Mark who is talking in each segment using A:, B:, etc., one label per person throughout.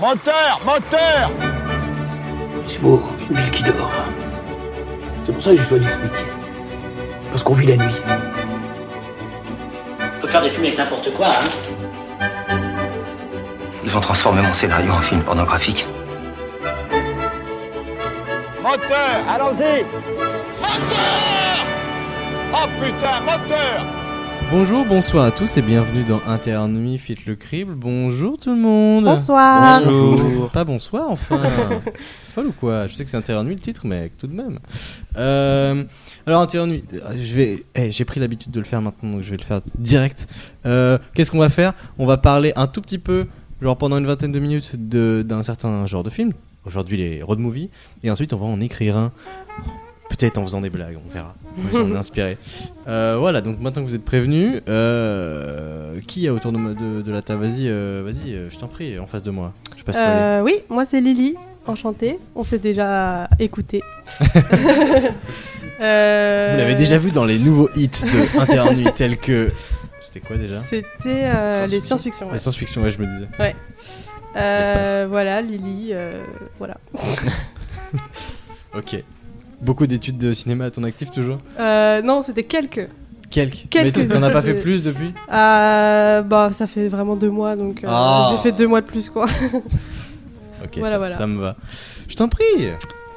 A: Moteur Moteur
B: C'est beau, une ville qui dort. C'est pour ça que j'ai choisi ce métier. Parce qu'on vit la nuit.
C: On peut faire des films avec n'importe quoi, hein.
D: Ils ont transformé mon scénario en film pornographique.
A: Moteur
B: Allons-y
A: Moteur Oh putain, moteur
E: Bonjour, bonsoir à tous et bienvenue dans Interne Fit le Crible. Bonjour tout le monde.
F: Bonsoir.
E: Bonjour. Pas bonsoir enfin. Folle ou quoi Je sais que c'est Interne Nuit le titre, mais tout de même. Euh, alors Interne Nuit, je vais, eh, j'ai pris l'habitude de le faire maintenant, donc je vais le faire direct. Euh, Qu'est-ce qu'on va faire On va parler un tout petit peu, genre pendant une vingtaine de minutes, de- d'un certain genre de film. Aujourd'hui les road movies, et ensuite on va en écrire un. Peut-être en faisant des blagues, on verra. Si on est inspiré. Euh, voilà, donc maintenant que vous êtes prévenus, euh, qui a autour de, ma- de- de la table Vas-y, euh, vas-y, euh, je t'en prie, en face de moi. Je passe
F: Euh, oui, moi c'est Lily, enchantée. On s'est déjà écouté. Euh,
E: Vous l'avez déjà vu dans les nouveaux hits de Internu, tels que. C'était quoi déjà
F: C'était euh,
E: Science-fiction.
F: les science-fiction. ouais.
E: La science-fiction, ouais, je me disais.
F: Euh,
E: l'espace.
F: voilà, Lily, euh, voilà.
E: Ok. Beaucoup d'études de cinéma à ton actif toujours
F: Euh, non, c'était quelques.
E: Quelques.
F: Quelques
E: Mais t'en as pas fait
F: études de-
E: plus depuis
F: Euh, bah, ça fait vraiment deux mois, donc euh,
E: Ah.
F: j'ai fait deux mois de plus, quoi.
E: Ok,
F: Voilà,
E: ça,
F: voilà.
E: ça me va. Je t'en prie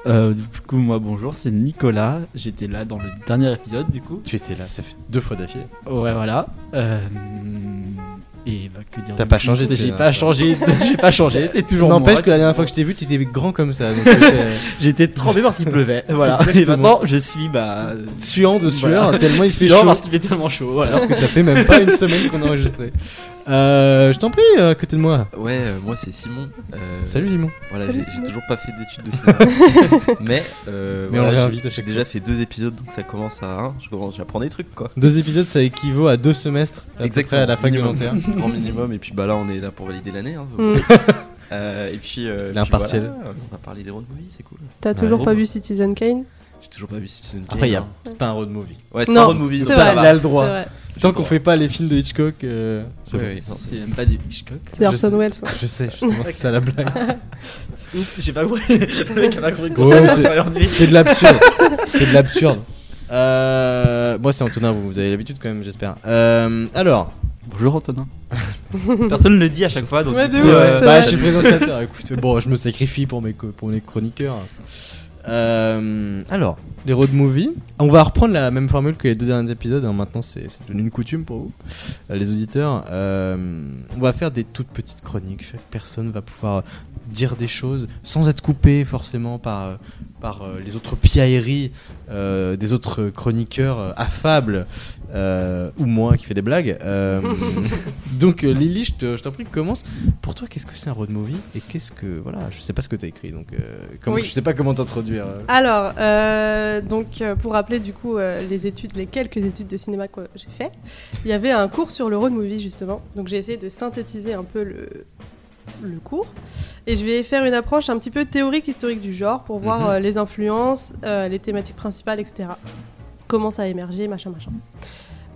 G: Euh, du coup, moi, bonjour, c'est Nicolas. J'étais là dans le dernier épisode, du coup.
E: Tu étais là, ça fait deux fois d'affilée.
G: Ouais, voilà. Euh, et bah, que dire
E: T'as
G: de
E: pas
G: plus
E: changé depuis
G: J'ai
E: la
G: pas
E: dernière fois.
G: changé. J'ai pas changé. C'est toujours moi.
E: N'empêche que la dernière fois que je t'ai vu, t'étais grand comme ça. Donc j'étais
G: J'étais trempé parce qu'il pleuvait. Voilà. Et
E: Exactement.
G: maintenant, je suis bah
E: suant de sueur,
G: Voilà.
E: tellement il fait
G: suant
E: chaud.
G: parce qu'il fait tellement chaud. Voilà.
E: Alors que ça fait même pas une semaine qu'on a enregistré. Euh, je t'en prie, euh, à côté de moi.
H: Ouais, euh, moi c'est Simon. Euh,
E: Salut Simon.
H: Voilà,
F: Salut,
H: j'ai- j'ai
F: Simon.
H: toujours pas fait d'études de cinéma. mais euh,
E: Mais on
H: voilà,
E: le
H: j'ai-
E: réinvite à
H: j'ai
E: chaque
H: déjà fait deux épisodes, donc ça commence à hein, je commence, j'apprends des trucs quoi.
E: Deux épisodes, ça équivaut à deux semestres. à peu près à la fac de
H: minimum,
E: Nanterre.
H: Grand minimum, et puis bah là on est là pour valider l'année. Hein,
E: Hmm.
F: Mm.
H: Euh, et puis, euh,
E: Il a un
H: puis voilà,
E: partiel.
H: on va parler des road movies, c'est cool.
F: T'as
E: Ouais,
F: toujours
H: bon,
F: pas
H: bah.
F: vu Citizen Kane
H: J'ai toujours pas vu Citizen Kane.
E: Après, il y a...
H: hein.
E: c'est pas un road movie.
H: Ouais, c'est
F: Non,
H: pas un road movie, donc
F: c'est
H: ça
F: vrai.
E: il a
H: va.
E: le
F: C'est
E: droit.
F: vrai.
E: Tant qu'on fait pas les films de Hitchcock, euh, c'est
H: Oui,
E: bon.
H: oui, non,
G: C'est même pas du Hitchcock.
F: C'est
E: Je
F: Orson
E: sais.
F: Welles. ouais.
E: Je sais, justement, c'est ça la blague.
G: J'ai pas compris. Le mec a pas compris. le
E: Ouais,
G: concept
E: c'est-
G: d'intérieur de lui.
E: C'est de l'absurde. c'est de l'absurde. Euh, moi, c'est Antonin, vous, vous avez l'habitude quand même, j'espère. Euh, alors,
G: Bonjour Antonin. Personne ne le dit à chaque fois, donc
F: Ouais,
G: du
F: de
G: coup,
F: ouf.
G: euh,
F: c'est
E: bah,
F: vrai.
E: je suis présentateur, écoute, bon, je me sacrifie pour mes, co- pour mes chroniqueurs. Euh, alors, les road movies. On va reprendre la même formule que les deux derniers épisodes. hein, Maintenant, c'est c'est devenu une coutume pour vous, euh, les auditeurs. Euh, on va faire des toutes petites chroniques. Chaque personne va pouvoir dire des choses sans être coupé forcément par, euh, par euh, les autres piailleries euh, des autres chroniqueurs euh, affables euh, ou moi qui fais des blagues. Euh, donc, euh, Lily, je te- je t'en prie, commence. Pour toi, qu'est-ce que c'est un road movie Et qu'est-ce que. Voilà, je sais pas ce que t'as écrit, donc. euh, comment,
F: Oui.
E: Je sais pas comment t'introduire. euh.
F: Alors, euh, donc euh, pour rappeler du coup euh, les études, les quelques études de cinéma que j'ai fait, il y avait un cours sur le road movie justement. Donc j'ai essayé de synthétiser un peu le, le cours et je vais faire une approche un petit peu théorique historique du genre pour voir
E: Mhm.
F: euh, les influences, euh, les thématiques principales, etc. Comment ça a émergé, machin, machin.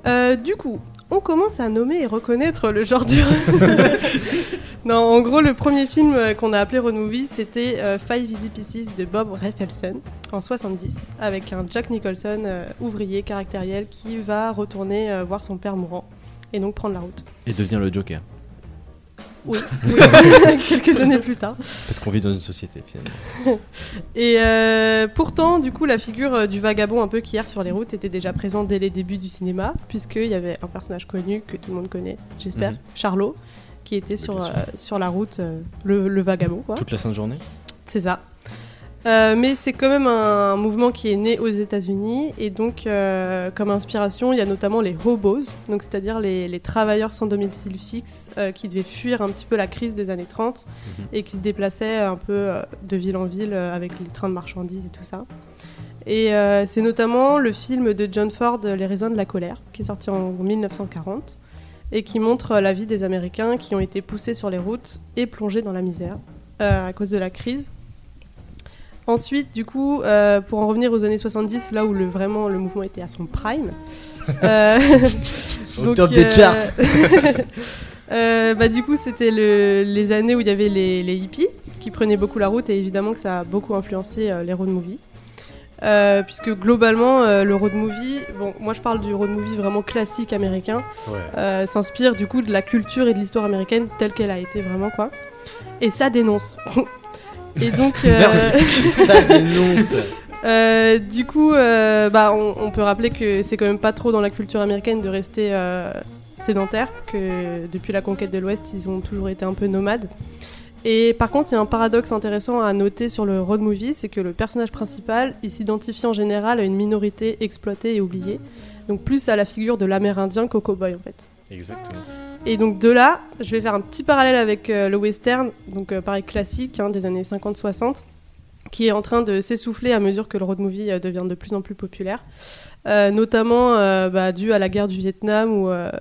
F: Euh, du coup, on commence à nommer et reconnaître le genre du. non, en gros, le premier film euh, qu'on a appelé Road Movie, c'était euh, Five Easy Pieces de Bob Rafelson en 70, avec un Jack Nicholson euh, ouvrier caractériel qui va retourner euh, voir son père mourant et donc prendre la route.
E: Et devenir le Joker.
F: Oui, oui. quelques années plus tard.
E: Parce qu'on vit dans une société, finalement.
F: Et euh, pourtant, du coup, la figure euh, du vagabond un peu qui erre sur les routes était déjà présente dès les débuts du cinéma, puisqu'il y avait un personnage connu que tout le monde connaît, j'espère,
E: Mhm.
F: Charlot, qui était sur,
E: bien sûr.
F: euh, sur la route, euh, le, le vagabond, quoi.
E: Toute la sainte journée
F: C'est ça. Euh, mais c'est quand même un mouvement qui est né aux États-Unis et donc euh, comme inspiration il y a notamment les hobos, donc c'est-à-dire les, les travailleurs sans domicile fixe euh, qui devaient fuir un petit peu la crise des années 30
E: Mhm.
F: et qui se déplaçaient un peu euh, de ville en ville euh, avec les trains de marchandises et tout ça. Et euh, c'est notamment le film de John Ford, Les raisins de la colère, qui est sorti en 1940 et qui montre euh, la vie des Américains qui ont été poussés sur les routes et plongés dans la misère euh, à cause de la crise. Ensuite, du coup, euh, pour en revenir aux années 70, là où le, vraiment le mouvement était à son prime. euh,
E: Au top des charts.
F: Euh, bah, du coup, c'était le- les années où il y avait les, les hippies qui prenaient beaucoup la route et évidemment que ça a beaucoup influencé euh, les road movies. Euh, puisque globalement, euh, le road movie, bon, moi je parle du road movie vraiment classique américain, euh, s'inspire du coup de la culture et de l'histoire américaine telle qu'elle a été vraiment quoi. Et ça dénonce. et donc. euh,
E: Ça dénonce.
F: euh, du coup, euh, bah, on, on peut rappeler que c'est quand même pas trop dans la culture américaine de rester euh, sédentaire, que depuis la conquête de l'Ouest, ils ont toujours été un peu nomades. Et par contre, il y a un paradoxe intéressant à noter sur le road movie, c'est que le personnage principal, il s'identifie en général à une minorité exploitée et oubliée, donc plus à la figure de l'Amérindien qu'au cowboy en fait.
E: Exactement.
F: Et donc de là, je vais faire un petit parallèle avec euh, le western, donc euh, pareil classique hein, des années 50-60, qui est en train de s'essouffler à mesure que le road movie euh, devient de plus en plus populaire, Euh, notamment euh, bah, dû à la guerre du Vietnam ou euh,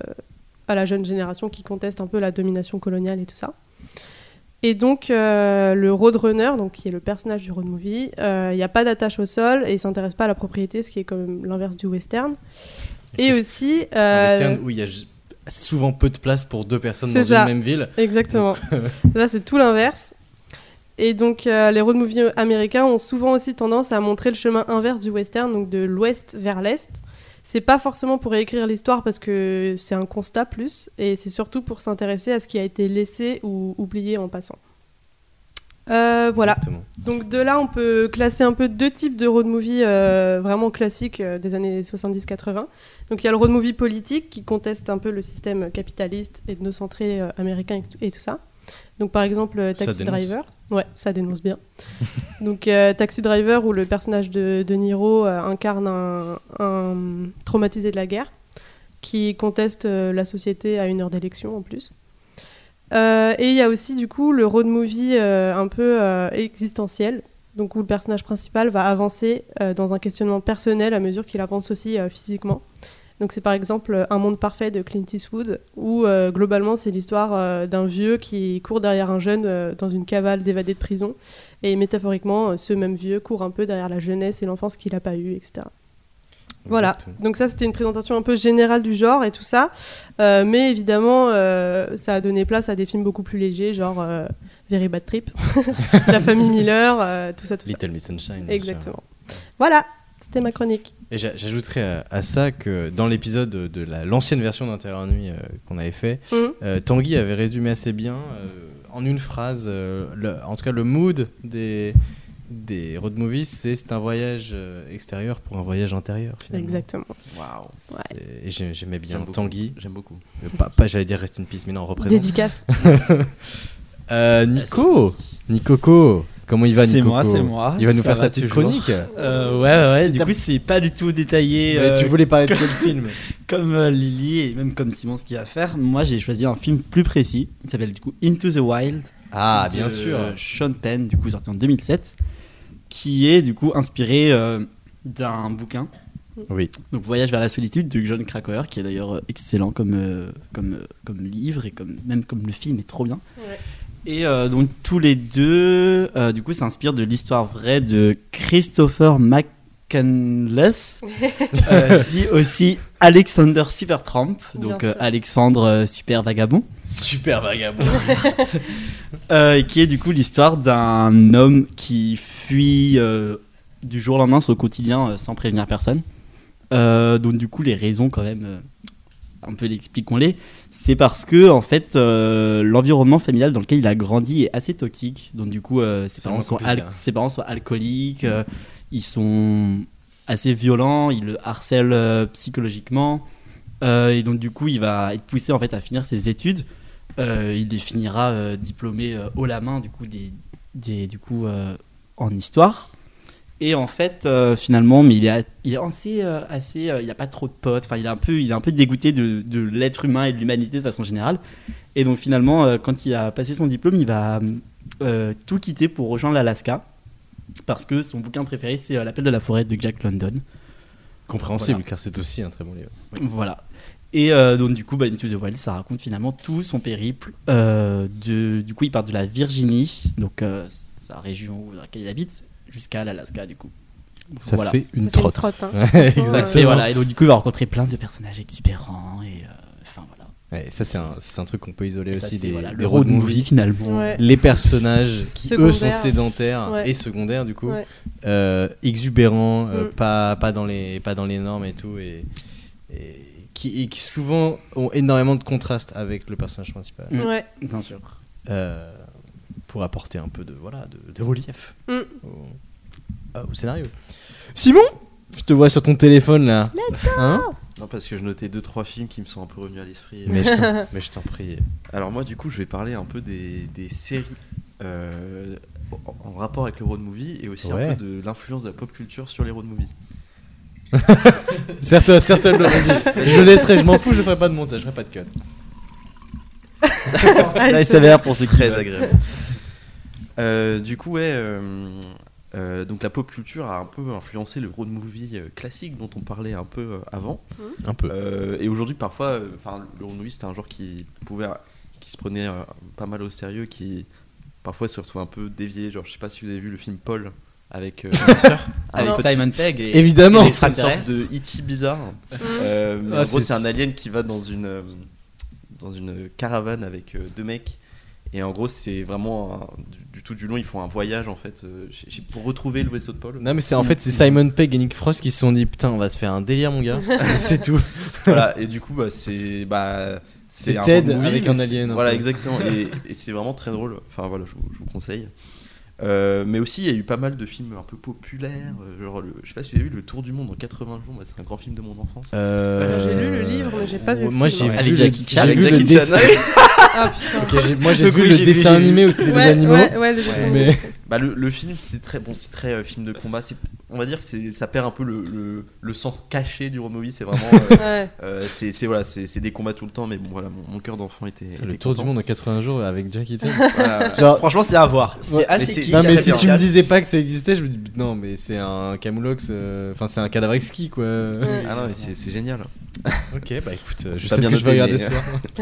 F: à la jeune génération qui conteste un peu la domination coloniale et tout ça. Et donc euh, le roadrunner, donc qui est le personnage du road movie, euh, il n'y a pas d'attache au sol et il s'intéresse pas à la propriété, ce qui est quand même l'inverse du western. Et aussi,
E: Un
F: euh,
E: western où il y a j- souvent peu de place pour deux personnes
F: C'est
E: dans
F: ça.
E: une même ville.
F: Exactement. Là, c'est tout l'inverse. Et donc, euh, les road movies américains ont souvent aussi tendance à montrer le chemin inverse du western, donc de l'ouest vers l'est. C'est pas forcément pour réécrire l'histoire parce que c'est un constat plus, et c'est surtout pour s'intéresser à ce qui a été laissé ou oublié en passant. Euh, voilà.
E: Exactement.
F: Donc de là, on peut classer un peu deux types de road movie euh, vraiment classiques euh, des années 70-80. Donc il y a le road movie politique qui conteste un peu le système capitaliste et ethnocentré euh, américain et tout ça. Donc par exemple euh,
E: Ça
F: Taxi
E: dénonce.
F: Driver. Ouais, ça dénonce bien. Donc euh, Taxi Driver où le personnage de, de Niro euh, incarne un, un traumatisé de la guerre qui conteste euh, la société à une heure d'élection en plus. Euh, et il y a aussi du coup le road movie euh, un peu euh, existentiel, donc où le personnage principal va avancer euh, dans un questionnement personnel à mesure qu'il avance aussi euh, physiquement. Donc c'est par exemple euh, Un monde parfait de Clint Eastwood, où euh, globalement c'est l'histoire euh, d'un vieux qui court derrière un jeune euh, dans une cavale d'évadés de prison, et métaphoriquement euh, ce même vieux court un peu derrière la jeunesse et l'enfance qu'il n'a pas eue, etc. Voilà,
E: Exactement.
F: donc ça c'était une présentation un peu générale du genre et tout ça, Euh, mais évidemment euh, ça a donné place à des films beaucoup plus légers, genre euh, Very Bad Trip, La Famille Miller, euh, tout ça, tout ça.
E: Little Miss Sunshine. bien sûr.
F: Exactement. Voilà, c'était ma chronique.
E: Et j'a- j'ajouterais à, à ça que dans l'épisode de- de la- l'ancienne version d'Intérieur Nuit euh, qu'on avait fait,
F: Mhm.
E: euh, Tanguy avait résumé assez bien, euh, en une phrase, euh, le- en tout cas le mood des, des road movies, c'est c'est un voyage euh, extérieur pour un voyage intérieur. Finalement.
F: Exactement.
H: Waouh.
E: C'est- Et j'ai- j'aimais bien
H: J'aime beaucoup.
E: Tanguy,
H: J'aime beaucoup.
E: Euh, pas, pas- j'allais dire Rest in Peace, mais non, représente.
F: Dédicace.
E: Euh, Nico, Nicoco, comment il va
G: C'est
E: Nicoco
G: moi, c'est moi.
E: Il va nous
G: Ça
E: faire
G: va
E: sa petite
G: toujours.
E: chronique.
G: Euh, ouais, ouais, du coup, c'est pas du tout détaillé
E: Mais
G: euh,
E: tu voulais parler de quel film
G: comme euh, Lily et même comme Simon ce qu'il va faire. Moi, j'ai choisi un film plus précis qui s'appelle du coup Into the Wild
E: Ah,
G: de,
E: bien sûr.
G: euh, Sean Penn, du coup, sorti en 2007, qui est du coup inspiré euh, d'un bouquin.
E: Oui.
G: Donc Voyage vers la solitude de John Krakauer, qui est d'ailleurs euh, excellent comme, euh, comme, euh, comme livre et comme, même comme le film est trop bien.
F: Ouais.
G: Et euh, donc tous les deux, euh, du coup, s'inspirent de l'histoire vraie de Christopher McCandless, euh, dit aussi Alexander Supertramp,
F: Bien
G: donc
F: sûr.
G: euh, Alexandre euh, Super Vagabond.
E: Super vagabond.
G: Euh, qui est du coup l'histoire d'un homme qui fuit euh, du jour au lendemain son quotidien euh, sans prévenir personne. Euh, donc du coup les raisons quand même, euh, un peu l'expliquons-les, c'est parce que en fait euh, l'environnement familial dans lequel il a grandi est assez toxique. Donc du coup euh, ses,
E: C'est
G: parents
E: vraiment
G: sont
E: compliqué,
G: al-
E: hein. Mm.
G: ses parents sont alcooliques, euh, ils sont assez violents, ils le harcèlent euh, psychologiquement. Euh, et donc du coup il va être poussé en fait à finir ses études. Euh, il les finira euh, diplômé euh, haut la main du coup des, des- du coup euh, en histoire. Et en fait, euh, finalement, mais il est, a- il est assez, euh, assez euh, il a pas trop de potes. Enfin, il est un peu, il est un peu dégoûté de, de l'être humain et de l'humanité de façon générale. Et donc finalement, euh, quand il a passé son diplôme, il va euh, tout quitter pour rejoindre l'Alaska parce que son bouquin préféré, c'est euh, L'appel de la forêt de Jack London.
E: Compréhensible,
G: Voilà.
E: car c'est aussi un très bon livre.
G: Voilà. Et euh, donc du coup, bah, Into the Wild, ça raconte finalement tout son périple. euh, de, du coup, il part de la Virginie, donc euh, sa région dans laquelle il habite, jusqu'à l'Alaska du coup.
E: Ça
G: voilà.
E: fait
F: Ça
E: une
F: fait
E: trotte.
F: Une trotte hein.
E: Ouais, Exact.
G: Et voilà. Et donc du coup, il va rencontrer plein de personnages exubérants et euh, enfin voilà.
E: Ouais, ça, c'est un, c'est un truc qu'on peut isoler
G: Ça,
E: aussi
G: c'est,
E: des,
G: voilà,
E: des road movies.
G: finalement.
F: Ouais.
E: Les personnages qui, eux, sont
F: Secondaires.
E: sédentaires
F: Ouais.
E: et secondaires, du coup,
F: Ouais.
E: euh, exubérants, euh,
F: Mm.
E: pas, pas, dans les, pas dans les normes et tout, et, et qui, et qui souvent ont énormément de contraste avec le personnage principal
G: Mm.
F: Ouais.
G: Bien sûr.
E: euh, pour apporter un peu de, voilà, de, de relief
F: Mm.
E: au, euh, au scénario. Simon, je te vois sur ton téléphone là. Hein Let's go
H: Non, parce que je notais deux trois films qui me sont un peu revenus à l'esprit.
E: mais, je t'en- mais je t'en prie.
H: Alors moi, du coup, je vais parler un peu des, des séries euh, en- en rapport avec le road movie et aussi
E: Ouais.
H: un peu de l'influence de la pop culture sur les road movies.
E: Serre-toi, serre-toi, Blanc, vas-y. Je le laisserai, je m'en fous, je ferai pas de montage, je ferai pas de cut.
F: Ah,
G: Là, il s'avère pour ce qui
H: Très
G: va.
H: agréable. Euh, du coup, ouais. euh, euh, donc la pop culture a un peu influencé le road movie euh, classique dont on parlait un peu euh, avant.
E: Un peu.
H: Euh, et aujourd'hui, parfois, euh, enfin, le road movie c'était un genre qui pouvait, qui se prenait euh, pas mal au sérieux, qui parfois se retrouvait un peu dévié. Genre, je sais pas si vous avez vu le film Paul avec euh,
G: Avec
F: Non.
G: Simon Pegg. Et
E: Évidemment.
G: c'est
H: c'est une
G: les
H: sorte
G: extraterrestres.
H: de E.T. bizarre. Euh, mais
E: Ah,
H: en gros,
E: c'est-
H: c'est un alien qui va dans une, euh, dans une caravane avec euh, deux mecs. Et en gros, c'est vraiment un- du, du tout du long, ils font un voyage en fait euh, chez- chez- pour retrouver le vaisseau de Paul.
E: Non mais c'est en fait c'est Simon Pegg et Nick Frost qui se sont dit putain on va se faire un délire mon gars Et c'est tout
H: voilà, et du coup, bah, c'est bah,
E: C'est
H: un
E: Ted
H: road movie,
E: avec
H: mais
E: un
H: c'est-
E: alien, un
H: Voilà,
E: peu.
H: exactement. Et, et c'est vraiment très drôle. Enfin voilà, je, vous- je vous conseille. Euh, mais aussi, il y a eu pas mal de films un peu populaires. euh, Genre, le- je sais pas si vous avez vu Le Tour du monde en 80 jours. bah, c'est un grand film de mon enfance.
E: Euh,
F: J'ai lu le livre, mais j'ai pas vu le
E: Moi
F: film.
E: j'ai
G: Avec
E: vu
G: Jackie
E: le,
G: Chan.
E: j'ai
H: Avec
E: vu le
H: Jackie Chan.
E: dessin
F: Ah putain.
E: Ok, j'ai- Moi j'ai
G: Le
E: vu
G: coup,
E: le
G: j'ai vu,
E: dessin
G: j'ai vu.
E: animé où c'était des
F: Ouais,
E: animaux
F: ouais, ouais, le dessin animé.
E: mais
H: Bah, le, le film, c'est très bon, c'est très euh, film de combat. C'est, on va dire que c'est, ça perd un peu le, le, le sens caché du Romovi. C'est vraiment, euh,
F: Ouais.
H: euh, c'est, c'est voilà, c'est, c'est des combats tout le temps. Mais bon, voilà, mon, mon cœur d'enfant était.
E: Le
H: était
E: tour du
H: content.
E: monde en 80 jours avec Jackie Chan
H: Voilà.
E: Genre
G: Franchement, c'est à voir. C'est
E: Ouais,
H: mais
G: assez
H: c'est-
G: kitsch,
E: Non mais
G: assez
E: si tu
G: bien.
E: me disais pas que ça existait je me dis non mais c'est un camoulox euh, Enfin c'est un cadavre exquis quoi Euh,
H: ah non, mais c'est, c'est génial.
E: Ok bah écoute euh,
H: C'est
E: je
H: pas
E: sais ce
H: bien
E: que je vais
H: noté,
E: regarder
H: mais-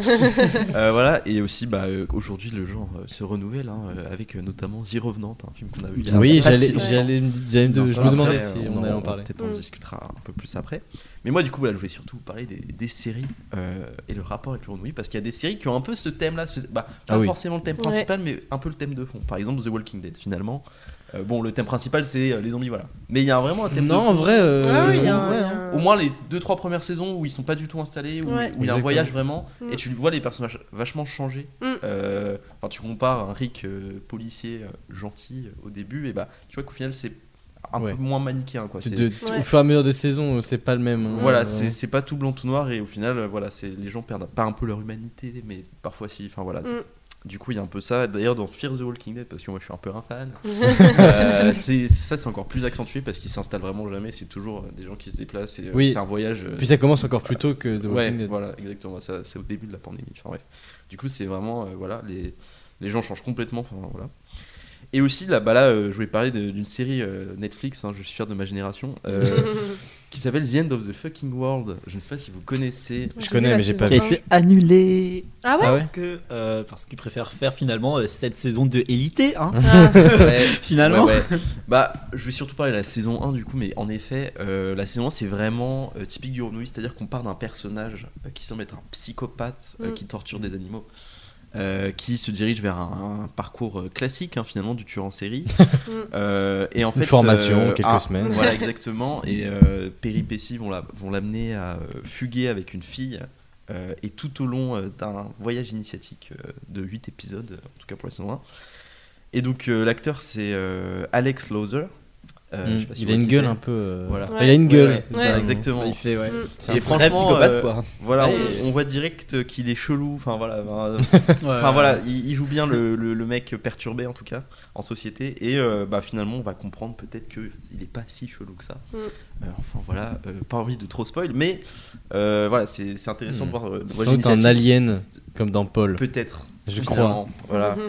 E: ce soir
H: Euh, voilà, et aussi, bah, euh, aujourd'hui, le genre euh, se renouvelle hein, euh, avec euh, notamment The Revenant, un film qu'on a vu. il y a
E: Oui
H: pas si
E: j'allais
H: longtemps.
E: j'allais me j'allais me-
H: Non,
E: je
H: ça
E: me
H: va,
E: demandais
H: ça
E: si
H: va,
E: on allait en parler
H: Peut-être on
F: Mm.
H: discutera un peu plus après. Mais moi, du coup, voilà, je voulais surtout parler des, des séries euh, et le rapport avec le renouilli, parce qu'il y a des séries qui ont un peu ce thème-là, ce- bah, pas
E: Ah oui.
H: forcément le thème
F: Ouais.
H: principal, mais un peu le thème de fond. Par exemple, The Walking Dead, finalement. Euh, bon, le thème principal, c'est euh, les zombies, voilà. Mais il y a vraiment un thème. de
E: Non
H: fond.
E: en vrai euh,
F: Ouais, ouais, Ah il y a
E: ouais, hein.
F: un-
H: Au moins les deux trois premières saisons où ils sont pas du tout installés, où,
F: Ouais.
H: où il y a un
E: Exactement.
H: voyage vraiment,
F: Mm.
H: et tu vois les personnages vachement changer.
F: Mm.
H: Euh, Enfin, tu compares un Rick euh, policier euh, gentil euh, au début, et bah tu vois qu'au final c'est un
E: Ouais.
H: peu moins manichéen quoi.
E: Tu-
H: C'est-
E: de- tu-
F: Ouais.
E: Au fur et à mesure des saisons, euh, c'est pas le même. hein.
H: Voilà,
E: Euh,
H: c'est c'est pas tout blanc tout noir et au final euh, voilà, c'est les gens perdent pas un peu leur humanité, mais parfois si. Enfin voilà.
F: Mm.
H: Du coup, il y a un peu ça. D'ailleurs, dans Fear the Walking Dead, parce que moi je suis un peu un fan, euh, c'est- ça c'est encore plus accentué parce qu'ils s'installent vraiment jamais. C'est toujours euh, des gens qui se déplacent et euh,
E: Oui.
H: c'est un voyage. euh,
E: Puis ça commence encore plus tôt que The Walking
H: ouais,
E: Dead.
H: voilà, exactement. Ça, c'est au début de la pandémie. Enfin, bref. Du coup, c'est vraiment, euh, voilà, les, les gens changent complètement. Enfin, voilà. Et aussi, là, bah, là euh, je voulais parler de- d'une série euh, Netflix, hein, je suis fier de ma génération, euh, qui s'appelle The End of the Fucking World. Je ne sais pas si vous connaissez.
E: Je
F: J'ai
E: connais,
F: vu la
E: mais j'ai
F: saison
E: pas
G: Qui a
E: vu.
F: un.
G: été annulé.
F: Ah ouais
E: Ah ouais
G: Parce que euh, parce qu'ils préfèrent faire finalement euh, cette saison de Elite, hein,
F: Ah.
H: Ouais,
G: finalement.
H: Ouais, ouais. Bah, je vais surtout parler de la saison 1 du coup, mais en effet, euh, la saison 1 c'est vraiment euh, typique du Romney, c'est-à-dire qu'on part d'un personnage euh, qui semble être un psychopathe euh,
F: Mm.
H: qui torture des animaux. euh, qui se dirige vers un, un parcours euh, classique hein, finalement du tueur en série
F: Mm.
H: Euh, et en fait
E: Une formation,
H: euh,
E: quelques
H: ah,
E: semaines.
H: voilà exactement et euh, péripéties vont la- vont l'amener à euh, fuguer avec une fille euh, et tout au long euh, d'un voyage initiatique euh, de 8 épisodes, en tout cas pour la saison 1. Et donc euh, l'acteur c'est euh, Alex Lawser. Euh, je
E: Mm.
H: sais pas si
E: il
H: vous
E: a une
H: voyez qui
E: gueule
H: c'est.
E: un peu. euh,
H: Voilà.
E: Il a une gueule.
H: Ouais,
F: ouais.
E: littéralement.
H: Exactement.
I: Il fait,
E: Ah.
I: ouais.
F: Mm.
I: C'est
H: Et
I: un vrai
H: franchement,
I: psychopathe,
H: euh,
I: quoi.
E: hein.
H: Voilà,
G: Ouais.
H: on, on voit direct euh, qu'il est chelou. Enfin voilà, ben,
G: Ouais.
H: Enfin
E: Euh.
H: voilà, il, il joue bien le, le- le mec perturbé en tout cas en société et euh, bah, finalement on va comprendre peut-être que il est pas si chelou que ça.
F: Mm.
H: Euh, enfin voilà, euh, pas envie de trop spoil, mais euh, voilà c'est c'est intéressant
E: Mm.
H: de voir. euh, de voir
E: Sans doute un
H: l'initiative.
E: alien, comme dans Paul.
H: Peut-être.
E: Je crois.
H: finalement.
F: Ah
H: Voilà.
F: Mm.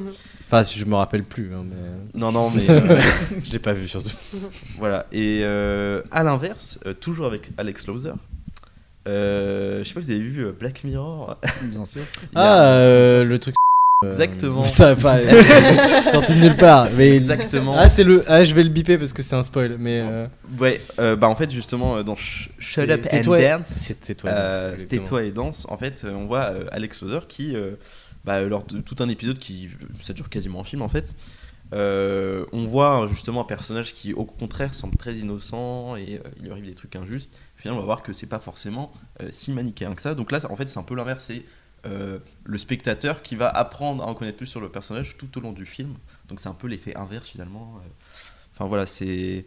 E: Enfin, si je me rappelle plus, hein, mais
H: Non non mais euh,
E: je l'ai pas vu surtout.
H: voilà et euh, à l'inverse euh, toujours avec Alex Lawser. euh, je sais pas si vous avez vu euh, Black Mirror.
G: Bien sûr.
H: Il y a-
E: Ah, euh, le truc euh,
H: Exactement.
E: Ça, enfin, euh, sorti de nulle part. Mais
H: Exactement.
E: Ah, c'est le. Ah, je vais le biper parce que c'est un spoil. Mais. euh,
H: Ouais, euh, bah en fait justement euh, dans Sh- Shut
E: c'est-
H: Up and
E: tais-toi et-
H: Dance,
E: C'est tais-toi. et danse,
H: euh,
E: exactement.
H: Tais-toi et danse, en fait euh, on voit euh, Alex Loder qui, euh, bah, lors de tout un épisode qui, euh, ça dure quasiment un film en fait, euh, on voit euh, justement un personnage qui au contraire semble très innocent et euh, il lui arrive des trucs injustes, finalement on va voir que c'est pas forcément euh, si manichéen que ça, donc là en fait c'est un peu l'inverse, c'est euh, le spectateur qui va apprendre à en connaître plus sur le personnage tout au long du film, donc c'est un peu l'effet inverse finalement, euh. enfin voilà c'est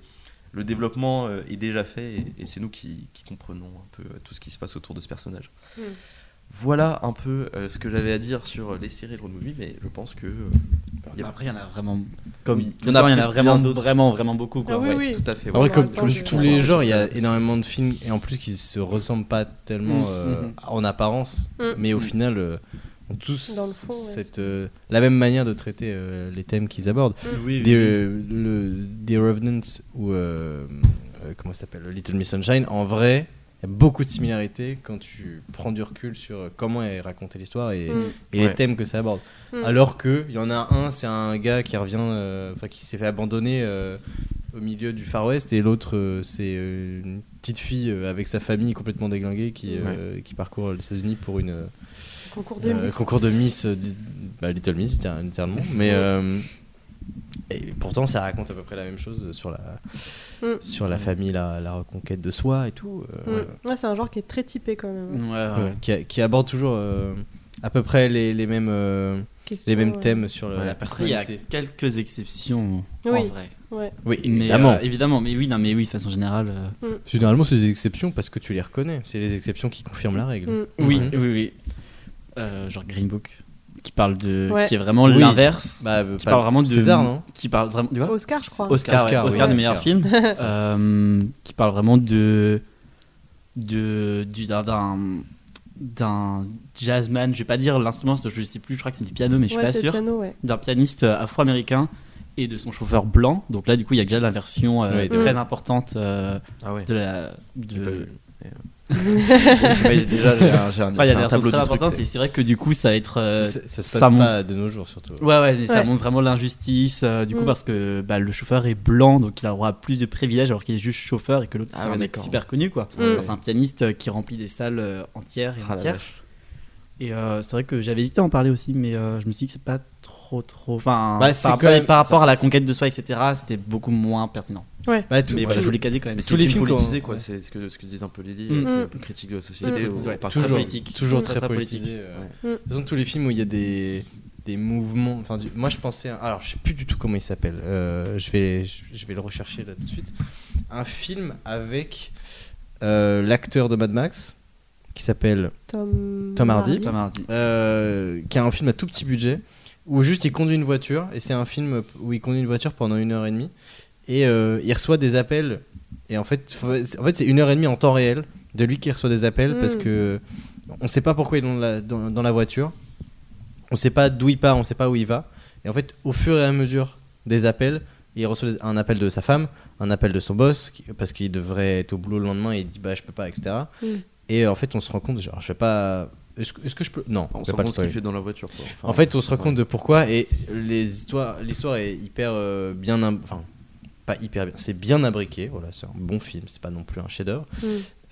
H: le développement euh, est déjà fait et, et c'est nous qui, qui comprenons un peu euh, tout ce qui se passe autour de ce personnage.
F: Mm.
H: Voilà un peu euh, ce que j'avais à dire sur les séries de road movie, mais je pense que euh, Il y a-
G: Après, il y en a vraiment. Comme
H: Oui,
G: il y en a, vraiment, vraiment, vraiment beaucoup.
F: Ah
G: Quoi.
F: oui,
H: ouais,
F: oui.
H: tout à fait.
E: En vrai,
H: ouais.
F: Avoir
E: comme
F: le temps de-
E: tous les genres, il y a énormément de films et en plus qui se ressemblent pas tellement
G: Mhm.
E: euh,
H: Mhm.
E: en apparence,
F: Mm.
E: mais au
H: Mhm.
E: final euh, ont tous
F: Dans le fond, ouais,
E: cette euh, la même manière de traiter euh, les thèmes qu'ils abordent.
G: Oui,
E: Des, euh, le- des Revenants ou euh, euh, comment ça s'appelle Little Miss Sunshine, en vrai, il y a beaucoup de similarités quand tu prends du recul sur euh, comment est racontée l'histoire et,
F: Mm.
E: et
H: Ouais.
E: les thèmes que ça aborde.
F: Mm.
E: Alors que il y en a un, c'est un gars qui revient, euh, enfin qui s'est fait abandonner euh, au milieu du Far West, et l'autre euh, c'est euh, une petite fille euh, avec sa famille complètement déglinguée qui euh, qui parcourt les États-Unis pour une euh,
F: Concours de
E: euh,
F: Miss.
E: concours de Miss, euh, di- bah, Little Miss littér- littéralement, mais euh, et pourtant ça raconte à peu près la même chose sur la
F: Mm.
E: sur la famille, la, la reconquête de soi et tout.
F: Mm.
E: euh,
F: Ouais, c'est un genre qui est très typé quand même. hein.
G: Ouais, ouais.
E: ouais, qui, qui aborde toujours euh, à peu près les, les mêmes euh,
F: Question,
E: les mêmes
F: ouais.
E: thèmes sur la-
H: Ouais.
E: la
G: Euh, Après, il y a
E: personnalité.
G: quelques exceptions. En
F: Oui.
G: vrai.
E: Oui,
G: Mais,
E: évidemment.
G: euh, évidemment, mais oui, non, mais oui, de façon générale. euh,
E: Généralement, c'est des exceptions parce que tu les reconnais. C'est les exceptions qui confirment la règle.
F: Mm.
G: Oui,
E: Mhm.
G: oui, oui. Euh, genre Green Book, qui parle de,
F: Ouais.
G: qui est vraiment
E: Oui.
G: l'inverse,
E: Bah, euh,
G: qui
E: pas-
G: parle vraiment de
E: César, non
G: qui parle vraiment, tu vois
F: Oscar, je crois.
G: Ah, Oscar,
E: Oscar,
G: ouais,
E: oui.
G: Oscar des
E: Ouais,
G: meilleurs
E: Oscar.
G: films, euh, qui parle vraiment de de du- d'un- d'un d'un jazzman, je vais pas dire l'instrument, parce que je sais plus, je crois que c'est du piano, mais je suis
F: ouais,
G: pas
F: c'est
G: sûr,
F: le piano, ouais.
G: d'un pianiste euh, afro-américain et de son chauffeur blanc. Donc là, du coup, il y a déjà la version euh,
E: Ouais, de-
G: très importante euh,
H: Ah ouais.
G: de la de,
H: Euh, ouais, déjà j'ai un, j'ai un-
G: Enfin, il y a
H: j'ai
G: la
H: un
G: version
H: tableau
G: très
H: de trucs,
G: importante et c'est vrai que du coup ça va être euh,
E: ça, ça se
G: ça
E: passe
G: montre-
E: pas de nos jours, surtout.
G: ouais ouais mais ça
F: Ouais.
G: montre vraiment l'injustice euh, du coup
F: Mm.
G: parce que bah, le chauffeur est blanc donc il aura plus de privilèges alors qu'il est juste chauffeur et que l'autre
H: Ah
G: c'est
H: ouais,
G: un mec
H: d'accord.
G: super connu quoi
F: Mm.
G: Enfin, c'est un pianiste euh, qui remplit des salles euh, entières et
H: Ah, la
G: entières
H: vache.
G: et euh, c'est vrai que j'avais hésité à en parler aussi mais euh, je me suis dit que c'est pas trop trop enfin
E: Bah,
G: par,
E: c'est
G: rapport-
E: quand même-
G: par rapport à la conquête de soi etc c'était beaucoup moins pertinent
E: Bah, tout-
G: mais voilà je voulais caser quand même
E: Mais
G: C'est
E: tous
G: un
E: les
G: film
E: films qu'on-
H: politisé quoi,
E: ouais.
H: c'est ce que ce que disent un peu Lily,
F: Hmm.
G: Mm.
H: euh, c'est une critique de la société.
G: Mm.
H: au-
G: Ouais,
H: par-
G: toujours.
H: très
G: politique.
E: Toujours
G: Mm.
E: très,
G: Très, très
E: politisé. euh.
F: Ouais.
E: De toute façon, tous les films où il y a des, des mouvements. Enfin, du- moi, je pensais. à- Alors, je sais plus du tout comment il s'appelle. Euh, je vais je je vais le rechercher là tout de suite. Un film avec euh, l'acteur de Mad Max qui s'appelle
F: Tom,
E: Tom Hardy.
G: Tom Hardy.
E: euh, qui a un film à tout petit budget où juste il conduit une voiture et c'est un film où il conduit une voiture pendant une heure et demie et euh, il reçoit des appels et en fait faut- en fait c'est une heure et demie en temps réel de lui qui reçoit des appels
F: Mm.
E: parce que on sait pas pourquoi il est dans la, dans, dans la voiture on sait pas d'où il part on sait pas où il va et en fait au fur et à mesure des appels il reçoit des- un appel de sa femme un appel de son boss qui- parce qu'il devrait être au boulot le lendemain et il dit bah je peux pas etc
F: Mm.
E: et en fait on se rend compte genre je vais pas est-ce que- est-ce que je peux non
H: On
E: je
H: sait
E: vais pas
H: pas
E: le
H: ce qu'il
E: spoiler.
H: fait dans la voiture. quoi. Enfin,
E: En fait, on se rend compte de pourquoi et les histoires, l'histoire est hyper euh, bien, im- enfin pas hyper bien, c'est bien imbriqué. Voilà, c'est un bon film, c'est pas non plus un chef-d'œuvre,
F: Mm.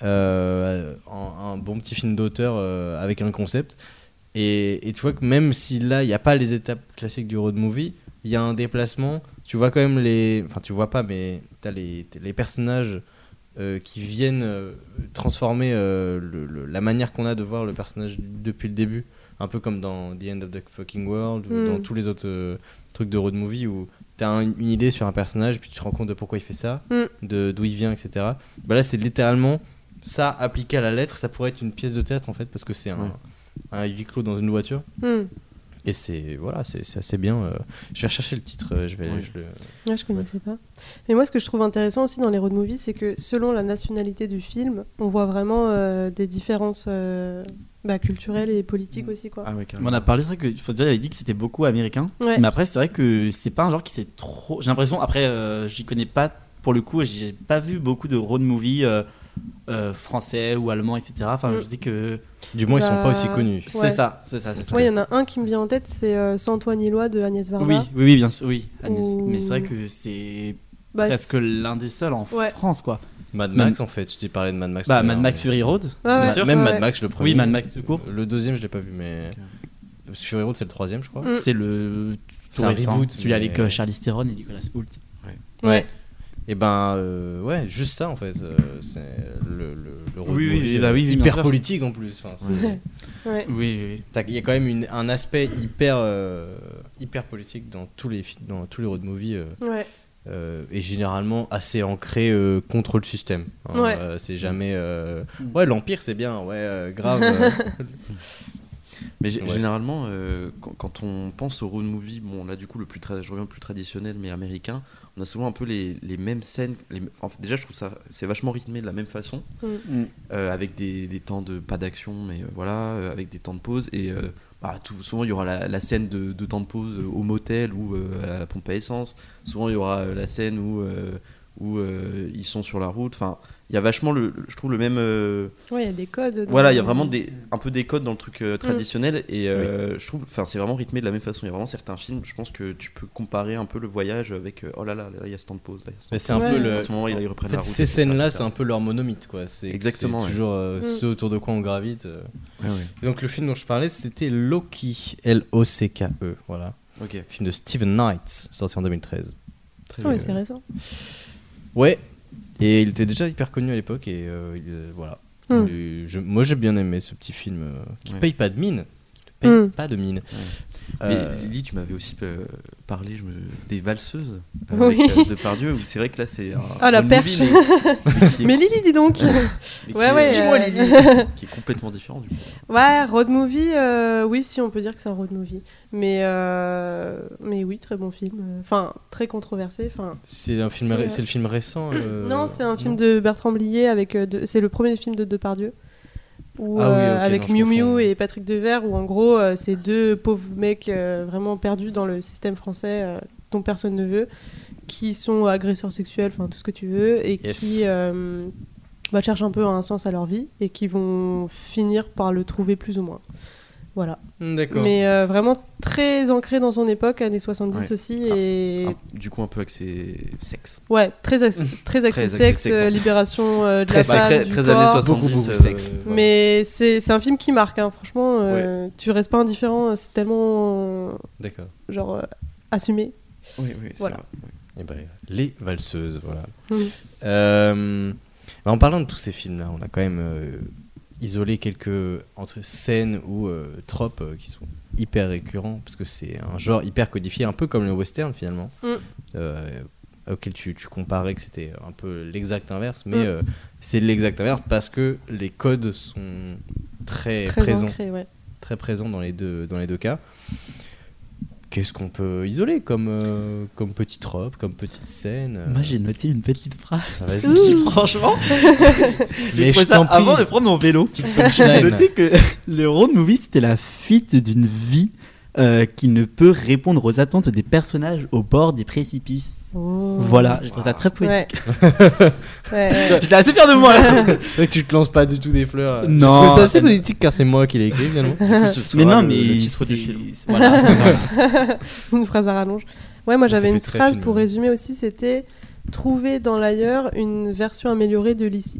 E: Euh, un, un bon petit film d'auteur euh, avec un concept. Et, et tu vois que même si là, il n'y a pas les étapes classiques du road movie, il y a un déplacement. Tu vois quand même les, enfin tu vois pas, mais t'as les t'as les personnages. euh, qui viennent euh, transformer euh, le- le- la manière qu'on a de voir le personnage depuis le début un peu comme dans The End of the Fucking World ou
F: Mm.
E: dans tous les autres euh, trucs de road movie où t'as un- une idée sur un personnage puis tu te rends compte de pourquoi il fait ça
F: Mm.
E: de d'où il vient etc bah là c'est littéralement ça appliqué à la lettre ça pourrait être une pièce de théâtre en fait parce que c'est un,
H: Ouais.
E: un huis clos dans une voiture
F: Mm.
E: et c'est voilà c'est c'est assez bien euh, je vais rechercher le titre euh, je vais
H: Ouais.
E: je le-
F: Ouais, Ah, je connaissais pas. Mais moi, ce que je trouve intéressant aussi dans les road movies, c'est que selon la nationalité du film, on voit vraiment euh, des différences euh, bah, culturelles et politiques aussi, quoi.
H: Ah ouais,
G: on
H: carrément.
G: a parlé c'est vrai que faut dire il avait dit que c'était beaucoup américain
F: ouais.
G: Mais après, c'est vrai que c'est pas un genre qui s'est trop. J'ai l'impression, après, euh, j'y connais pas pour le coup, j'ai pas vu beaucoup de road movie euh, euh, français ou allemand, etc. Enfin,
F: Mm.
G: je sais que
E: Du moins, ils sont
F: Bah,
E: pas aussi connus.
F: Ouais.
G: c'est ça, c'est ça, c'est ça.
F: Moi, il y en a un qui me vient en tête, c'est euh, C'est Antoine Illois de Agnès Varda.
G: Oui, oui, oui, bien sûr, oui. Agnès.
F: Ou-
G: Mais c'est vrai que c'est
F: Bah,
G: presque
F: c'est-
G: l'un des seuls en
F: Ouais.
G: France, quoi.
E: Mad
G: Même-
E: Max, en fait, je t'ai parlé de Mad Max.
G: Bah,
E: tout à
G: Mad
E: l'heure,
G: Max
E: mais-
G: Fury Road.
F: Ouais, ouais.
G: bien
E: Ma-
G: sûr.
E: Même
F: Ouais.
E: Mad Max, le premier.
G: Oui, Mad Max tout court.
E: Le deuxième, je l'ai pas vu, mais. Fury Road, c'est le troisième, je crois.
F: Mm.
G: C'est le
E: C'est
G: tout
E: un
G: récent,
E: reboot,
G: celui
E: mais-
G: avec euh, Charlize Theron et Nicolas Hoult.
F: Ouais.
E: Ouais. Et ben, euh, ouais, juste ça en fait. euh, c'est le, le, le road
G: Oui, oui,
E: movie,
G: bah
E: euh,
G: oui, oui, bien
E: hyper
G: sûr.
E: politique en plus. Enfin, c'est-
F: Ouais. Ouais.
G: Oui, oui,
E: T'as- Il y a quand même une- un aspect hyper, euh, hyper politique dans tous les, fi- dans tous les road movies euh,
F: Ouais.
E: euh, et généralement assez ancré euh, contre le système. hein.
F: Ouais.
E: Euh, c'est jamais. euh,
G: Mm.
E: Ouais, l'Empire c'est bien, ouais, euh, grave. euh,
H: Mais gé-
E: Ouais.
H: généralement, euh, quand, quand on pense au road movie, bon là du coup le plus tra- je reviens au plus traditionnel mais américain, on a souvent un peu les, les mêmes scènes. les m- en fait, déjà je trouve ça c'est vachement rythmé de la même façon,
F: Mm.
G: Mm.
H: Euh, avec des, des temps de pas d'action mais euh, voilà, euh, avec des temps de pause et euh, bah, tout, souvent il y aura la, la scène de, de temps de pause euh, au motel ou euh, à la pompe à essence. Souvent il y aura euh, la scène où euh, où euh, ils sont sur la route. Enfin, il y a vachement le, le- je trouve le même euh,
F: Ouais, il y a des codes. dans-
H: voilà, il y a vraiment des, un peu des codes dans le truc euh, traditionnel et euh, je trouve, enfin, c'est vraiment rythmé de la même façon. Il y a vraiment certains films, je pense que tu peux comparer un peu le voyage avec euh, oh là là, là, il y a ce temps de pause. là, il y a ce temps
E: mais
H: de
E: c'est un
F: Ouais.
E: peu
H: pause.
E: le.
H: À ce moment, il, il reprend
E: Euh, En
H: la
E: fait,
H: route.
E: ces
H: etc.,
E: scènes-là,
H: etc.
E: c'est un peu leur monomythe, quoi. C'est
H: Exactement,
E: c'est
H: ouais.
E: toujours euh,
F: Mm.
E: ceux autour de quoi on gravite. euh. Et donc, le film dont je parlais, c'était Loki, L-O-C-K-E, E, voilà.
H: Ok.
E: Film de Steven Knight, sorti en 2013.
H: Très
F: Ah Ouais,
H: bien.
F: c'est récent.
E: Ouais. Et il était déjà hyper connu à l'époque et euh, il, euh, voilà.
F: Mm.
E: Et je- moi j'ai bien aimé ce petit film euh, qui
H: Ouais.
E: paye pas de mine. Qui ne paye
F: Mm.
E: pas de mine.
H: Mais
E: Euh,
H: Lily, tu m'avais aussi euh, parlé je me... des valseuses
F: Oui.
H: avec euh, Depardieu. Où c'est vrai que là, c'est un.
F: Ah, la
H: road
F: perche.
H: movie, mais- mais qui est-
F: Mais Lily, dis donc
H: mais qui
F: Ouais,
H: est-
F: ouais.
H: qui est-
F: euh,
H: Qui est complètement différent du coup.
F: Ouais, road movie, euh, oui, si on peut dire que c'est un road movie. Mais, euh, mais oui, très bon film. Enfin, très controversé. Enfin,
E: c'est un film,
F: c'est,
E: ré-
F: euh,
E: c'est le film récent. euh,
F: non, c'est un film
E: non
F: de Bertrand Blier avec. euh, de- c'est le premier film de Depardieu. Où,
E: Ah oui,
F: euh,
E: ok, non,
F: avec
E: je
F: Miu
E: confonds.
F: Miu et Patrick Devers, où en gros, euh, c'est deux pauvres mecs euh, vraiment perdus dans le système français euh, dont personne ne veut, qui sont agresseurs sexuels, enfin tout ce que tu veux, et
E: Yes.
F: qui euh, bah, cherchent un peu un sens à leur vie et qui vont finir par le trouver plus ou moins. Voilà.
E: Mm, D'accord.
F: Mais euh, vraiment très ancré dans son époque, années 70
H: Ouais.
F: aussi,
H: Ah.
F: et
H: Ah, du coup, un peu axé sexe.
F: ouais, très axé, très axé
H: Très axé
F: sexe,
H: sexe,
F: euh,
H: hein.
F: libération euh, de
E: Très
F: la
E: sexe,
F: femme,
H: très-
F: du
H: très
F: corps.
H: années 60.
E: beaucoup beaucoup
H: euh,
E: sexe.
H: voilà.
F: Mais c'est c'est un film qui marque, hein, franchement, euh, tu restes pas indifférent, euh, c'est tellement euh,
E: D'accord.
F: genre euh, assumé.
H: Oui, oui, c'est
F: Voilà.
H: vrai.
E: Et ben, les valseuses, voilà.
F: Mm.
E: Euh, bah, en parlant de tous ces films-là, on a quand même euh, isolé quelques entre scènes ou euh, tropes euh, qui sont hyper récurrents, parce que c'est un genre hyper codifié, un peu comme le western finalement,
F: Mm.
E: euh, auquel tu, tu comparais que c'était un peu l'exact inverse, mais
F: Mm.
E: euh, c'est l'exact inverse parce que les codes sont très,
F: Très
E: présents
F: ancré, ouais.
E: très présent dans les deux, dans les deux cas. Qu'est-ce qu'on peut isoler comme, euh, comme petite robe, comme petite scène euh,
G: Moi, j'ai noté une petite phrase.
E: Vas-y.
G: qui, franchement,
E: Mais
G: j'ai trouvé
E: je
G: ça
E: t'en prie.
G: avant de prendre mon vélo. J'ai
E: punchline.
G: noté que le road movie, c'était la fuite d'une vie euh, qui ne peut répondre aux attentes des personnages au bord des précipices. Voilà, je trouve ça très poétique.
F: Ouais. Ouais, ouais.
G: J'étais assez fier de moi là.
E: Ouais, tu te lances pas du tout des fleurs. euh. Je
G: Non,
E: trouve ça assez
G: elle-
E: politique car c'est moi qui l'ai écrit finalement.
H: Du coup, ce sera
G: mais non,
H: le-
G: mais.
H: le titre
G: c'est-
H: du film.
G: Voilà, c'est ça.
F: une phrase à rallonge. Ouais, moi
E: Ça
F: j'avais
E: fait
F: une
E: très
F: phrase
E: film,
F: pour
E: ouais.
F: résumer aussi, c'était trouver dans l'ailleurs une version améliorée de l'ICI.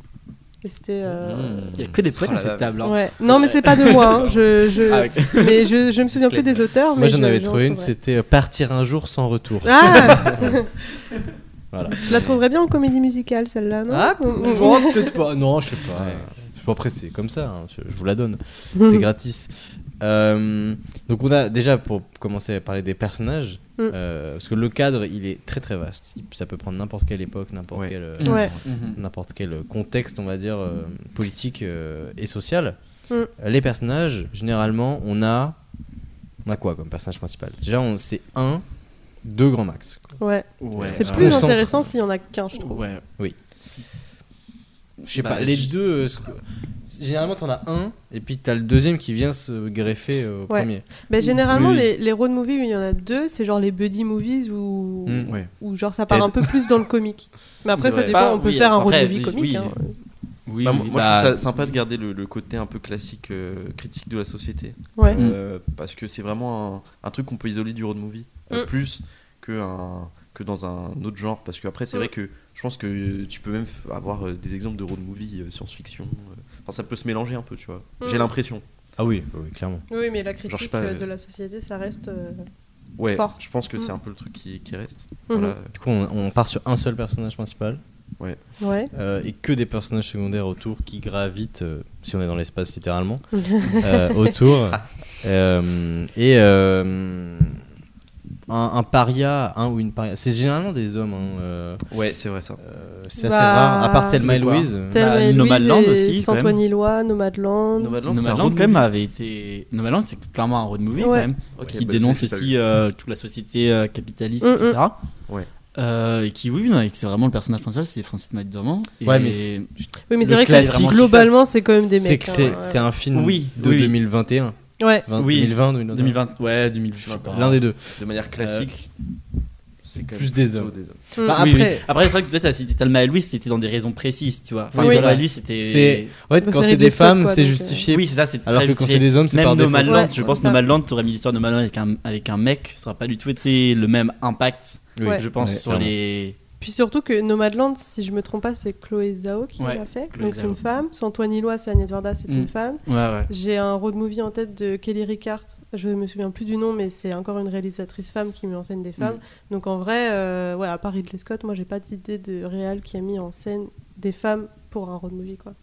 F: Et c'était. euh,
H: Mmh.
G: Il y a que des poètes
H: Oh
G: à
H: là là,
G: cette table. hein.
F: Ouais. Non, mais c'est pas de moi. hein. Je, je...
G: Ah, ok.
F: Mais je, je me souviens plus des auteurs.
E: moi
F: mais
E: j'en
F: je-
E: avais trouvé une,
F: retrouverai.
E: c'était euh, Partir un jour sans retour.
F: Ah
E: Voilà.
F: Je la trouverais bien en comédie musicale celle-là, non
E: Ah,
F: Mm, mm.
E: bon, peut-être pas. Non, je sais pas.
H: Ouais.
E: Je suis pas pressé, comme ça, hein, je, je vous la donne. C'est
F: Mhm.
E: gratis. Euh, donc on a déjà pour commencer à parler des personnages,
F: Mm.
E: euh, parce que le cadre il est très très vaste. Il- Ça peut prendre n'importe quelle époque, n'importe
H: Ouais.
E: quel euh,
G: Mm.
F: Ouais.
E: n'importe quel contexte on va dire euh, politique euh, et social.
F: Mm.
E: Euh, Les personnages généralement on a on a quoi comme personnage principal Déjà on c'est un, deux grands max.
F: Ouais. bah,
G: Ouais.
F: C'est
E: je
F: plus
E: concentre.
F: intéressant s'il y en a qu'un, je trouve.
G: Ouais.
E: Oui. Je sais
G: Bah,
E: pas, les
G: je-
E: deux. euh, ce que- Généralement t'en as un et puis t'as le deuxième qui vient se greffer euh, au
F: Ouais.
E: premier.
F: Ben, généralement,
G: Oui.
F: les, les road movies où il y en a deux, c'est genre les buddy movies où,
E: Mm,
H: ouais.
F: où genre ça part un peu plus dans le comique. Mais après,
H: C'est
F: ça
H: vrai.
F: dépend,
G: Pas-
F: on peut
G: Bah, oui,
F: faire un road
G: après,
F: movie
G: oui,
F: comique.
G: oui.
F: hein.
G: Oui,
H: Bah,
G: oui,
H: moi, moi,
G: bah,
H: je trouve ça sympa de garder le, le côté un peu classique euh, critique de la société.
F: Ouais.
H: Euh, parce que c'est vraiment un, un truc qu'on peut isoler du road movie euh,
F: Mm.
H: plus que un que dans un autre genre parce qu'après c'est
F: Mm.
H: vrai que je pense que euh, tu peux même f- avoir euh, des exemples de road movie euh, science-fiction euh. enfin ça peut se mélanger un peu tu vois j'ai
F: Mm.
H: l'impression
E: Ah oui,
G: bah
E: oui, clairement.
F: Oui, mais la
H: je sais
F: critique
H: pas,
F: euh,
H: euh,
F: de la société, ça reste. euh,
H: ouais
F: Fort.
H: je pense que c'est
F: Mm.
H: un peu le truc qui, qui reste
F: mhm.
H: Voilà.
E: Du coup, on, on part sur un seul personnage principal
F: Mhm. Ouais.
E: euh, et que des personnages secondaires autour qui gravitent, euh, si on est dans l'espace littéralement, euh, autour. Euh, et euh, un, un paria, un ou une paria. C'est généralement des hommes. hein, euh,
H: ouais c'est vrai ça
E: euh, c'est assez
F: Bah,
E: rare, à part Thelma et
G: de quoi
E: Louise.
F: Thelma
G: Bah,
F: et Louise
G: Nomadland
F: et
G: aussi, quand même.
F: Antoine Illois, Nomadland.
H: Nomadland c'est un
G: Nomadland
H: road
G: quand même
H: movie.
G: avait été Nomadland c'est clairement un road movie
F: Ouais.
G: quand même
H: Ok,
G: qui
H: bah,
G: dénonce
H: j'ai pas
G: aussi
H: vu.
G: euh, toute la société euh, capitaliste
F: Mm,
G: etc
H: Ouais.
G: Euh, et qui oui oui, non, et que c'est vraiment le personnage principal c'est Francis McDormand et-
E: Ouais, mais c'est-
F: Oui, mais
E: Le
F: c'est vrai
E: classique.
F: que globalement, c'est quand même des
E: c'est
F: mecs.
E: que c'est
F: hein, ouais.
E: c'est un film
G: Oui,
E: de
G: oui, oui.
E: 2021.
F: Ouais.
E: 20,
G: Oui.
E: 2020, 2021.
G: 2020 ouais 2000 je sais pas.
E: L'un des deux.
H: euh, de manière classique c'est quand même
E: plus des
H: plutôt
E: hommes.
F: Mm.
E: Bah,
G: Oui, oui.
E: après,
G: après, c'est vrai que peut-être si c'était Talma et Louis, c'était dans des raisons précises, tu vois. Enfin,
F: Oui.
G: Thelma et
E: Ouais.
G: Louis, c'était.
E: C'est- en fait,
F: Bah,
E: quand
F: c'est
E: c'est des
F: Ridley Scott,
E: femmes,
F: quoi,
E: c'est
F: donc, euh,
E: justifié.
G: Oui, c'est ça, c'est
E: alors
G: très
E: que quand
G: justifié.
E: c'est des hommes, c'est
G: Même
E: par défaut.
G: Nomadland,
F: Ouais,
G: je pense
F: c'est ça.
G: Nomadland, tu aurais mis l'histoire de Nomadland avec un, avec un mec, ça aurait pas du tout été le même impact,
F: Ouais.
G: je pense,
E: Ouais,
G: sur
E: clairement.
G: les.
F: Puis surtout que Nomadland, si je me trompe pas, c'est Chloé Zhao qui
G: Ouais,
F: l'a fait.
G: Chloé
F: donc c'est
G: Zhao.
F: une femme. C'est Antoine Illois, c'est Agnès Varda, c'est
G: Mm.
F: une femme.
G: Ouais, ouais.
F: J'ai un road movie en tête de Kelly Ricard. Je me souviens plus du nom, mais c'est encore une réalisatrice femme qui met en scène des femmes.
G: Mm.
F: Donc en vrai, euh, ouais, à part Ridley Scott, moi j'ai pas d'idée de réal qui a mis en scène des femmes pour un road movie quoi.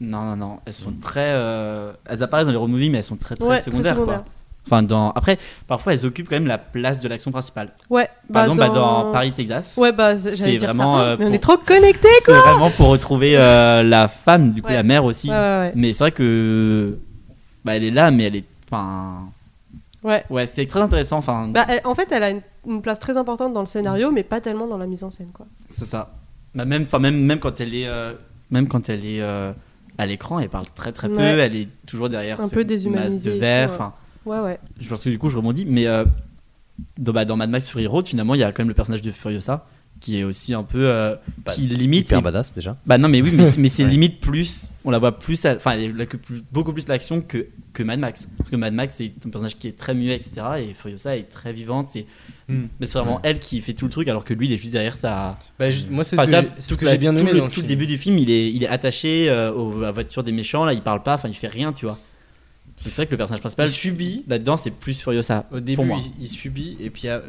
G: Non, non, non, elles sont très. euh, Elles apparaissent dans les road movies, mais elles sont très, très
F: Ouais, très
G: secondaires,
F: secondaires.
G: quoi. Enfin, dans... Après, parfois, elles occupent quand même la place de l'action principale.
F: Ouais.
G: Par exemple, bah, dans Paris, Texas.
F: Ouais, bah c'est-
G: c'est
F: j'allais dire
G: vraiment,
F: ça.
G: euh,
F: mais on
G: pour-
F: est trop connectés.
G: C'est vraiment pour retrouver euh, la femme, du coup,
F: Ouais.
G: la mère aussi.
F: Ouais, ouais,
G: Mais c'est vrai que. Bah, elle est là, mais elle est. Enfin.
F: ouais. Ouais.
G: Ouais, c'est très intéressant. Enfin,
F: Bah, elle- en fait, elle a une, une place très importante dans le scénario, mais pas tellement dans la mise en scène quoi.
G: c'est ça. Bah, même, enfin, même, même quand elle est. euh, même quand elle est. euh, à l'écran, elle parle très très peu.
F: Ouais.
G: Elle est toujours derrière
F: Un
G: ce
F: peu
G: masque
F: déshumanisée
G: de
F: et
G: verre.
F: tout, ouais.
G: enfin,
F: Ouais, ouais.
G: je pense que du coup, je rebondis. Mais euh, dans, bah, dans Mad Max Fury Road, finalement, il y a quand même le personnage de Furiosa qui est aussi un peu. euh,
E: Bah,
G: qui limite.
E: Hyper
G: et-
E: badass déjà.
G: Bah non, mais oui, mais, mais c'est
E: Ouais.
G: limite plus. On la voit plus. à- Enfin, elle occupe plus- beaucoup plus l'action que, que Mad Max. Parce que Mad Max, c'est un personnage qui est très muet, etc. Et Furiosa est très vivante. c'est-
E: Hmm.
G: Mais c'est vraiment elle qui fait tout le truc, alors que lui, il est juste derrière sa.
E: Bah, ju- moi, c'est
G: Enfin,
E: ce que
G: tu vois,
E: j'ai- c'est ce
G: tout
E: que
G: la-
E: j'ai bien
G: tout
E: aimé
G: le-
E: dans le
G: Tout le
E: film.
G: début du film, il est, il est attaché euh, au- à la voiture des méchants, là, il parle pas, enfin, il fait rien, tu vois. Donc c'est vrai que le personnage principal,
E: Il subit.
G: là-dedans, c'est plus Furiosa.
E: Au début,
G: pour moi.
E: il, il subit, et puis euh,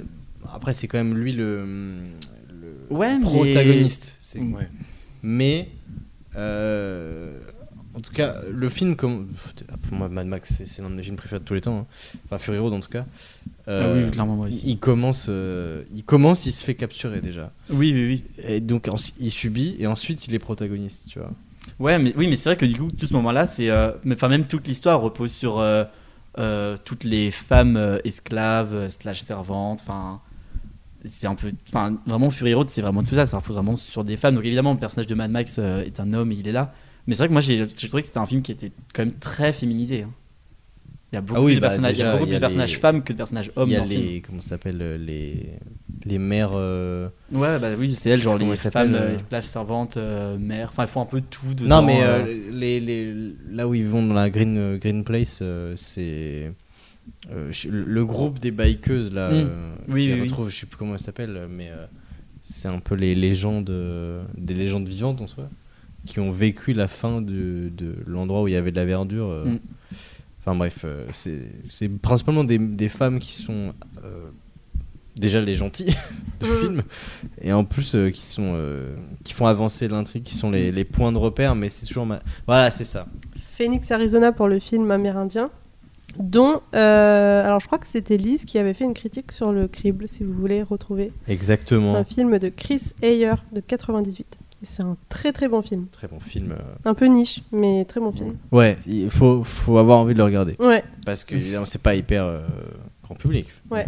E: après, c'est quand même lui le, le
G: Ouais, Ah, mais-
E: protagoniste. c'est-
G: Mm.
E: Mais, euh, en tout cas, le film, comme pff, pour moi, Mad Max, c'est- c'est l'un de mes films préférés de tous les temps. hein. Enfin, Fury Road, en tout cas. Euh,
G: Ah clairement, moi
E: il, il commence, euh, il commence, il se fait capturer déjà.
G: Oui, oui, oui.
E: Et donc, ensuite, il subit, et ensuite, il est protagoniste, tu vois.
G: Ouais, mais oui, mais c'est vrai que du coup, tout ce moment-là, c'est, euh, mais, enfin même toute l'histoire repose sur euh, euh, toutes les femmes euh, esclaves euh, slash servantes. Enfin, c'est un peu, enfin vraiment Fury Road, c'est vraiment tout ça. Ça repose vraiment sur des femmes. Donc évidemment, le personnage de Mad Max euh, est un homme et il est là. Mais c'est vrai que moi, j'ai, j'ai trouvé que c'était un film qui était quand même très féminisé. hein. Il y a beaucoup
E: Ah oui,
G: plus de
E: bah,
G: personnages, il y a
E: déjà,
G: beaucoup
E: il y
G: plus de
E: a
G: personnages
E: les-
G: femmes que de personnages hommes
E: il y a
G: dans ce film.
E: les, comment ça s'appelle, euh, les, les mères. euh,
G: Ouais, bah oui, c'est
E: Je
G: elle,
E: sais
G: genre
E: plus comment elle
G: les
E: s'appelle,
G: femmes
E: euh.
G: euh, esclaves, servantes, euh, mères. Enfin, il faut un peu tout dedans.
E: Non, mais euh,
G: euh,
E: les, les- là où ils vont dans la Green, euh, green Place, euh, c'est euh, je- le groupe des bikeuses là.
G: Mm.
E: euh,
G: Oui,
E: qui
G: oui, oui.
E: retrouve, je sais plus comment elle s'appelle, mais euh, c'est un peu les légendes, euh, des légendes vivantes en soi, qui ont vécu la fin de, de l'endroit où il y avait de la verdure. euh.
G: Mm.
E: Enfin bref, euh, c'est c'est principalement des, des femmes qui sont euh, déjà les gentilles du
F: Mm.
E: film, et en plus euh, qui sont euh, qui font avancer l'intrigue, qui sont les, les points de repère, mais c'est toujours ma- voilà, c'est ça.
F: Phoenix, Arizona pour le film amérindien, dont, euh, alors je crois que c'était Lise qui avait fait une critique sur le crible, si vous voulez retrouver, un
E: Exactement.
F: film de Chris Ayer de 98. Et c'est un très très bon film,
E: Très bon film. euh.
F: un peu niche, mais très bon film.
E: Ouais, il faut faut avoir envie de le regarder
F: Ouais,
E: parce que évidemment, c'est pas hyper euh, grand public.
F: Ouais.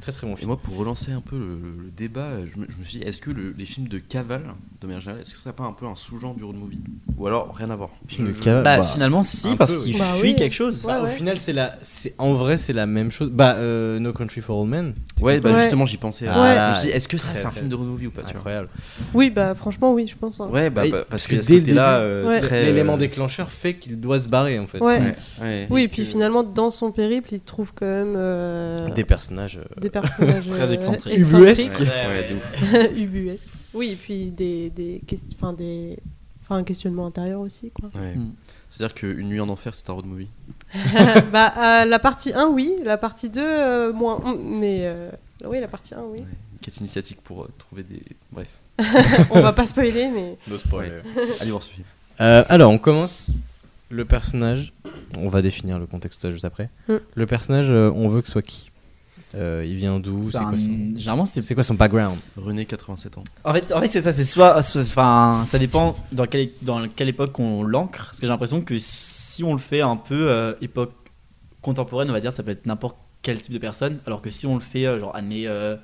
E: Très très bon
H: Et
E: film.
H: moi, pour relancer un peu le, le- le débat, euh, je me, je me suis dit, est-ce que le- les films de cavale, de manière générale, est-ce que ce serait pas un peu un sous-genre du road movie Ou alors, rien à voir
E: Film de
H: Je-
E: cavale,
G: Bah,
E: bah,
G: finalement, si,
E: un
G: parce
E: peu,
G: qu'il
F: oui. Bah
G: fuit
F: oui.
G: quelque chose.
F: Ouais,
E: Bah, Au
F: ouais.
E: final, c'est la, c'est en vrai, c'est la même chose. Bah, euh, No Country for Old Men,
H: Ouais, bah
F: Ouais.
H: justement, j'y pensais.
E: Ah,
H: Je
E: là,
H: me suis dit, est-ce que ça,
E: très
H: c'est un
E: faible.
H: film de road movie ou pas tu vois
E: incroyable.
F: Oui, bah franchement, oui, je pense. hein.
H: Ouais, bah,
E: Et-
H: bah,
E: parce
H: parce que
E: que
H: dès
E: dès le
H: le là,
E: début,
H: euh,
F: Ouais.
H: très,
E: L'élément
H: euh,
E: déclencheur fait qu'il doit se barrer en fait.
F: Ouais.
H: Ouais. euh, ouais.
F: Oui, et puis
E: que-
F: finalement, dans son périple, il trouve quand même euh,
E: Des
F: des...
E: personnages. euh,
F: personnages
G: Très
F: euh,
G: excentriques.
E: Ubuesques.
H: Ouais, ouais, de ouf.
F: ubuesques. Oui, et puis des, des, quest- enfin, des... Enfin, un questionnement intérieur aussi, quoi.
H: Ouais.
G: Mm.
H: C'est-à-dire qu'une nuit en enfer, c'est un road movie.
F: bah, euh, la partie 1, oui. La partie 2, euh, moins. Mm, Mais euh, oui, la partie 1, oui.
H: Ouais. Une quête initiatique pour euh, trouver des. Bref,
F: On va pas spoiler, mais.
H: allez voir ce film.
E: Euh, alors, on commence le personnage. On va définir le contexte juste après.
F: Mm.
E: Le personnage, euh, on veut que ce soit qui Euh, Il vient d'où
G: C'est
E: C'est
G: un-
E: quoi, son...
G: mm, Généralement, c'est
E: c'est quoi son background
H: René, 87 ans.
G: En fait, en fait, c'est ça, c'est soit. soit- Enfin, ça dépend dans quelle, dans quelle époque on l'ancre. Parce que j'ai l'impression que si on le fait un peu euh, époque contemporaine, on va dire, ça peut être n'importe quel type de personne. Alors que si on le fait, euh, genre, années euh,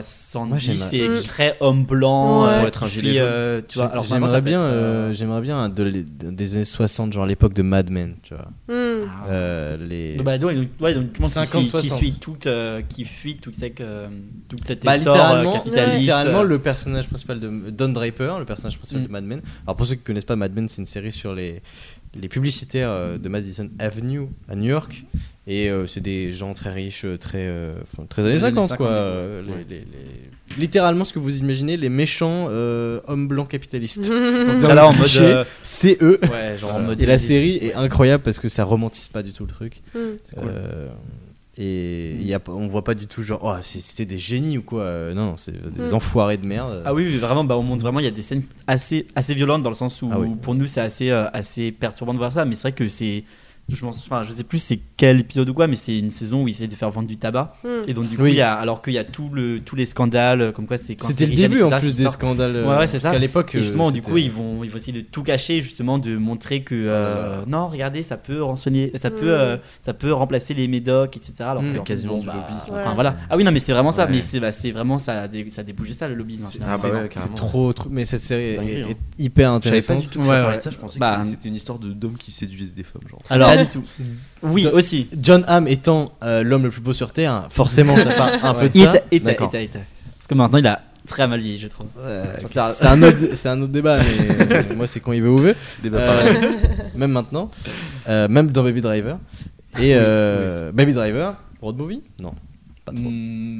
G: 70 et
F: j'aime-
G: très homme blanc,
F: Ouais.
G: euh,
H: Pour être
G: qui
H: un
G: fait,
H: gilet jaune.
G: euh, tu vois, alors
E: J'aimerais
G: vraiment, ça peut
E: bien,
G: être,
E: euh,
G: euh,
E: j'aimerais bien un de l'é- des années 60, genre l'époque de Mad Men, tu vois.
F: Hmm.
G: ah.
E: Euh, les...
G: Donc, bah, donc, donc, ouais, donc, tout le monde qui
E: 50,
G: suit- qui
E: 60.
G: suit toute, euh, qui fuit tout, cette, euh, tout cet
E: Bah,
G: essor euh,
E: littéralement,
G: capitaliste.
E: littéralement,
G: euh,
E: le personnage principal de Don Draper, hein, le personnage principal
G: Mm.
E: de Mad Men. Alors pour ceux qui connaissent pas Mad Men, c'est une série sur les les publicitaires euh, de Madison Avenue à New York et euh, c'est des gens très riches, euh, très euh, enfin, très années
G: Les années
E: 50,
G: 50,
E: quoi.
G: ouais.
E: Euh, les- les- les- Littéralement ce que vous imaginez, les méchants euh, hommes blancs capitalistes.
G: donc,
E: dans
G: ça, là,
E: le
G: en mode.
E: cliché.
G: euh,
E: C'est eux.
G: ouais, genre en mode.
E: Et la série est incroyable parce que ça romantise pas du tout le truc.
F: Hmm.
G: cool. Mm.
E: Euh, et il y a, pas- on voit pas du tout genre, oh, c'est- c'était des génies ou quoi. Euh, non, c'est des
F: Mm.
E: enfoirés de merde.
G: Ah oui, oui, vraiment, bah, on montre vraiment, il y a des scènes assez, assez violentes dans le sens où
E: Ah oui.
G: pour nous c'est assez, euh, assez perturbant de voir ça, mais c'est vrai que c'est. Je, m'en- enfin, je sais plus c'est quel épisode ou quoi, mais c'est une saison où ils essaient de faire vendre du tabac.
F: Hmm.
G: Et donc, du coup,
E: Oui.
G: il y a, alors qu'il y a tout le, tous les scandales, euh, comme quoi c'est quand
E: C'était
G: c'est
E: le
G: Rijal,
E: début en
G: etc.,
E: plus
G: qui
E: des
G: sort.
E: scandales. euh,
G: Ouais, ouais, c'est
E: parce
G: ça.
E: qu'à l'époque.
G: Et
E: euh, Ah,
G: justement, du
E: c'était-
G: coup, ils vont, ils vont essayer de tout cacher, justement, de montrer que euh,
E: là là.
G: non, regardez, ça peut renseigner, ça peut,
F: Mm.
G: euh, ça peut remplacer les médocs, etc. Alors
E: Mm.
G: que
H: Quasiment
G: bon,
H: du
G: bah,
H: lobbyisme.
G: enfin,
F: Ouais.
G: voilà. Ah oui, non, mais c'est vraiment ça.
H: Ouais.
G: Mais c'est bah, c'est vraiment ça, dé- ça débouche de ça le lobbyisme.
E: C'est
G: finalement.
H: Ah bah
E: c'est-
H: ouais,
E: c'est
H: carrément.
E: trop, trop. Mais cette série
H: C'est dingue,
E: est,
H: hein.
E: est hyper
H: Je savais pas
E: intéressante.
H: du tout que
G: Ouais,
H: ça parlait
G: ouais.
H: de ça, je pensais
G: Bah,
H: que c'était une histoire de d'hommes qui séduisent des femmes. Genre.
E: Alors,
G: pas du tout. Mm. Oui,
E: De-
G: aussi.
E: John Hamm étant euh, l'homme le plus beau sur Terre, forcément, ça part un peu de
G: Et
E: ça.
G: t'as- et t'as-
E: D'accord.
G: et t'as- et t'as. Parce que maintenant, il a très mal vieilli, je trouve.
E: Euh,
G: Ça-
E: c'est un, autre- c'est un autre débat, mais euh, moi, c'est quand il veut ou veut.
H: Débat
E: Euh, même maintenant, Euh, même dans Baby Driver. Et euh, Baby Driver, Road Movie Non, pas trop.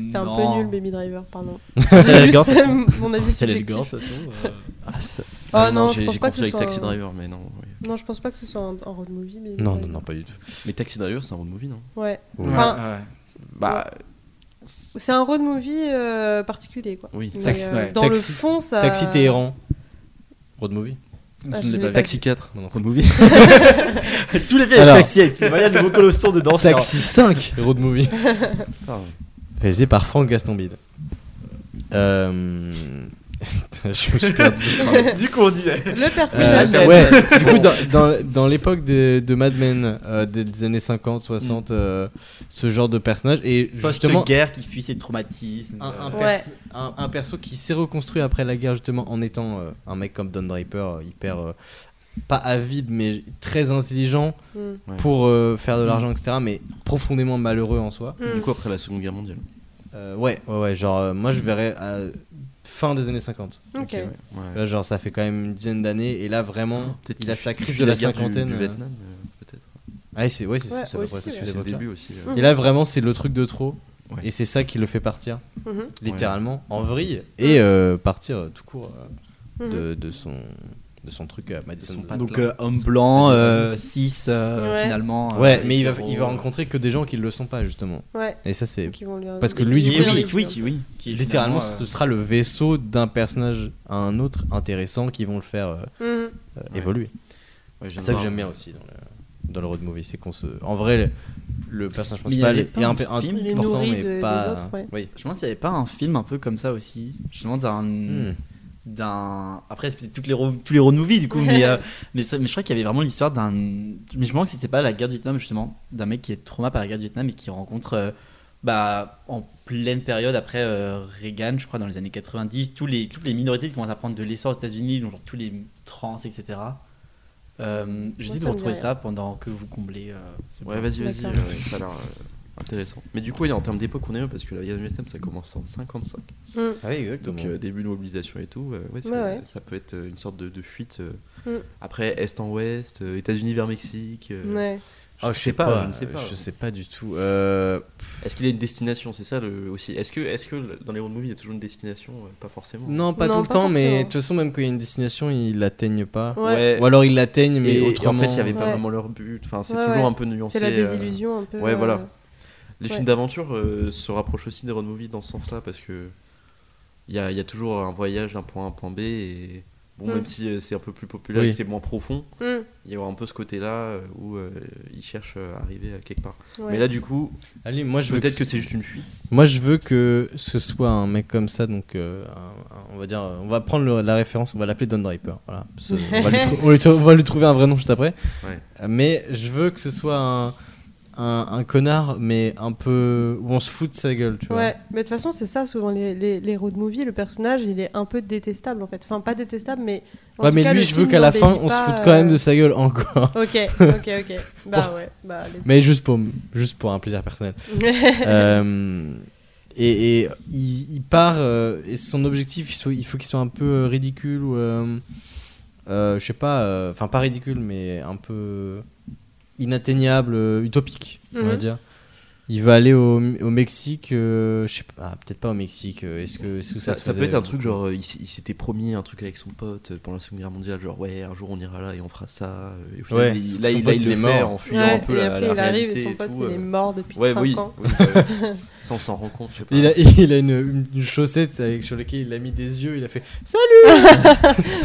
F: C'était un peu nul, Baby Driver, pardon.
G: C'est
F: C'est
G: élégant,
F: juste
G: de toute façon.
F: mon avis
G: C'est euh élégant,
F: subjectif.
G: de toute façon.
E: Ah, ça-
F: Oh
H: Ah
F: non, je
H: j'ai
F: pense
H: j'ai
F: pas que
H: confondu
F: ce
H: avec
F: soit.
H: Taxi Driver, mais non. oui.
F: Non, je pense pas que ce soit un, un road movie. Baby
E: Non, non,
F: Driver.
E: non, pas du tout.
H: Mais Taxi Driver, c'est un road movie, non
F: Ouais.
E: Ouais.
F: Enfin,
H: Bah,
F: c'est un road movie euh, particulier, quoi.
H: oui.
F: Mais,
G: Taxi,
F: euh,
G: ouais.
F: Dans
E: Taxi-
F: le fond, ça.
E: Taxi Téhéran, Road Movie.
F: Ah, je
G: je ne
F: l'ai
G: l'ai pas
F: pas
G: vu.
H: Taxi 4.
E: Non, non.
H: Road movie.
G: Tous les filles avec
E: Alors.
G: taxi avec il y a le mot colossal dedans. c'est-
E: Taxi 5, Road Movie.
H: Putain.
E: Réalisé par Franck Gastambide. Euh... je me suis perdu.
G: Du coup, on disait.
F: Le
E: Euh,
F: personnage.
G: la
E: ouais,
G: tête.
E: du coup, dans, dans, dans l'époque de, de Mad Men, euh, des, des années 50, 60, euh, ce genre de personnage, et justement,
G: Post-guerre qui fuit ses traumatismes.
E: un, un
F: Ouais.
G: euh,
E: perso- un- un perso qui s'est reconstruit après la guerre justement en étant euh, un mec comme Don Draper euh, hyper euh, pas avide mais très intelligent
F: Mm,
H: Ouais.
E: pour euh, faire de l'argent etc mais profondément malheureux en soi
F: mm.
H: Du coup, après la Seconde Guerre mondiale.
E: Euh, ouais ouais ouais genre euh, moi je verrais euh, fin des années 50
F: Ok.
H: ouais. Ah,
E: Là, genre ça fait quand même une dizaine d'années et là vraiment
H: Oh, Peut-être
E: Euh, il
H: qu'il
E: a sa
H: fuit
E: crise de la
H: guerre du-
E: cinquantaine
H: Du
E: euh.
H: Vietnam, euh, peut-être.
E: Ah, c'est ouais c'est
F: Ouais,
E: ça, c'est à peu
F: aussi,
E: près
F: ouais.
E: cette
H: C'est le
E: époque-là.
H: début aussi. euh.
E: et là vraiment c'est le truc de trop
H: Ouais.
E: et c'est ça qui le fait partir
F: Mhm,
E: littéralement en vrille et euh, partir euh, tout court euh,
F: mhm.
E: de, de son de son truc à Madison.
H: son
G: Donc, euh, homme blanc, 6
F: Ouais.
G: finalement. euh,
E: ouais, mais il va
G: hétéro.
E: il va rencontrer que des gens qui le sont pas justement.
F: Ouais.
E: Et ça c'est
F: Qui vont lui-
E: Parce que
F: qui
E: lui, du
F: vont
E: coup,
F: lui
E: il-
G: oui,
F: dire.
G: oui, oui, oui, qui est
E: littéralement
G: finalement,
E: ce
G: euh,
E: sera le vaisseau d'un personnage à un autre intéressant qui vont le faire euh,
F: Mhm.
E: euh,
H: Ouais.
E: évoluer.
F: Hmm.
H: Ouais,
E: C'est
H: j'aime
E: ça que
H: bien.
E: j'aime bien aussi dans le dans le road movie, c'est qu'on se en vrai le, le personnage
G: Mais il y
E: principal
G: avait
E: est
G: pas
E: un
G: un
E: peu un
G: film
E: peu important
F: nourri
E: mais
F: de-
E: pas
F: des autres, ouais.
E: oui.
G: Je me demande s'il n'y avait pas un film un peu comme ça aussi. Justement, d'un.
E: Hmm.
G: d'un après c'est peut-être toutes les ro- tous les road movies du coup mais euh, mais, ça- mais je crois qu'il y avait vraiment l'histoire d'un mais je me demande si c'était pas la guerre du Vietnam justement d'un mec qui est traumatisé par la guerre du Vietnam et qui rencontre euh, bah, en pleine période après euh, Reagan, je crois, dans les années 90, tous les, toutes les minorités qui commencent à prendre de l'essor aux États-Unis, donc genre tous les trans, etc. Euh, J'essaie
F: ça
G: de
F: me
G: retrouver
F: dit rien.
G: ça pendant que vous comblez. euh, ce
H: Ouais,
G: point.
H: vas-y, vas-y,
F: D'accord.
H: euh, ça a l'air euh, intéressant. Mais du coup, ouais, en termes d'époque, on est heureux parce que la IAGSM, ça commence en 55.
E: Ah oui,
H: Donc, euh, début de mobilisation et tout, euh, ouais, c'est-
F: Ouais, ouais.
H: ça peut être euh, une sorte de, de fuite. euh,
F: Mm.
H: Après, Est en Ouest, euh, États-Unis vers Mexique. euh,
F: Ouais.
H: Je,
I: Ah,
H: sais pas, je ne sais
I: euh,
H: pas.
I: Je sais pas du tout. Euh,
H: Est-ce qu'il y a une destination C'est ça le, aussi. Est-ce que, est que le- dans les road movies, il y a toujours une destination Euh, Pas forcément.
E: Non, pas
F: Non,
E: tout le
F: pas
E: temps, mais de
F: forcément.
E: toute façon, même quand il y a une destination, ils l'atteignent pas.
F: Ouais.
E: Ou alors ils l'atteignent, mais
H: et, et
E: autrement.
H: en fait, il n'y avait pas
F: Ouais.
H: vraiment leur but. Enfin, c'est
F: Ouais,
H: toujours
F: ouais.
H: un peu nuancé.
F: C'est la
H: euh,
F: désillusion un peu.
H: ouais,
F: euh,
H: voilà. Les films
F: Ouais.
H: d'aventure euh, se rapprochent aussi des road movies dans ce sens-là parce que il y a, il y a toujours un voyage d'un point A à un point B et bon
F: Mm.
H: même si euh, c'est un peu plus populaire,
E: Oui.
H: et que c'est moins profond,
F: Mm,
H: il y aura un peu ce côté-là euh, où euh, ils cherchent euh, à arriver à quelque part.
F: mmh, ouais.
H: Mais là du coup,
E: Allez, moi je veux
H: peut-être
E: que-
H: que c'est juste une fuite.
E: Moi, je veux que ce soit un mec comme ça, donc euh, un- un- on va dire, euh, on va prendre le- la référence, on va l'appeler Don Draper. Voilà, Parce que on, va lui trou- on lui trou- on va lui trouver un vrai nom juste après.
H: Ouais.
E: Euh, Mais je veux que ce soit un, un, un connard, mais un peu où on se fout de sa gueule, tu vois.
F: Ouais, mais de toute façon, c'est ça souvent les, les, les road movies. Le personnage, il est un peu détestable en fait. Enfin, pas détestable, mais. en
E: Ouais,
F: tout
E: mais
F: cas,
E: lui,
F: le
E: je
F: film
E: veux qu'à la
F: n'en
E: fin,
F: dévie
E: on se
F: pas,
E: foute quand même
F: euh,
E: de sa gueule encore.
F: Ok, ok, ok. Bah ouais, bah let's
E: Mais juste pour, juste pour un plaisir personnel. Euh, et, et il, il part, euh, et son objectif, il faut, il faut qu'il soit un peu euh, ridicule ou. euh, euh, je sais pas, euh, enfin pas ridicule, mais un peu inatteignable, euh, utopique, on va
F: Mhm.
E: dire. Il va aller au, au Mexique, euh, je sais pas, ah, peut-être pas au Mexique, euh, est-ce que, est que ça
H: Ça,
E: se
H: ça peut
E: faisait-
H: être un truc genre euh, il, s- il s'était promis un truc avec son pote euh, pendant la Seconde Guerre mondiale, genre ouais un jour on ira là et on fera ça. euh, Et au final,
E: Ouais,
H: il,
E: son
H: là il,
E: pote,
H: là, il
E: il
H: le
E: est
H: fait
E: mort.
H: en fuyant
F: Ouais,
H: un peu
F: et
H: la,
F: après,
H: la
F: il arrive
H: réalité
F: et son
H: et
F: pote,
H: tout,
F: il est
H: euh.
F: mort depuis
H: Ouais,
F: 5
H: oui.
F: ans.
H: oui, bah, ça on s'en rend compte, je sais pas.
E: Il a, il a une, une- une chaussette avec, sur laquelle il a mis des yeux, il a fait Salut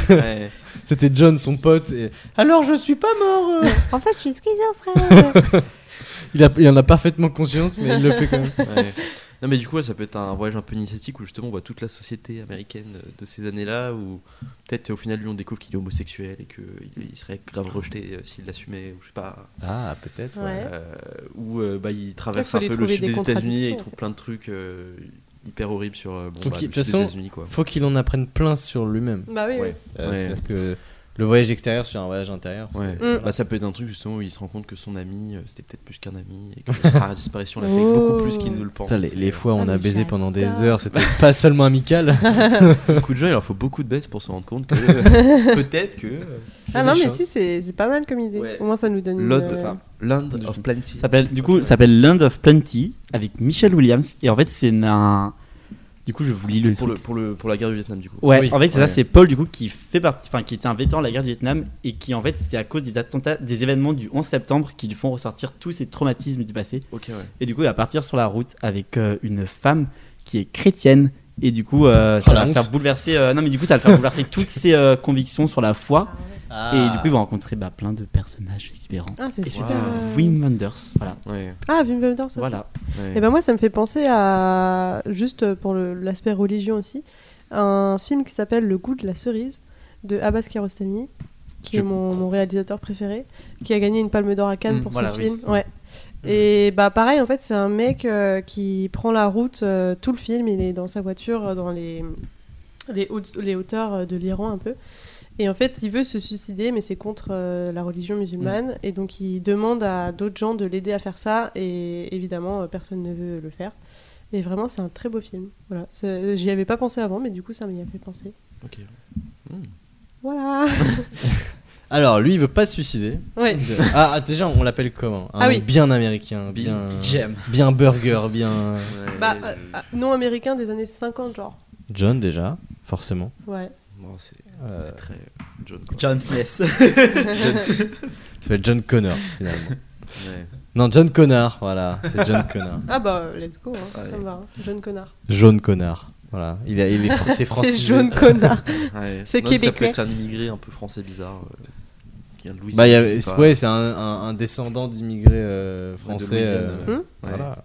H: Ouais.
E: C'était John, son pote, et alors je suis pas mort euh.
F: En fait, je suis schizophrène.
E: il, a- il en a parfaitement conscience, mais il le fait quand même.
H: Ouais. Non mais du coup ouais, ça peut être un voyage un peu initiatique où justement on voit toute la société américaine euh, de ces années-là où peut-être au final lui on découvre qu'il est homosexuel et qu'il il serait grave rejeté euh, s'il l'assumait ou je sais pas
I: Ah, peut-être. ouais.
F: ouais.
H: euh, où euh, bah, il traverse
F: faut
H: un
F: lui
H: peu le
F: trouver
H: sud
F: des
H: des, États-Unis et
F: contradictions,
H: il
F: en
H: trouve
F: fait.
H: plein de trucs euh, hyper horribles sur euh, bon,
E: Donc,
H: bah,
E: il-
H: le
E: de toute
H: sud
E: façon,
H: des États-Unis quoi.
E: Faut qu'il en apprenne plein sur lui-même.
F: Bah oui, oui.
H: Ouais.
E: Euh,
H: Ouais.
E: C'est-à-dire que le voyage extérieur sur un voyage intérieur. c'est-
H: Ouais.
F: Mm.
H: Bah, ça peut être un truc justement où il se rend compte que son ami euh, c'était peut-être plus qu'un ami et que sa disparition l'a fait beaucoup plus qu'il ne le pense.
E: Putain, les, les
H: Et, euh,
E: fois où on
F: Ah,
E: a
F: mais
E: baisé
F: j'adore.
E: pendant des heures, c'était pas seulement amical.
H: beaucoup de gens il leur faut beaucoup de baisses pour se rendre compte que euh, peut-être que euh,
F: Ah non, mais
E: méchant.
F: si, c'est c'est pas mal comme idée.
H: Ouais.
F: Au moins, ça nous donne une.
H: L'autre,
F: euh,
H: ça. Land of Plenty.
G: Ça s'appelle du coup ça s'appelle Land of Plenty avec Michelle Williams et en fait c'est un du coup je vous lis le
H: pour, le, pour, le, pour la guerre du Vietnam, du coup.
G: Ouais,
E: Oui.
G: en fait, c'est
H: Ouais.
G: ça, c'est Paul, du coup, qui fait partie, enfin, qui était un vétéran de la guerre du Vietnam et qui, en fait, c'est à cause des attentats, des événements du 11 septembre qui lui font ressortir tous ses traumatismes du passé.
H: Ok, ouais.
G: Et du coup, il va partir sur la route avec euh, une femme qui est chrétienne. Et du coup, euh,
E: Oh,
G: ça
E: la
G: va
E: honte.
G: faire bouleverser, euh, non, mais du coup, ça va le faire bouleverser toutes ses euh, convictions sur la foi.
A: Ah.
G: Et du coup, il va rencontrer bah, plein de personnages inspirants.
F: Ah, c'est
G: Et
F: super.
G: surtout, Wim Wenders. Voilà.
H: Ouais.
F: Ah, Wim Wenders aussi.
G: Voilà.
H: ouais.
F: Et ben moi, ça me fait penser à, juste pour le- l'aspect religion aussi, un film qui s'appelle Le goût de la cerise de Abbas Kiarostami, qui
G: Je
F: est mon, mon réalisateur préféré, qui a gagné une palme d'or à Cannes
G: Mm,
F: pour
G: voilà,
F: son
G: oui, c'est
F: film.
G: ça. Mm.
F: Ouais. Et bah pareil, en fait, c'est un mec euh, qui prend la route euh, tout le film. Il est dans sa voiture, euh, dans les, les, hautes- les hauteurs euh, de l'Iran un peu. Et en fait, il veut se suicider, mais c'est contre euh, la religion musulmane.
G: Mm.
F: Et donc, il demande à d'autres gens de l'aider à faire ça. Et évidemment, euh, personne ne veut le faire. Et vraiment, c'est un très beau film. Voilà. C'est- J'y avais pas pensé avant, mais du coup, ça m'y a fait penser.
H: Ok.
F: Voilà.
G: Mm.
E: Alors, lui, il veut pas se suicider.
F: ouais.
E: De- Ah, ah, déjà, on l'appelle comment Un
F: Ah
E: mec
F: oui.
E: Bien américain, bien,
G: J'aime.
E: bien burger, bien.
H: Ouais,
F: Bah,
H: euh,
F: euh, ah, non américain des années 50, genre.
E: John, déjà, forcément.
F: Ouais.
H: non, c'est
E: Euh,
H: c'est très John. quoi.
G: John Smith.
E: ça s'appelle John Connor, finalement.
H: Ouais.
E: non, John Connard, voilà. C'est John Connard.
F: Ah bah, let's go. hein. Ça
H: Ouais.
F: me va. hein. Jeune connard.
E: Jaune Connard. Voilà. Il, a, il est, fr- c'est
F: C'est
E: francisé.
F: jaune connard.
H: Ouais.
F: C'est
H: Non, mais Ça peut
F: québécois.
H: être un immigré un peu français bizarre. euh, qui vient de Louisiane,
E: Bah, il y a-
H: je sais pas.
E: ouais, c'est un, un- un descendant d'immigrés euh, français.
H: Louisiane,
E: euh,
H: ouais.
F: Hmm
H: Voilà.
E: Voilà.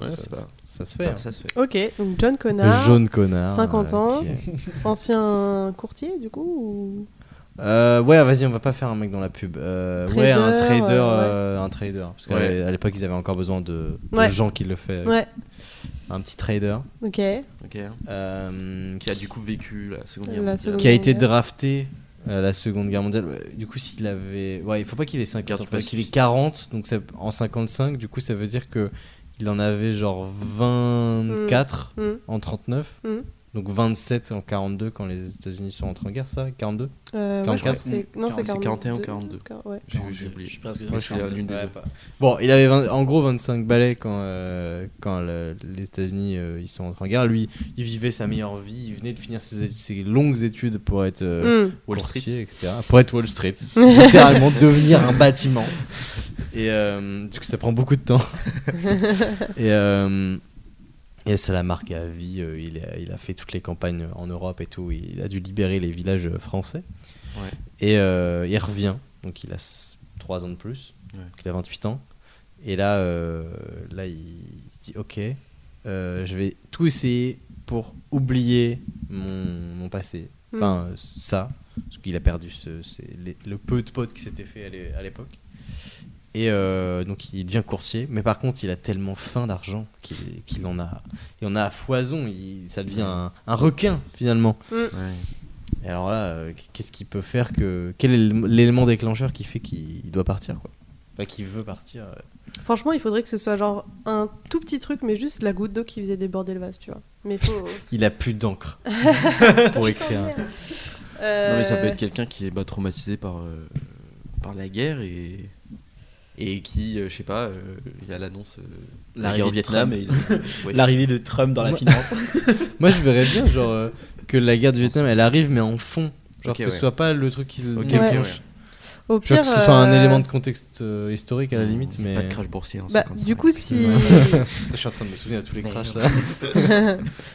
H: Ouais,
E: ça,
H: c'est pas-
E: ça se fait.
H: Ça, ça se fait.
F: ok, donc John Connard,
E: Jaune connard.
F: 50 ans.
E: qui est-
F: ancien courtier du coup ou-
E: Euh, ouais, vas-y, on va pas faire un mec dans la pub. Euh, ouais, un
F: Trader,
E: trader,
F: euh,
E: euh, un trader. Parce qu'à
I: Ouais.
E: à l'époque, ils avaient encore besoin de, de
F: Ouais.
E: gens qui le fait.
F: Ouais,
E: Un petit trader
F: ok.
H: Ok.
E: euh,
H: Qui a du coup vécu la Seconde
F: La
H: Guerre mondiale.
F: Seconde-
E: qui a été drafté à la Seconde Guerre mondiale. Ouais, Du coup, s'il avait, ouais, il faut pas qu'il ait 50,
H: Garde
E: il faut pas qu'il ait
H: pacifique.
E: 40. Donc ça- en 55, du coup, ça veut dire que il en avait genre 24
F: Mm.
E: en 39.
F: Mm.
E: Donc 27 en 42 quand les États-Unis sont entrés en guerre, ça 42
F: Euh, ouais, je crois que
E: 44.
F: c'est- Non, c'est
H: C'est 41 ou
F: 42. Ouais.
H: J'ai j'ai oublié.
G: Je pense que
H: Moi, je suis à l'une des
E: Ouais,
H: deux.
E: pas- Bon, il avait vingt- en gros 25 balais quand, euh, quand le- les États-Unis euh, ils sont entrés en guerre. Lui, il vivait sa meilleure vie, il venait de finir ses, é- ses longues études pour être euh,
F: Mm.
H: Wall
E: courtier,
H: Street.
E: etc. Pour être Wall Street, littéralement devenir un bâtiment. Et euh, du coup, ça prend beaucoup de temps. et, euh, et ça la marque à vie. euh, il, a, il a fait toutes les campagnes en Europe et tout. Il a dû libérer les villages euh, français.
H: Ouais.
E: Et euh, il revient. Donc il a 3 ans de plus.
H: Ouais.
E: Donc il a 28 ans. Et là, euh, là il, il se dit Ok, euh, je vais tout essayer pour oublier mon, mon passé.
F: Mm.
H: Hmm.
E: Enfin, euh, ça. Parce qu'il a perdu ce- ces- les- le peu de potes qui s'était fait à l'é- à l'époque. Et euh, donc il devient coursier, mais par contre il a tellement faim d'argent qu'il qu'il en a, il en a à foison. Il, ça devient un, un requin finalement.
H: Ouais.
E: Et alors là, euh, qu'est-ce qu'il peut faire que quel est l'élé- l'élément déclencheur qui fait qu'il il doit partir quoi Enfin, qu'il veut partir. euh.
F: Franchement, il faudrait que ce soit genre un tout petit truc, mais juste la goutte d'eau qui faisait déborder le vase, tu vois. Mais faut.
E: Il a plus d'encre pour écrire.
F: Euh,
H: Non, mais ça peut être quelqu'un qui est bah, traumatisé par, euh, par la guerre et, et qui, euh, je sais pas, euh, il y a l'annonce euh, de la
G: L'arrivée
H: guerre au
G: de
H: Vietnam et
G: Trump.
H: il- ouais.
G: L'arrivée de Trump dans la finance.
E: Moi je verrais bien genre euh, que la guerre du Vietnam elle arrive mais en fond, genre
H: Ok,
E: que
H: ouais.
E: ce soit pas le truc qui le
H: Ok, ok,
F: Ouais.
H: ouais.
E: déclenche. Je
F: Au pire,
E: veux que ce soit un
F: euh,
E: élément de contexte euh, historique à la limite,
H: Il y a
E: mais
H: Pas de crash boursier hein, en
F: bah,
H: 55.
F: du coup, si,
E: je suis en train de me souvenir de tous les
H: Mais-
E: crashs là.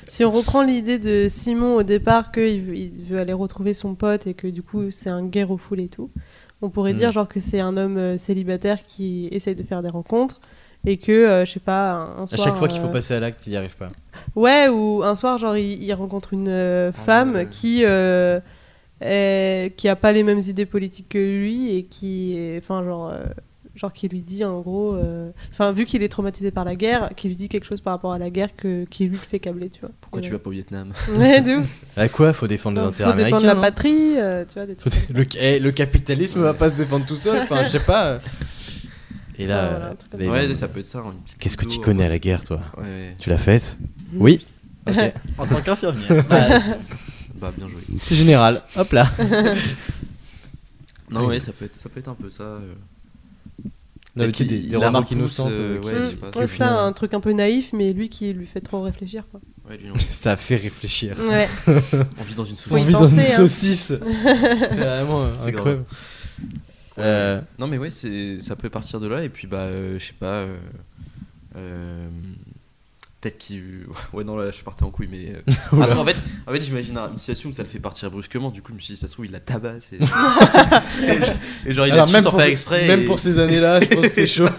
F: si on reprend l'idée de Simon au départ, qu'il veut, il veut aller retrouver son pote et que du coup c'est un guerre aux foules et tout, on pourrait
E: Mm.
F: dire genre que c'est un homme euh, célibataire qui essaye de faire des rencontres et que, euh, je sais pas, un, un
E: À
F: soir.
E: chaque fois qu'il
F: euh,
E: faut passer à l'acte, il n'y arrive pas.
F: Ouais, ou un soir, genre, il, il rencontre une euh, femme
H: ouais.
F: qui euh, est- qui a pas les mêmes idées politiques que lui et qui, est- enfin, genre, euh, genre qui lui dit en gros, euh, enfin, vu qu'il est traumatisé par la guerre, qui lui dit quelque chose par rapport à la guerre que qui lui le fait câbler, tu vois. Euh,
H: Pourquoi tu vas pas au Vietnam
F: Ouais, de ouf.
E: À quoi Faut défendre les
F: Faut
E: intérêts
F: dépendre
E: américains.
F: de la
E: non
F: patrie, euh, tu vois, des
E: Faut
F: trucs.
E: dé- le, eh, le capitalisme va pas se défendre tout seul. Enfin, je sais pas. Et
F: Ouais,
E: là,
F: voilà, un truc comme
E: les-
F: ça.
H: Ouais, ça peut être ça. hein, une petite
E: qu'est-ce que tu
H: vidéo,
E: connais à
H: euh,
E: la guerre, toi
H: Ouais, ouais.
E: Tu l'as faite
F: Mmh.
E: Oui. Ok.
G: en tant qu'infirmière. Bah,
H: Bah, bien joué.
E: C'est général. Hop là.
H: Non,
E: Oui.
H: ouais, ça peut être, ça peut être un peu ça. euh.
E: Non, mais
H: Peut-être
E: tu sais, des,
H: qu'il-
E: Bah, des
H: il la
E: remarques
H: repousse,
E: innocentes.
H: euh,
E: euh, qui-
H: ouais, je sais pas.
F: Ouais,
H: que
F: ça, un truc un peu naïf, mais lui qui lui fait trop réfléchir, quoi.
H: Ouais, lui,
E: Ça fait réfléchir.
F: Ouais.
H: on, on vit dans une
F: Faut
E: On
F: y
H: société.
E: vit dans une
F: penser, hein.
E: saucisse. C'est vraiment euh,
H: C'est grave.
E: incroyable. Euh,
H: Non, mais ouais, c'est, ça peut partir de là. Et puis, bah, euh, je sais pas. euh, euh, peut-être qu'il. Ouais, non, là, je partais en couille, mais. euh,
E: Oula.
H: Après, en fait, en fait j'imagine un- une situation où ça le fait partir brusquement. Du coup, je me suis dit, ça se trouve, il la tabasse. Et, et genre- et genre, il
E: alors
H: la tue
E: même
H: sans
E: pour,
H: faire exprès.
E: même
H: et-
E: pour ces années-là, je pense que c'est chaud.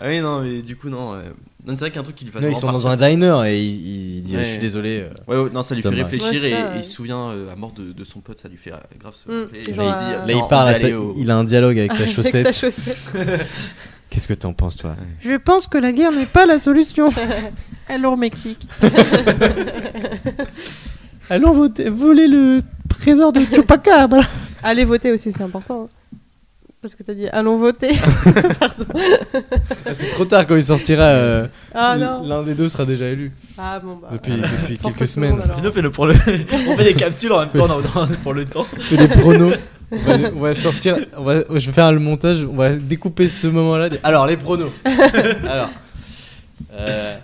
H: Ah oui, non, mais du coup, non. euh, Non, c'est vrai qu'un truc qui lui fasse.
E: Non, ils
H: vraiment
E: sont dans
H: partir-
E: un diner et il, il dit
H: Ouais.
E: Je suis désolé. euh,
H: Ouais, ouais, non, ça lui fait
E: Dommage.
H: réfléchir
F: Ouais, ça,
H: et,
F: ouais.
H: et il se souvient euh, à mort de, de son pote, ça lui fait euh, grave se
F: Mm.
H: rappeler. Et
F: Genre,
H: il se dit,
F: euh,
E: Là,
H: non,
E: il
H: on
E: parle
H: va
E: à sa-
H: aller au-
E: Il a un dialogue avec sa
F: Avec sa
E: chaussette.
F: chaussette.
E: Qu'est-ce que t'en penses, toi
J: Je pense que la guerre n'est pas la solution. Alors Mexique. Allons voter- voler le trésor de Chupacabra.
F: Allez voter aussi, c'est important. hein. Parce que t'as dit allons voter.
E: Ah, C'est trop tard quand il sortira. euh,
F: Ah non.
E: L'un des deux sera déjà élu
F: Ah bon bah.
E: depuis, depuis
F: force
E: quelques
F: au second,
E: semaines.
F: alors.
G: Bruno fait le pour le. on fait des capsules en même temps dans- dans- pour le temps.
E: On fait des pronos. On va, les- on va sortir. on va- je vais faire le montage. On va découper ce moment-là. des- Alors, les pronos. Alors. Euh,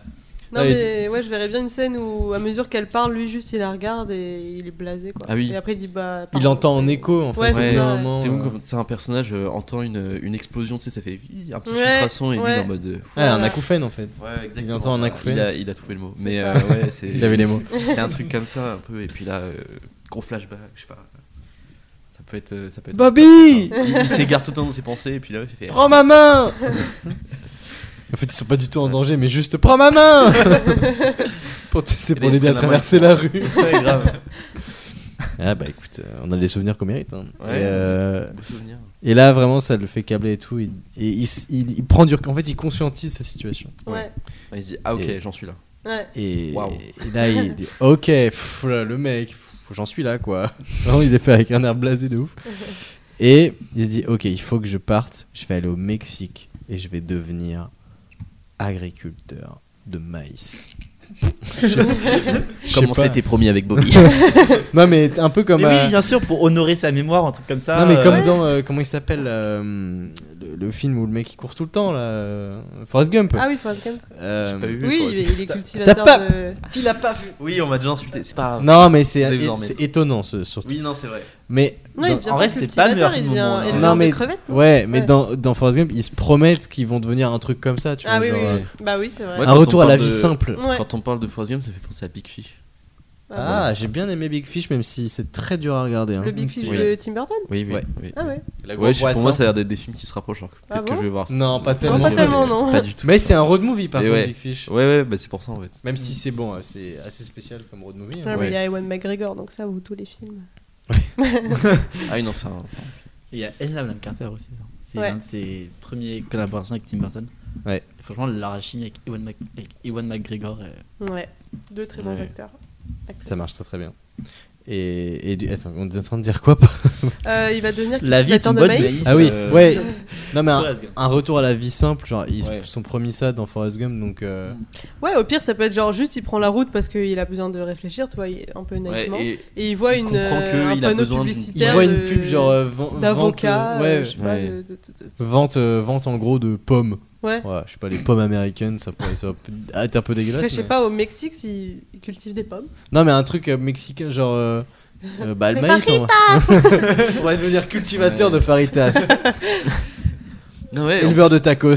F: Non
E: Ah, et-
F: mais ouais, je verrais bien une scène où à mesure qu'elle parle, lui juste il la regarde et il est blasé quoi.
H: Ah oui.
F: Et après il dit bah.
E: il
F: pardon.
E: entend en écho en fait.
F: Ouais,
E: au
H: c'est
E: bout d'un
F: ça,
E: moment,
H: C'est
E: euh,
H: bon, comme- c'est un personnage euh, entend une, une explosion, tu sais, ça fait hi- un petit
F: Ouais,
H: filtration et lui il est
F: ouais.
H: en mode. euh,
E: ouais, un
F: Voilà.
E: acouphène en fait.
H: Ouais, exactement.
E: entend un
H: Ah,
E: acouphène.
H: Il a, il a trouvé le mot.
F: C'est
H: Mais
F: ça.
H: euh, ouais, c'est
E: Il avait les mots.
H: c'est un truc comme ça un peu. Et puis là, euh, gros flashback, je sais pas. Ça peut être. euh, Ça peut être
E: Bobby
H: il il s'égare tout le temps dans ses pensées et puis là, il fait.
E: Prends ma main En fait, ils sont pas du tout en danger, mais juste prends ma main Pour, c'est
H: Et
E: pour
H: là, ils
E: l'aider à
H: prennent la main,
E: traverser
H: ils
E: la
H: font-
E: rue.
H: Ouais, grave.
E: Ah bah écoute, euh, on a des souvenirs qu'on mérite. hein.
H: Ouais.
E: Et, euh,
H: Le souvenir.
E: et là, vraiment, ça le fait câbler et tout. Et, et il, s- il- il prend du rec- En fait, il conscientise sa situation.
F: Ouais.
H: Ah, il se dit, ah ok,
E: Et-
H: j'en suis là.
F: Ouais.
E: Et,
H: Waouh.
E: et là, il dit Ok, pff, là, le mec, pff, j'en suis là, quoi. Vraiment, il est fait avec un air blasé de ouf. Et il se dit Ok, il faut que je parte. Je vais aller au Mexique et je vais devenir agriculteur de maïs. Je sais- je sais
I: Comment
E: pas.
I: c'était promis avec Bobby.
E: Non, mais c'est un peu comme.
G: Mais
E: euh,
G: oui, bien sûr, pour honorer sa mémoire, un truc comme ça.
E: Non mais
G: euh,
E: comme dans euh, comment il s'appelle euh, le, le film où le mec il court tout le temps là, euh, Forrest Gump.
F: Ah oui, Forrest Gump.
E: Euh,
H: J'ai pas vu,
F: Oui,
H: quoi.
F: il est, il est cultivateur
E: pas-
F: de.
H: Tu l'as pas vu Oui, on m'a déjà insulté, c'est pas grave.
E: Non mais c'est
H: Vous avez dormi.
E: c'est étonnant ce surtout.
H: Oui, non, c'est vrai.
E: Mais
F: Non, il
E: dans-
F: devient
G: en vrai,
F: pas
G: c'est
F: cultivateur,
G: pas le meilleur
F: il
G: film au
F: devient
G: monde, hein.
F: éleveur
E: Non,
F: de
E: mais-
F: crevettes.
E: ouais mais
F: Ouais.
E: dans, dans Forrest Gump ils se promettent qu'ils vont devenir un truc comme ça tu
F: Ah
E: vois
F: oui,
E: genre, euh,
F: oui, oui. Bah oui, c'est vrai.
H: Ouais,
E: un
H: quand on
E: retour à la
H: parle
E: vie
H: de-
E: simple.
F: Ouais.
H: Quand on parle de Foisium, ça fait penser à Big Fish.
E: Ah j'ai bien aimé Big Fish même si c'est très dur à regarder. hein.
F: Le Big Fish
H: Oui.
F: de Tim Burton
H: Oui, oui.
E: Ouais.
H: oui.
F: Ah ouais.
E: La
H: Ouais,
E: grosse
H: je- pour
E: poisson.
H: moi, ça a l'air d'être des films qui se rapprochent. alors que
F: Ah
H: Peut-être que
F: bon
H: je vais voir.
E: Non, pas tellement.
F: Non, pas
E: mais-
F: tellement, non.
H: Pas du tout.
E: Mais c'est un road movie par
H: Mais
E: contre
H: ouais.
E: Big Fish.
H: Ouais, ouais, bah c'est pour ça en fait.
E: Même si c'est bon, euh, c'est assez spécial comme road movie. hein.
F: Ouais, mais
H: Ouais.
F: Il y a Ewan McGregor, donc ça, ou tous les films.
H: Ah oui, non, c'est un. c'est un-
G: Il y a Ella Madame Carter aussi. hein. C'est
F: Ouais.
G: l'un de ses premiers collaborations avec Tim Burton.
E: Ouais.
G: Franchement, la chimie avec Ewan, Mac- avec Ewan McGregor. euh,
F: Ouais. Deux très bons
E: Ouais.
F: acteurs. actrices.
E: Ça marche très très bien. Et, et du- attends, on est en train de dire quoi par-
F: Euh, il va devenir
G: La vie est
F: cultivateur
G: une
F: de
G: bonne
F: maïs.
G: maïs.
E: Ah oui,
H: Euh,
E: ouais. Non mais un,
G: Forrest Gump.
E: un retour à la vie simple, genre ils se
H: Ouais.
E: sont promis ça dans Forrest Gump, donc euh,
F: Ouais, au pire, ça peut être genre juste il prend la route parce qu'il a besoin de réfléchir, tu vois, il est un peu
H: Ouais,
F: naïvement. et...
H: et
F: il voit
H: il
F: une,
H: comprend
F: euh,
H: que
F: un
H: il a
F: panneau
H: besoin d'une-
E: il
F: publicitaire.
E: voit une
F: de-
E: pub genre euh, ven- vente,
F: D'avocat,
E: euh, ouais,
F: euh, je sais pas,
H: ouais.
F: de- de- de- de-
E: vente, euh, vente en gros de pommes.
F: Ouais.
E: Ouais, je sais pas les pommes américaines, ça pourrait ça peut être un peu dégueulasse.
F: Après, je sais
E: mais-
F: pas, au Mexique, s'il il cultive des pommes.
E: Non mais un truc euh, mexicain genre euh, euh, bah le
F: Mais
E: maïs. On va... on va devenir cultivateur
H: Ouais.
E: de faritas,
H: Non, ouais, en-
E: éleveur de tacos.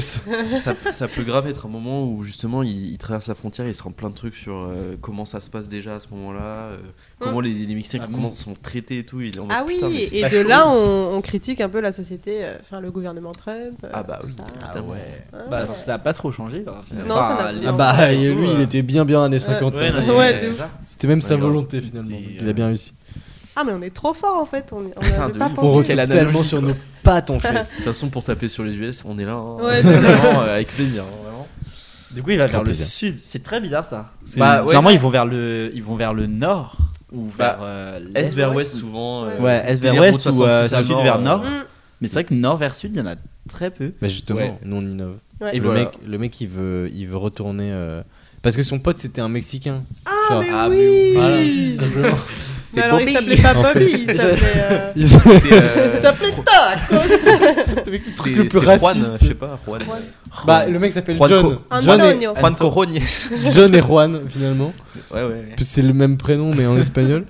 H: ça, ça peut grave être un moment où justement il, il traverse la frontière, il se rend plein de trucs sur euh, comment ça se passe déjà à ce moment-là, euh, comment les, les Mexicains
G: Ah bon.
H: comment sont traités et tout. Il est en mode,
F: Ah oui,
H: Oh, putain, mais c'est
F: et
H: pas
F: de
H: chaud.
F: là, on, on critique un peu la société, euh, enfin le gouvernement Trump. euh,
H: Ah bah
F: tout
H: oui.
F: ça.
H: Ah ouais.
F: Ouais,
G: Bah,
F: ouais.
G: ça a pas trop changé. Non,
F: Non, ça n'a-
E: Ah
F: Non,
E: bah
F: c'est
E: et lui il était bien bien années 50
G: Ouais,
E: ans.
G: non,
F: euh. Ouais,
G: mais-
F: de ouf.
E: C'était même sa
H: Ouais, grave.
E: volonté finalement,
G: C'est,
E: donc il a
G: euh,
E: bien réussi.
F: Ah, mais on est trop fort en fait, on, y- on
H: Putain,
F: avait
H: de
F: pas
H: ouf.
E: On
F: pensé.
E: retourne
H: Quelle analogie,
E: tellement sur
H: quoi.
E: nos pattes en fait.
H: De toute façon, pour taper sur les US, on est là. hein.
F: Ouais, de-
H: vraiment, euh, avec plaisir. hein, vraiment.
G: Du coup, il va vers
E: Grand
G: le
E: plaisir.
G: sud. C'est très bizarre ça. Parce que
H: Bah, ouais.
G: Clairement, ils vont vers le, ils vont vers le nord ou
H: Bah,
G: vers euh,
H: Est
G: l'est.
H: vers ouest souvent. euh,
G: Ouais, est vers
H: délire
G: ouest
H: route
G: ou euh,
H: 66 à
G: sud vers nord.
H: euh,
F: Mm.
G: Mais c'est vrai que nord vers sud, il y en a très peu.
E: Bah justement,
H: Ouais.
E: nous on innove.
F: Ouais.
H: Et
E: le,
H: voilà.
E: mec, le mec il veut, il veut retourner. euh, Parce que son pote c'était un Mexicain.
F: Ah, mais
H: Ah, mais
F: oui
E: Voilà,
F: Mais
E: simplement.
F: Mmh. alors, il
G: Bobby.
F: s'appelait pas
E: En fait.
F: Bobby, il s'appelait. euh,
E: Il s'est-
H: c'était, euh,
F: Il s'appelait
H: c'était-
E: truc le plus
H: c'était Juan,
E: raciste.
H: je sais pas, Juan.
F: Juan.
E: bah, le mec s'appelle
H: Juan
E: John.
F: Co-
E: John et...
F: Antonio.
H: Juan Corogne.
E: John et Juan finalement.
H: Ouais, ouais, ouais.
E: C'est le même prénom mais en espagnol.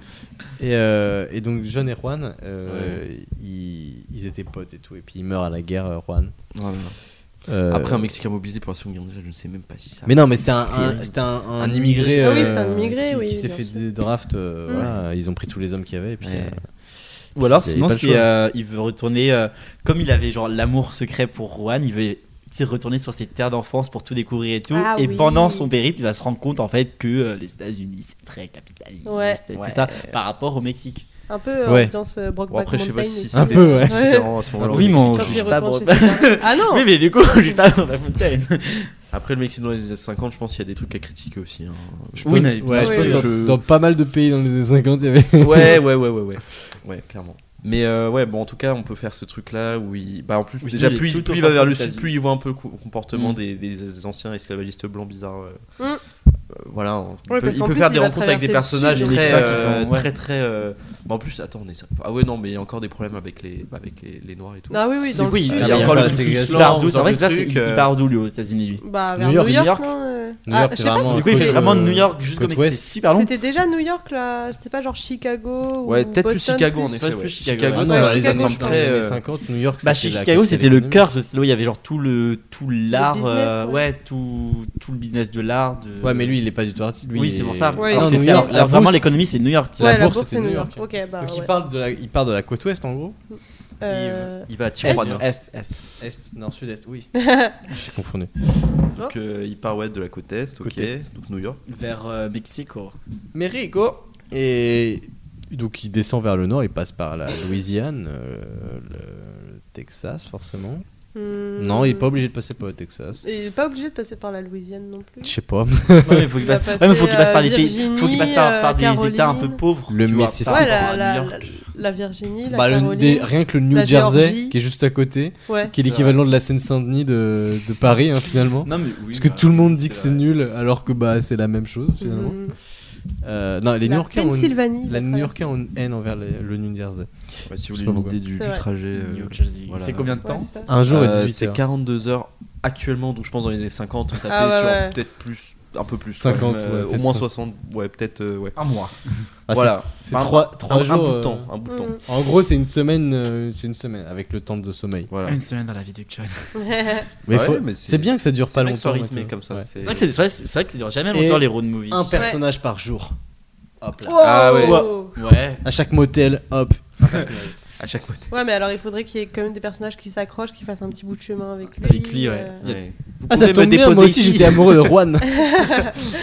E: Et, euh, et donc John et Juan, euh, ils, ils étaient potes et tout. Et puis il meurt à la guerre, euh, Juan.
H: Voilà.
E: Euh,
H: Après, un Mexicain mobilisé pour la Seconde Guerre mondiale, je ne sais même pas si ça.
E: Mais non, mais c'est un,
H: terrible.
E: un- c'était un, un
H: Un
E: immigré. euh,
H: immigré.
F: Ah oui, c'était un immigré,
E: qui,
F: oui,
E: Qui s'est
F: bien
E: fait
F: sûr.
E: des drafts. euh,
F: Mm.
E: voilà, ils ont pris tous les hommes qu'il y avait. Et puis,
H: Ouais.
E: euh,
G: Ou alors,
E: Il y avait
G: sinon,
E: pas le
G: c'est
E: choix.
G: euh, il veut retourner euh, comme il avait genre l'amour secret pour Juan, il veut tu sais, retourner sur ses terres d'enfance pour tout découvrir et tout.
F: Ah
G: et
F: oui.
G: pendant son périple, il va se rendre compte en fait que euh, les États-Unis c'est très capitaliste,
F: Ouais.
G: et tout ça par rapport au Mexique.
F: Un peu euh,
E: Ouais.
F: ambiance euh,
H: Bon,
F: Brokeback
H: après, je sais pas
F: Mountain
H: si
F: aussi.
H: c'était
E: Un peu, ouais.
H: si différent à ce moment-là.
G: Oui, mais on
F: Quand il
G: juge pas
F: retourne
G: Brokeback.
F: chez ses parents. Ah non
G: Oui, mais du coup, je lui parle dans la montagne.
H: Après, le Mexique dans les années 50, je pense qu'il y a des trucs à critiquer aussi. hein.
E: je
G: Oui,
E: pense-
G: mais-
E: ouais, je
F: oui,
E: pense
F: oui.
E: dans,
H: Je-
E: dans pas mal de pays dans les années 50, il y avait.
H: Ouais, ouais, ouais, ouais, ouais. Ouais, clairement. Mais euh, ouais, bon, en tout cas, on peut faire ce truc-là où il. Bah, en plus,
G: Oui,
H: déjà,
G: il est
H: plus,
G: tout
H: il-
G: au
H: plus il
G: fin
H: va vers
G: fond
H: le
G: des
H: sud,
G: États-Unis.
H: plus il voit un peu le co- comportement
G: Mm.
H: des, des anciens esclavagistes blancs bizarres.
F: Mm.
H: euh. Euh, voilà, on- il
F: Ouais,
H: peut,
F: parce
H: il
F: qu'en
H: peut
F: plus,
H: faire
F: il
H: des
F: va
H: rencontres avec des
F: traverser le
H: personnages
F: sud,
H: très,
G: les sacs qui
H: euh,
G: sont- ouais.
H: très, très. euh, bah, en plus, attends, on est. Ah ouais, non, mais il y a encore des problèmes avec les, bah, avec les, les noirs et tout.
F: Ah oui, oui, dans le
G: Oui,
F: sud.
E: Ah,
G: il y
E: mais
G: a
E: il y a
G: encore
E: pas
G: le
E: la
G: conflit
E: ségrégation,
G: Bardo.
H: dans
G: En vrai,
H: le
G: ça, c'est
H: truc,
G: il
H: euh,
G: part d'où lui aux États-Unis lui
F: Bah,
E: New
F: vers
E: York,
F: New York,
E: New York.
F: non, euh.
E: New
F: Ah,
E: York,
F: je
E: c'est
F: sais pas
E: vraiment
F: si
E: un
G: Du coup, il
E: côté,
G: fait
F: c'était-
G: vraiment
E: euh,
G: New York jusqu'au
E: côte
G: Mexique.
E: ouest.
G: C'est super long.
F: C'était déjà New York là, c'était pas genre Chicago
H: Ouais,
F: ou
H: peut-être plus
F: Boston
H: Chicago en
F: plus
H: effet.
G: Plus
H: ouais.
G: Chicago,
H: Chicago,
F: ouais.
H: ça,
F: Ouais,
H: ça
F: Chicago,
H: semble
F: je pense.
H: très,
E: Dans les
H: euh,
E: années 50, New York,
G: Bah,
E: c'était la
G: Chicago,
E: côte
G: c'était le
E: économique.
G: cœur, parce que là où il y avait genre tout le, tout l'art,
F: business,
G: euh,
F: ouais.
G: ouais, tout, tout le business de l'art. De...
E: Ouais, mais lui, il est pas du tout artiste. lui,
G: oui,
E: il
G: c'est
E: est-
G: pour ça.
F: Ouais,
G: Alors
E: Non,
G: que
E: New
G: c'est-
E: York, la
G: alors vraiment,
E: bourse-
G: l'économie, c'est New York.
F: Ouais, la
E: bourse,
F: bourse
E: c'était
F: c'est
E: New
F: New York. Ok, bah
E: Donc, il
F: ouais.
E: part de la- il part de la côte ouest en gros.
F: Euh,
H: Il va à Tijuana.
G: Est, est, est.
E: Est, nord, sud-est, oui. Je suis confondu.
H: Donc euh, il part ouais, de la côte est, ok,
E: Côte est.
H: donc New York.
G: Vers euh, Mexico.
E: Mais Rico, et donc il descend vers le nord, il passe par la Louisiane, euh, le Texas forcément.
F: Hmm.
E: Non, il est pas obligé de passer par le Texas.
F: Il est pas obligé de passer par la Louisiane non plus.
E: Je sais pas.
G: Ouais, faut qu'il
F: va
G: passe- ouais, mais faut qu'il passe
F: passer,
G: par
F: euh,
G: des pays, faut qu'il passe par, par des
F: Virginie,
G: états un peu
F: Caroline.
G: pauvres.
E: Le
G: tu vois,
E: Mississippi.
G: par
F: Ouais,
G: rapport
F: la,
G: à
F: la-
G: New York.
F: la Virginie, la
E: Bah, le-
F: Caroline.
E: des- rien que le New
F: la
E: Jersey,
F: Géorgie.
E: qui est juste à côté,
F: Ouais.
E: qui est
H: C'est
E: l'équivalent de la Seine-Saint-Denis de, de Paris hein, finalement.
H: Non, mais oui,
E: Parce que
H: bah,
E: tout le monde dit que c'est
H: vrai.
E: nul, alors que bah c'est la même chose finalement.
F: Mhm.
E: Euh, non, les
F: La
E: New-Yorkais ont une-
F: Pennsylvanie.
E: la
F: la
E: New-Yorkais ont une haine envers le, le New Jersey.
H: Ouais, si vous
E: Je sais
H: voulez
E: pas
H: une
E: pourquoi.
H: idée du,
F: C'est
H: du
F: vrai.
H: trajet. euh,
G: New York Jersey.
H: voilà.
G: C'est combien de temps
F: traverse. Ouais, c'est ça.
E: Un jour
H: Euh,
E: à 18
H: c'est
E: heures.
H: 42 heures actuellement, donc je pense dans les années 50, on tapait
F: Ah ouais,
H: sur
F: ouais.
H: peut-être plus, un peu plus.
E: 50,
H: quand même,
E: ouais,
H: euh, au
E: peut-être
H: moins
E: ça.
H: 60, ouais, peut-être, euh, ouais.
G: Un mois.
E: Ah, c'est-
H: voilà,
E: C'est
H: Un-
E: 3
H: un, un
E: jours.
H: bout de
E: euh,
H: temps, un bout de temps.
F: Mm.
E: En gros, c'est une semaine, euh, c'est une semaine avec le temps de sommeil.
H: Voilà.
G: Une semaine dans la vie de John.
E: Mais
H: Ah Ouais,
E: faut-
H: mais
E: c'est bien que ça dure pas
H: bien
E: longtemps.
H: que ce soit rythmé
E: maintenant.
H: comme ça.
E: Ouais.
H: c'est-
G: C'est vrai que c'est c'est vrai, c'est vrai que ça dure jamais
E: Et-
G: longtemps les road movies.
E: Un personnage par jour. Hop là.
H: Ah ouais.
G: Ouais.
E: À chaque motel, hop.
H: à chaque fois.
F: Ouais, mais alors il faudrait qu'il y ait quand même des personnages qui s'accrochent, qui fassent un petit bout de chemin avec lui.
G: Avec lui, ouais.
F: euh,
G: Il y a-
H: Ouais.
E: Ah, ça
G: pouvez me
E: tombe bien, moi
G: déposer
E: aussi
G: ici.
E: j'étais amoureux de Juan. non, mais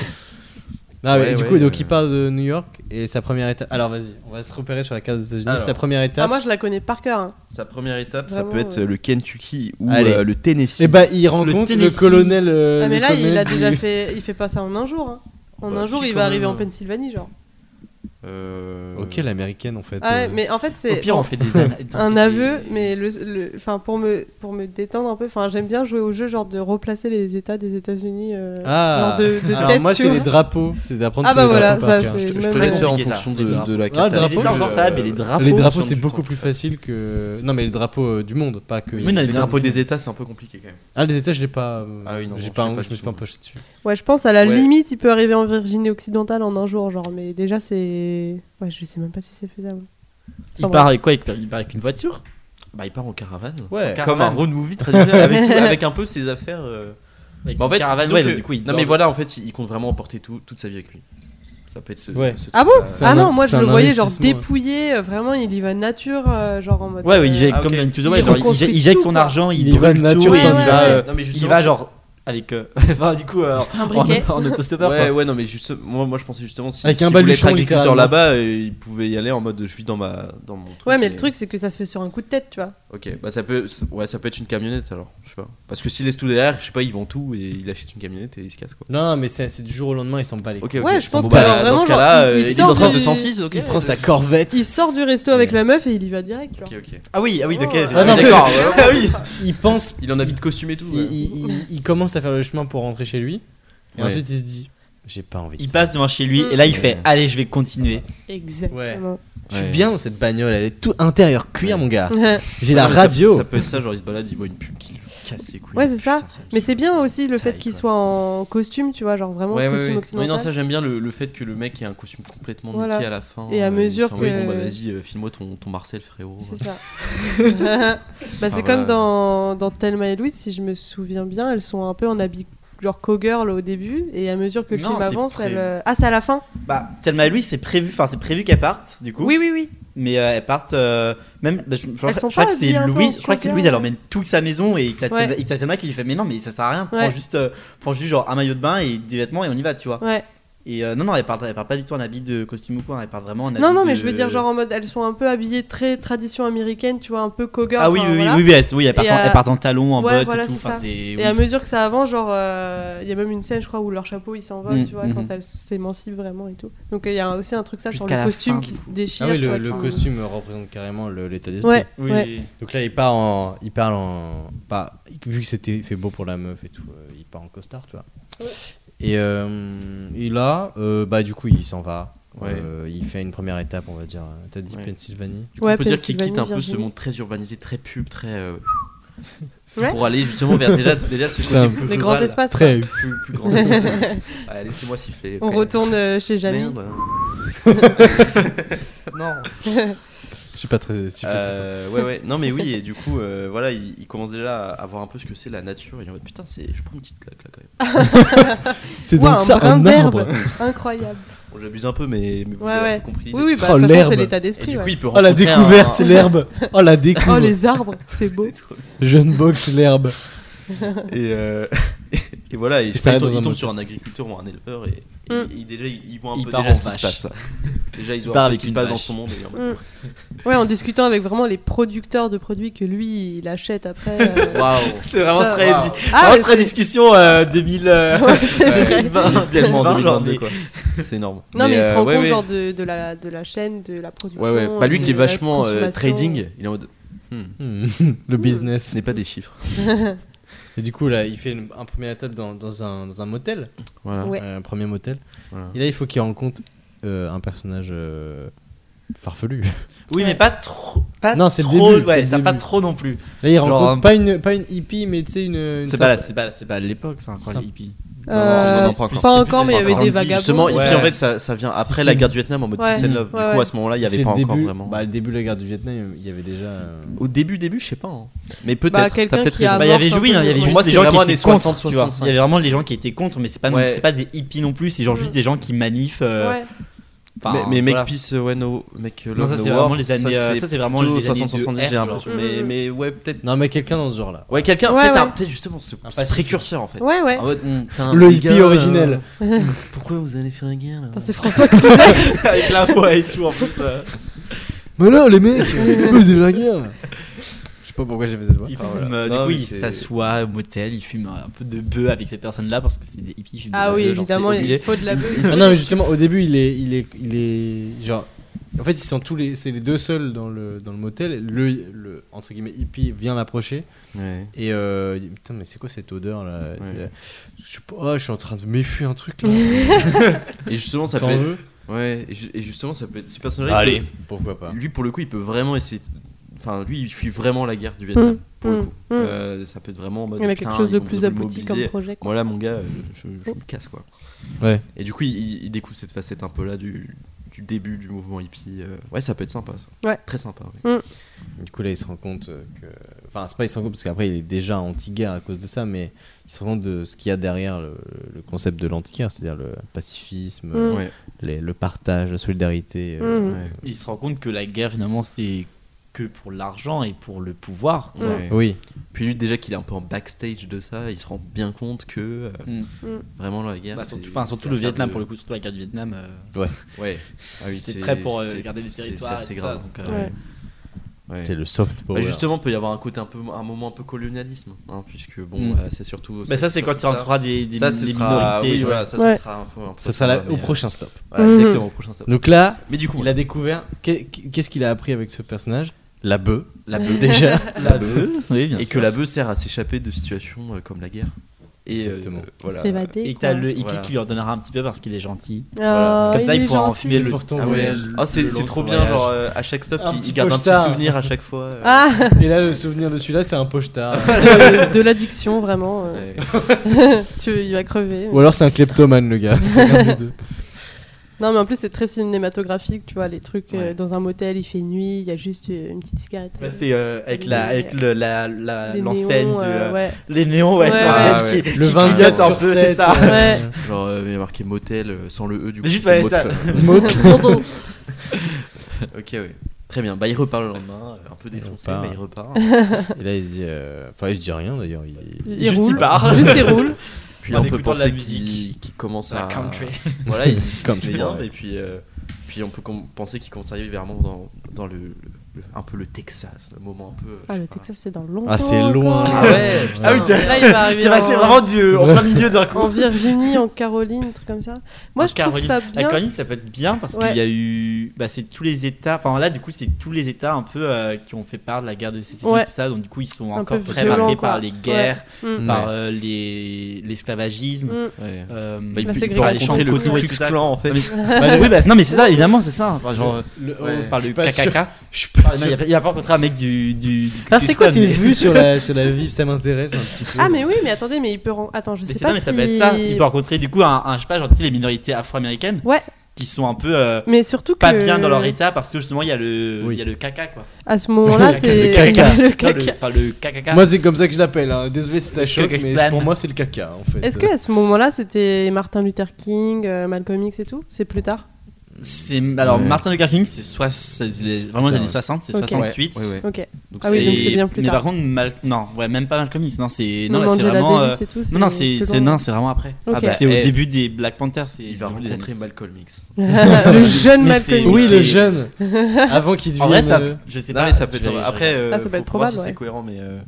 H: Ouais,
E: du
H: ouais,
E: coup, donc
H: euh.
E: il part de New York et sa première étape. Alors vas-y, on va se repérer sur la case des États-Unis.
H: Alors.
E: Sa première
F: Ah,
E: étape.
F: moi je la connais par cœur. hein.
H: Sa première étape, ça
F: Vraiment,
H: peut être
F: ouais.
H: euh, le Kentucky ou
E: Allez.
H: euh, le Tennessee.
E: Et bah, il rencontre le,
G: Tennessee.
E: colonel. euh,
F: Ah, mais
E: le
F: là il
E: colonel
F: a
E: du-
F: déjà fait. Il fait pas ça en un jour. hein. En
H: Bah,
F: un jour
H: si,
F: il
H: quand
F: va arriver
H: même.
F: en Pennsylvanie, genre.
H: Euh,
E: Ok, l'américaine en fait.
F: Ah, ouais,
E: euh.
F: mais en fait
G: Au
F: c'est.
G: pire, on fait des ana-
F: un
G: des-
F: aveu, mais le, le- enfin pour me pour me détendre un peu, enfin j'aime bien jouer au jeu genre de replacer les États des États-Unis. euh,
E: Ah.
F: genre de, de
E: Alors
F: tête,
E: moi,
F: tu
E: c'est
F: vois.
E: les drapeaux. C'est d'apprendre
F: Ah,
E: tous
F: bah
E: les
F: voilà,
E: drapeaux par
F: bah,
E: cœur.
F: c'est-
H: Je te, je
F: même
H: te laisse
F: c'est
H: faire en
G: compliqué, ça.
H: fonction
G: Les
H: de,
G: drapeaux.
H: de la
E: Ah, le
H: carte.
E: drapeau,
G: Les états, je pense à ça, mais les drapeaux.
E: Les drapeaux,
H: fonction
E: c'est
H: du
E: beaucoup
H: temps.
E: plus facile que. Non, mais les drapeaux euh, du monde, pas que.
G: Oui, non, les
H: Les drapeaux des États, c'est un peu compliqué quand même.
E: Ah, les états, je l'ai pas. euh,
H: Ah oui, non,
E: j'ai
H: moi,
E: pas,
H: je l'ai pas
E: je
H: du
E: me suis pas
H: tout.
E: empoché dessus.
F: Ouais, je pense à la
H: Ouais.
F: limite, il peut arriver en Virginie occidentale en un jour, genre. Mais déjà, c'est. Ouais, je sais même pas si c'est faisable.
G: Il part avec quoi Il il part avec une voiture
H: Bah, il part en caravane.
E: Ouais.
G: Car-
H: Comme un
G: Caravane.
H: road movie traditionnel avec, tout- avec un peu ses affaires. euh,
G: Avec
H: Bah, en
G: une
H: fait,
G: caravane,
H: disons
G: ouais,
H: que-
G: donc du coup, il
H: non
G: dort-
H: mais voilà, en fait, il il compte vraiment emporter tout, toute sa vie avec lui. Ça peut être ce.
E: Ouais.
H: ce
F: Ah bon
H: truc-là.
E: C'est
F: Ah
E: un
F: non,
E: in-
F: moi
E: c'est
F: je
E: un
F: le voyais genre
E: investissement, ouais.
F: dépouillé, euh, vraiment il y va nature, euh, genre en mode.
G: Ouais, ouais, il jette
H: Ah, ok.
G: comme dans une
F: Il
G: tuerie, genre, il, jette,
F: reconstruit
G: il jette
F: tout,
G: son
F: quoi.
G: argent, il,
E: Il y va
G: brûle
E: de
G: tout,
E: nature,
G: il
F: comme
G: va,
F: tu vois.
G: euh,
H: Non, mais
G: il
H: justement,
G: va
H: c'est-
G: genre avec euh, enfin, du coup euh,
F: Un
G: en,
F: briquet.
G: en autostoppeur.
H: Ouais,
G: quoi.
H: ouais, non, mais juste, moi, moi je pensais justement si,
E: Avec
H: si
E: un
H: il voulait être
E: baluchon,
H: agriculteur
E: littéralement.
H: là-bas, euh, il pouvait y aller en mode je suis dans ma dans mon truc.
F: Ouais, mais
H: et-
F: le truc c'est que ça se fait sur un coup de tête, tu vois.
H: Ok, bah ça peut, ça- ouais, ça peut être une camionnette alors, je sais pas. Parce que s'il laisse tout derrière, je sais pas, il vend tout et il achète une camionnette et il se casse quoi.
E: Non, mais c'est c'est du jour au lendemain, ils s'en bat les
H: Ok,
E: couilles.
H: ok.
F: Ouais, je pense
H: Bon,
F: que
H: bah,
F: alors,
H: dans
F: vraiment,
H: ce cas-là,
F: genre, il- il
H: euh, il est
F: sort
H: dans un
F: du-
H: 206, ok.
E: Il prend sa corvette.
F: Il sort du resto avec
H: Ouais.
F: la meuf et il y va direct, tu vois.
H: Ok, ok.
G: Ah oui, ah oui, ok.
F: Oh, ouais.
G: c'est-
E: Ah non,
H: Ouais, d'accord, ouais.
E: mais- Il pense.
H: Il en a mis de costume et tout.
E: il-
H: ouais.
E: Il il- il commence à faire le chemin pour rentrer chez lui. Et
H: Ouais.
E: ensuite, il se dit J'ai pas envie de
G: Il
E: ça.
G: passe devant chez lui et là il fait allez je vais continuer.
F: Exactement.
E: Je suis
H: Ouais.
E: bien dans cette bagnole, elle est tout intérieur cuir, mon gars. J'ai la
H: Non, mais ça-
E: radio.
H: Ça, peut être ça, genre il se balade, il voit une pub qui lui casse les couilles.
F: Ouais, c'est ça.
H: Putain, me
F: mais
H: saoule.
F: c'est bien aussi le fait
H: Taille,
F: qu'il
H: quoi.
F: soit en costume, tu vois, genre vraiment
H: Ouais, ouais,
F: costume
H: ouais.
F: occidental.
H: Oui, non, ça j'aime bien le, le fait que le mec ait un costume complètement
F: Voilà.
H: niqué à la fin.
F: Et à
H: euh, il
F: mesure
H: s'en va, oui,
F: que-
H: Bon, bah vas-y, euh, file-moi ton, ton Marcel, frérot.
F: C'est ça. bah, c'est
H: Enfin,
F: comme
H: voilà.
F: dans, dans Thelma et Louise, si je me souviens bien, elles sont un peu en habit genre cowgirl au début, et à mesure que le
G: Non,
F: film
G: c'est
F: avance,
G: prévu.
F: elles. euh, Ah, c'est à la fin
G: Bah Thelma et Louise c'est prévu, enfin c'est prévu qu'elle parte du coup.
F: Oui, oui, oui.
G: Mais euh, elles partent euh, même. bah, je, je crois,
F: Elles sont
G: je crois
F: pas
G: que c'est
F: habillées un peu en
G: Louise. Je crois que c'est
F: croisière,
G: Louise. Elle
F: ouais.
G: emmène toute sa maison et t'as
F: Ouais.
G: Thelma- et t'as Thelma qui lui fait mais non mais ça sert à rien. Prends
F: Ouais.
G: juste, euh, prends juste genre un maillot de bain et des vêtements et on y va tu vois.
F: Ouais.
G: Et euh, non non elle part, elle part pas du tout en habit de costume ou quoi. Elle part vraiment en habit
F: Non, non, mais
G: de-
F: je veux dire, genre en mode, elles sont un peu habillées très tradition américaine, tu vois, un peu cowgirl.
G: Ah oui,
F: enfin,
G: oui, oui,
F: voilà.
G: oui, oui, elles- oui, elles partent
F: Et,
G: en-
F: euh,
G: elles partent en talons, en
F: ouais,
G: bottes
F: voilà,
G: et tout.
F: c'est
G: Enfin,
F: ça.
G: c'est-
F: Et
G: oui.
F: à mesure que ça avance, genre, euh, il y a même une scène, je crois, où leur chapeau il s'envole,
G: Mm,
F: tu vois,
G: mhm.
F: quand elles s'émancipent vraiment et tout. Donc il y a aussi un truc ça sur
G: Jusqu'à
F: le
G: la
F: costume
G: fin,
F: qui
G: du
F: se
G: coup.
F: déchire.
E: Ah oui,
F: tu
E: le,
F: vois,
E: le
F: enfin,
E: costume représente carrément le- l'état d'esprit.
F: Ouais,
G: Oui.
F: ouais.
E: Donc là, il part en. Il parle en. bah, vu que c'était il fait beau pour la meuf et tout, euh, il part en costard, tu vois. Et, euh, et là, euh, bah, du coup, il s'en va.
H: Ouais.
E: Euh, il fait une première étape, on va dire. T'as dit
H: Ouais.
E: Pennsylvanie
H: Du coup,
F: Ouais,
H: on peut dire qu'il
F: Pennsylvanie,
H: quitte un peu ce
F: Virginie.
H: monde très urbanisé, très pub, très. euh,
F: Ouais.
H: Pour aller justement vers déjà, déjà ce
E: C'est un-
H: côté plus
F: Les
H: rural,
F: grands espaces. quoi.
E: Très.
H: Plus, plus grand. Ah, Laissez-moi siffler.
F: On
H: quand même.
F: retourne euh, chez Jamie.
H: Merde. non.
E: Je suis pas très. si
H: Euh, ouais, ouais. Non, mais oui, et du coup, euh, voilà, il, il commence déjà à, à voir un peu ce que c'est la nature. Il est en mode putain, c'est- je prends une petite claque là quand même.
E: C'est
F: Ouah,
E: donc
F: un
E: ça,
F: brin
E: un arbre.
F: d'herbe. Incroyable.
H: Bon, j'abuse un peu, mais, mais vous
F: Ouais,
H: avez
F: ouais.
H: un peu compris.
F: Oui, oui, bah,
E: Oh,
F: de toute façon,
E: l'herbe.
F: c'est l'état
H: Et
F: d'esprit.
H: du
F: ouais.
H: coup, il peut
E: Oh la
H: rencontrer un-
E: découverte,
H: un-
E: l'herbe. Oh la découverte.
F: Oh, les arbres, c'est beau.
H: C'est trop
E: Jeune box, l'herbe.
H: Et, euh, et voilà, et,
E: ça
H: je sais pas,
E: reste
H: il
E: dans un
H: tombe
E: mode.
H: sur un agriculteur ou un éleveur et, Et-
F: Mm.
H: et déjà, ils ils voient un
G: Il
H: peu
G: part
H: déjà
G: en
H: ce qui se
G: vache.
H: passe. Déjà, ils
G: Il
H: voient
G: part
H: un peu
G: avec
H: ce qui se
G: une
H: passe dans
G: vache.
H: son monde. et en mode,
F: Mm. Ouais, en discutant avec vraiment les producteurs de produits que lui, il achète après. euh,
H: Waouh!
G: C'est vraiment
F: Ça,
G: très,
H: waouh.
G: di- c'est
F: Ah,
G: vraiment
F: mais
G: très
F: c'est-
G: discussion euh, 2000. euh,
F: ouais, c'est
H: Ouais.
F: vrai.
H: Il est
G: 2020,
H: Tellement
G: genre,
H: 2022,
G: mais-
H: quoi. C'est énorme.
F: Non, mais, il se
H: euh,
F: rend
H: ouais,
F: compte
H: ouais.
F: genre, de, de la, de la chaîne, de la production.
H: Ouais, ouais. Bah, lui
F: de
H: qui est
F: la
H: vachement euh,
F: consommation.
H: trading, il est en mode.
E: Hmm, le
H: Ce
E: business.
H: n'est pas des chiffres.
E: Et du coup, là, il fait une- un premier étape dans, dans un, dans un motel,
H: Voilà.
F: Ouais.
E: euh, un premier motel.
H: voilà.
E: Et là, il faut qu'il rencontre euh, un personnage euh, farfelu.
G: Oui, mais pas trop. Pas
E: Non, c'est le
G: trop.
E: début, c'est
G: ouais,
E: le
G: ça pas
E: début.
G: trop non plus.
E: Là, il
G: Genre,
E: rencontre
G: un-
E: pas, une, pas une hippie, mais tu sais, une. une
G: C'est pas,
E: simple-
G: la- c'est pas, c'est pas l'époque, ça, encore
E: Ça-
G: les hippies.
F: Euh,
H: Non, c'est plus-
F: pas
G: c'est
F: encore,
G: plus
F: mais il y avait
G: encore.
F: des
G: Andy,
F: vagabonds. euh,
H: Justement, et puis
G: Ouais.
H: en fait, ça, ça vient après
E: Si,
H: la
E: si.
H: guerre du Vietnam en mode
F: Ouais.
H: peace and love.
F: Ouais,
H: du coup,
F: ouais.
H: à ce moment-là, il n'y
E: C'est
H: avait pas
E: le
H: encore
E: début-
H: vraiment.
E: Bah, le début de la guerre du Vietnam, il y avait déjà. euh,
H: Au début, début, je sais pas. hein. Mais
F: Bah,
H: peut-être.
F: quelqu'un
H: T'as peut-être
F: qui a-
H: raison.
G: Bah, il y avait
F: amorce un
G: oui,
F: peu
G: non, il y
F: le-
G: avait
F: Pour
G: juste
H: moi,
G: des
H: c'est
G: gens qui
H: vraiment
G: étaient
H: années
G: contre,
H: 60,
G: tu vois.
H: 65.
G: Il y avait vraiment les gens qui étaient contre, mais c'est pas, non-
H: Ouais.
G: c'est pas des hippies non plus, c'est genre juste des gens qui manifent. euh,
F: Ouais.
G: enfin, Bah,
H: Mais, mais
G: voilà.
H: Make Peace, euh, ouais, no. Make Love,
G: Non, ça
H: no
G: c'est
H: War,
G: vraiment les années. euh,
H: c'est
G: Ça c'est vraiment
H: plutôt
G: les années
H: 60-70,
G: 60-70,
H: j'ai l'impression. Mais, mais ouais, peut-être.
E: Non, mais quelqu'un dans ce genre-là.
H: Ouais, quelqu'un,
F: Mm-hmm. Ouais,
H: peut-être un-
F: ouais.
H: peut-être justement ce,
G: Ah,
E: Un
H: ce
E: pacifiste.
H: précurseur en fait.
F: Ouais, ouais.
H: En mode, hum, t'as un
E: Le
H: petit
E: hippie
H: gars, euh,
E: originel.
H: Pourquoi vous allez faire la guerre là
F: Putain, C'est François Cluzet.
G: Avec la voix et tout en plus. euh,
E: Mais là, les mecs, vous avez la guerre. Je sais pas pourquoi j'ai fait cette voix.
G: Il fume,
H: Ah, voilà.
G: euh,
H: Non,
G: du
H: mais
G: coup, il
H: c'est-
G: s'assoit au motel, il fume un peu de bœuf avec ces personnes-là parce que c'est des hippies. ils fument de
F: Ah
G: la
F: oui,
H: Euh,
G: bœuf, genre, c'est
F: évidemment,
G: obligé.
F: il faut de la
E: Ah
F: beuh.
E: non, mais justement, au début, il est, il est, il est, genre, en fait, ils sont tous les, c'est les deux seuls dans le, dans le motel. Le, le entre guillemets hippie vient l'approcher
H: Ouais.
E: et euh, il dit, putain, mais c'est quoi cette odeur là
H: Ouais.
E: C'est- euh, Je suis pas, oh, je suis en train de m'effuyer un truc là.
H: Et justement, ça peut
E: T'en
H: être.
E: veux
H: Ouais, et ju- et justement, ça peut être. Ce personnage
E: Allez, pourquoi pas
H: Lui, pour le coup, il peut vraiment essayer. Enfin, lui, il fuit vraiment la guerre du Vietnam.
F: Mm,
H: Pour le
F: mm,
H: coup.
F: mm.
H: Euh, ça peut être vraiment en mode.
F: Il y avait
H: putain,
F: quelque chose de
H: ils vont
F: plus
H: nous
F: abouti comme
H: mobiliser.
F: projet. quoi.
H: Moi, là, mon gars, euh, je, je me casse, quoi.
E: Ouais.
H: Et du coup, il- il, il découvre cette facette un peu là du, du début du mouvement hippie. euh. Ouais, ça peut être sympa, ça.
F: Ouais.
H: Très sympa, ouais.
E: Du coup, là, il se rend compte euh, que. Enfin, c'est pas il se rend compte, parce qu'après, il est déjà anti-guerre à cause de ça, mais il se rend compte de ce qu'il y a derrière le, le concept de l'anti-guerre, c'est-à-dire le pacifisme,
F: Mm.
H: Ouais.
E: les- le partage, la solidarité. euh,
F: Mm.
H: Ouais.
G: Il se rend compte que la guerre, finalement, c'est que pour l'argent et pour le pouvoir.
F: Mm.
G: quoi.
H: Ouais.
E: Oui,
H: Puis lui, déjà qu'il est un peu en backstage de ça, il se rend bien compte que euh,
G: Mm.
H: vraiment la guerre.
G: Bah,
H: c'est-
G: surtout enfin, surtout
H: c'est
G: le
H: affaire
G: Vietnam,
H: de-
G: pour le coup, surtout la guerre du Vietnam. euh,
H: Ouais. Ah oui,
G: c'est très pour euh, garder des territoires.
H: C'est assez
G: et tout
H: grave.
G: ça, donc,
F: Ouais.
G: euh,
H: Ouais.
E: c'est le soft power.
H: Bah, justement, peut y avoir un côté un peu, un moment un peu colonialisme, hein, puisque bon,
G: Mm.
H: euh, c'est surtout.
G: Bah, ça, c'est quand
H: surtout
G: tu rentreras des, des,
H: Ça,
G: des
H: ce sera,
G: minorités.
H: oui,
G: genre.
H: voilà, ça, ce
F: Ouais.
H: sera un peu- un peu
E: Ça sera la-
H: mais,
E: au
H: euh,
E: prochain stop.
H: voilà,
F: Mm.
H: exactement, au prochain.
E: Donc là,
H: Mais du coup,
E: il a découvert. qu'est- Qu'est-ce qu'il a appris avec ce personnage La bœuf. La bœuf. Déjà.
G: La bœuf, oui, bien
H: et que
G: sûr.
H: la bœuf sert à s'échapper de situations euh, comme la guerre. Et, euh,
E: Exactement.
H: voilà.
F: S'évader.
G: Et
F: quoi.
G: t'as le hippie
H: Voilà.
G: qui lui en donnera un petit peu parce qu'il est gentil.
F: Ah,
G: Comme ça, il
F: est
G: pourra en
F: gentil.
G: fumer le
E: pour ton
H: Ah ouais.
E: voyage.
H: Ah, c'est
E: Le
H: c'est
E: long
H: trop
E: de
H: bien,
E: ton voyage.
H: genre euh, à chaque stop,
E: Un
H: il,
E: petit
H: il garde un
E: pochard.
H: petit souvenir à chaque fois. euh.
F: Ah,
E: Et là, le souvenir de celui-là, c'est un pochetard.
F: de, de l'addiction, vraiment. euh.
H: Ouais.
F: tu, il va crever.
E: Ou alors, c'est un kleptomane, le gars. C'est l'un des deux.
F: Non, mais en plus, c'est très cinématographique, tu vois, les trucs euh,
H: Ouais.
F: dans un motel, il fait nuit, il y a juste euh, une petite cigarette.
G: Bah, c'est euh, avec la avec le- la- la-
F: Les
G: l'enseigne
F: néons,
G: du,
F: euh,
G: euh,
F: ouais.
G: les néons ouais,
F: Ouais,
G: l'enseigne
H: Ah, ouais.
G: qui
E: Le
G: qui
E: 24
G: clignote un
E: sur
G: peu c'est
E: 7.
G: ça
F: Ouais.
H: Genre, euh, il y a marqué motel euh, sans le E du coup.
G: Mais juste,
H: c'est
G: ouais, ça.
H: motel.
E: Mot-
H: ok, ouais. Très bien. Bah, il repart le lendemain, euh, un peu défoncé,
E: repart.
H: mais il repart.
E: Et là, il se dit. euh, Enfin, il se dit rien d'ailleurs. Il...
F: Il
G: juste il
F: roule.
G: part
F: Juste, il roule.
H: Puis
G: En
H: là, on peut
G: écoutant de la
H: penser qu'il
G: musique.
H: qu'il commence
G: La
H: à.
G: country.
H: Voilà, il il
E: Comme
H: se met
E: tu
H: bien,
E: pourrais.
H: et puis, euh, puis on peut com- penser qu'il commence à arriver vraiment dans, dans le, le- le- un peu le Texas, le moment un peu. euh,
F: Ah,
H: je
F: le
H: sais pas.
F: Texas, c'est dans longtemps.
E: Ah, c'est loin.
F: encore.
G: Ah ouais, ah oui, t'es-
F: Là, il va arriver
G: t'es passé
F: en-
G: vraiment du en plein milieu d'un
F: En
G: coup.
F: Virginie, en Caroline, un truc comme ça. Moi,
G: En
F: je trouve
G: Caroline.
F: ça
G: La
F: bien.
G: Caroline, ça peut être bien parce
F: Ouais.
G: qu'il y a eu, bah, c'est tous les États. Enfin là, du coup, c'est tous les États un peu euh, qui ont fait part de la guerre de sécession
F: Ouais.
G: et tout ça. Donc du coup, ils sont
F: Un
G: encore
F: peu
G: très
F: violents,
G: marqués
F: quoi.
G: par les guerres,
F: Mm.
G: par
E: Bah,
G: euh, les l'esclavagisme.
F: Mm.
H: Ouais.
G: euh,
H: Bah, il
F: La
H: peut- il peut
F: ségrégation.
H: rencontrer le
F: Ouais.
H: Ku Klux
G: Tout ça.
H: Klan en fait.
G: Bah, oui, bah, non, mais c'est ça, évidemment, c'est ça. Enfin, genre,
E: Le...
H: Ouais.
G: par
E: je suis
G: le
E: pas sûr.
G: KKK.
E: Je suis pas
G: Ah, non,
E: sûr.
G: il a- il a pas rencontré un mec du. du, du
E: Alors, c'est quoi
G: Kyrgyzstan,
E: tes
G: mais-
E: vues sur la, sur la vie Ça m'intéresse un petit peu.
F: Ah, mais oui, mais attendez, mais il peut. ren- Attends, je
G: Mais
F: sais
G: c'est
F: pas
G: non, mais
F: si.
G: ça peut être ça. Il peut rencontrer du coup un, un, je sais pas, genre tu sais, les minorités afro-américaines.
F: Ouais.
G: Qui sont un peu euh,
F: Mais surtout que.
G: pas bien dans leur état parce que justement il y a le,
E: Oui.
G: il y a le caca quoi.
F: À ce moment-là,
G: Le
F: c'est.
E: caca.
F: Le
G: Non,
F: caca.
G: le, enfin le caca.
E: Moi, c'est comme ça que je l'appelle. hein. Désolé si ça choque, mais
G: Kyrgyzstan.
E: pour moi, c'est le caca en fait.
F: Est-ce que à ce moment-là, c'était Martin Luther King, euh, Malcolm X et tout C'est plus tard
G: C'est alors
I: Ouais.
G: Martin Luther King, c'est soix- c'est les- vraiment les
I: Putain,
G: années
I: ouais.
G: 60, c'est
F: Ok.
G: 68.
I: Ouais, ouais.
F: Ok.
H: Donc,
F: Ah oui, donc c'est bien plus
G: mais
F: tard.
G: par contre, Mal- non, ouais, même pas Malcolm X. Non, c'est non,
F: Non,
G: là, c'est
F: Angela
G: vraiment.
F: Davis
G: euh,
F: et tout.
G: Non, non, c'est
F: plus
G: c'est-
F: loin.
G: non, c'est vraiment après.
F: Ok.
I: Ah bah,
G: C'est au
I: eh,
G: début des Black Panthers. c'est-
H: il va
G: les années-
H: rencontrer Malcolm X.
F: le jeune
G: Mais
F: Malcolm.
G: c'est-
E: Oui,
G: c'est-
E: le jeune. Avant qu'il devienne.
G: En vrai, ça,
E: euh,
G: je sais
H: Non,
G: pas.
H: mais ça peut
G: je vais-
H: être.
G: je-
H: Après, euh,
F: Ah, ça peut
H: faut-
F: être
H: faut voir
F: probable,
H: si
F: ouais.
H: c'est cohérent, mais euh,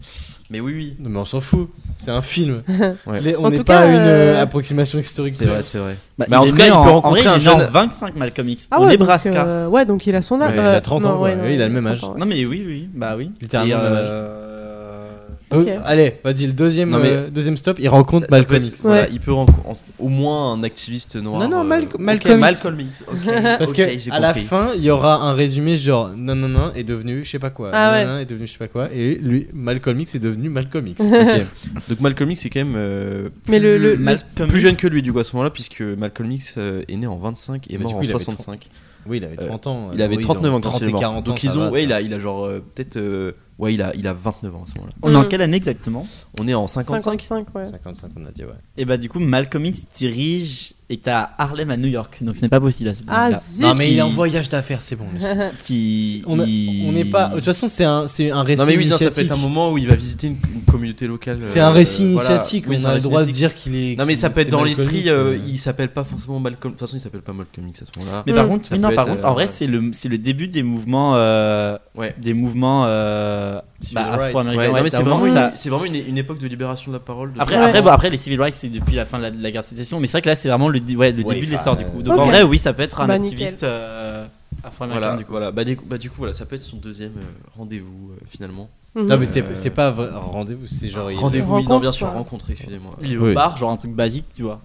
H: mais oui, oui.
E: Non, mais on s'en fout. C'est un film.
H: Ouais.
E: Les-
F: En
E: On n'est
F: tout
E: pas
F: cas,
E: une euh,
F: euh,
E: approximation historique.
H: C'est
E: de-
H: vrai, c'est vrai.
G: Bah,
H: Mais en
G: est
H: tout cas,
G: né
H: il peut
G: en- en
H: rencontrer
G: vrai,
H: un
G: il est né en
H: jeune-
G: 25 Malcolm X.
F: Ah
G: au
F: ouais, donc,
G: Nebraska.
F: euh, ouais, donc il a son âge. Euh,
H: Ouais, il
E: a 30 ans,
F: non,
E: quoi.
F: non,
E: Oui, il a le même
F: 30
E: âge.
F: ans, ouais.
G: Non mais oui, oui, bah oui.
E: Littéralement,
G: Et,
E: le même âge.
H: Euh,
E: Euh,
F: Ok.
E: allez, vas-y, le deuxième,
H: Non, mais-
E: euh, deuxième stop, il rencontre
H: ça- ça peut
E: Malcolm
H: être-
E: X.
H: voilà,
F: Ouais.
H: Il peut rencontrer au moins un activiste noir.
E: Non, non,
H: euh,
E: Malco-
H: ok,
E: Malcolm X.
H: Malcolm X. ok,
E: Parce
H: ok, j'ai
E: que à la
H: compris.
E: fin, il y aura un résumé genre non non non est devenu je sais pas quoi,
F: Ah ouais.
E: non, non, est devenu je sais pas quoi, et lui Malcolm X est devenu Malcolm X.
H: Ok. Donc Malcolm X est quand même euh,
F: Mais le, le, le-
G: Malcolm
H: plus jeune que lui du coup à ce moment-là puisque Malcolm X euh, est né en 25 et
E: Bah,
H: mort
E: du coup,
H: en
E: il avait
H: 65.
E: Oui, il avait 30 ans.
H: Il avait
E: Oui, ils
H: 39
E: ont
H: ans quand il est
E: 30 et
H: mort.
E: 40 ans.
H: Donc ils
E: ça
H: ont,
E: va,
H: ouais,
E: tu
H: il
E: vois.
H: a, il a genre euh, peut-être, euh, ouais, il a, il a 29 ans à ce moment-là.
G: On est en
F: Hmm.
G: quelle année exactement
H: On est en 55.
F: 55, ouais.
E: 55 on a dit ouais.
G: Et bah du coup Malcolm X dirige et t'as Harlem à New York, donc ce n'est pas possible à cette
F: Ah
G: année-là.
F: zut
E: non mais il est en
G: qui-
E: voyage d'affaires, c'est bon. mais c'est-
G: qui
E: On a-
G: il-
E: on n'est pas de toute façon c'est un c'est un récit
H: Non mais oui, ça, ça peut
E: initiatique.
H: être un moment où il va visiter une, une communauté locale.
E: C'est
H: euh,
E: un récit
H: voilà.
E: initiatique,
H: Oui, c'est
E: on
H: un
E: a le
H: récit
E: droit de
H: initiatique.
E: dire qu'il est
H: Non mais
E: qu'il-
H: ça peut être
E: c'est
H: dans
E: Malcolm
H: l'esprit,
E: X,
H: euh,
E: euh,
H: il s'appelle pas forcément Malcolm. De toute façon, il s'appelle pas Malcolm X à ce moment-là.
G: Mais par
F: Hmm.
G: contre,
H: Ça
G: oui, non,
H: peut
G: par
H: être,
G: contre, en
H: euh,
G: vrai, c'est le c'est le début des mouvements euh,
H: Ouais.
G: des mouvements euh,
E: Civil
G: bah,
E: rights.
H: Ouais,
G: afro-américains.
H: non,
G: Ouais,
H: mais
G: t'as
H: c'est
G: vraiment
H: vraiment,
G: ça-
H: une, c'est vraiment une, une époque de libération de la parole. de-
G: Après,
F: Ouais.
G: après, bon, après, les civil rights, c'est depuis la fin de la, de la guerre de sécession, mais c'est vrai que là, c'est vraiment le, di- ouais, le
H: Ouais,
G: début de
H: enfin,
G: l'essor du
H: euh,
G: coup. Donc
F: Ok.
G: en vrai, oui, ça peut être un
F: Bah, nickel.
G: activiste euh, afro-américain.
H: voilà,
G: du coup.
H: voilà. Bah, des- bah, du coup, voilà, ça peut être son deuxième euh, rendez-vous euh, finalement.
F: Mhm.
E: Non mais c'est
H: Euh,
E: c'est pas vrai- rendez-vous, c'est genre il-
H: Ah, Rendez-vous, oui, non,
F: rencontre,
H: bien sûr,
F: quoi.
H: rencontre, excusez-moi.
G: Il est
E: Oui.
G: au bar, genre un truc basique, tu vois.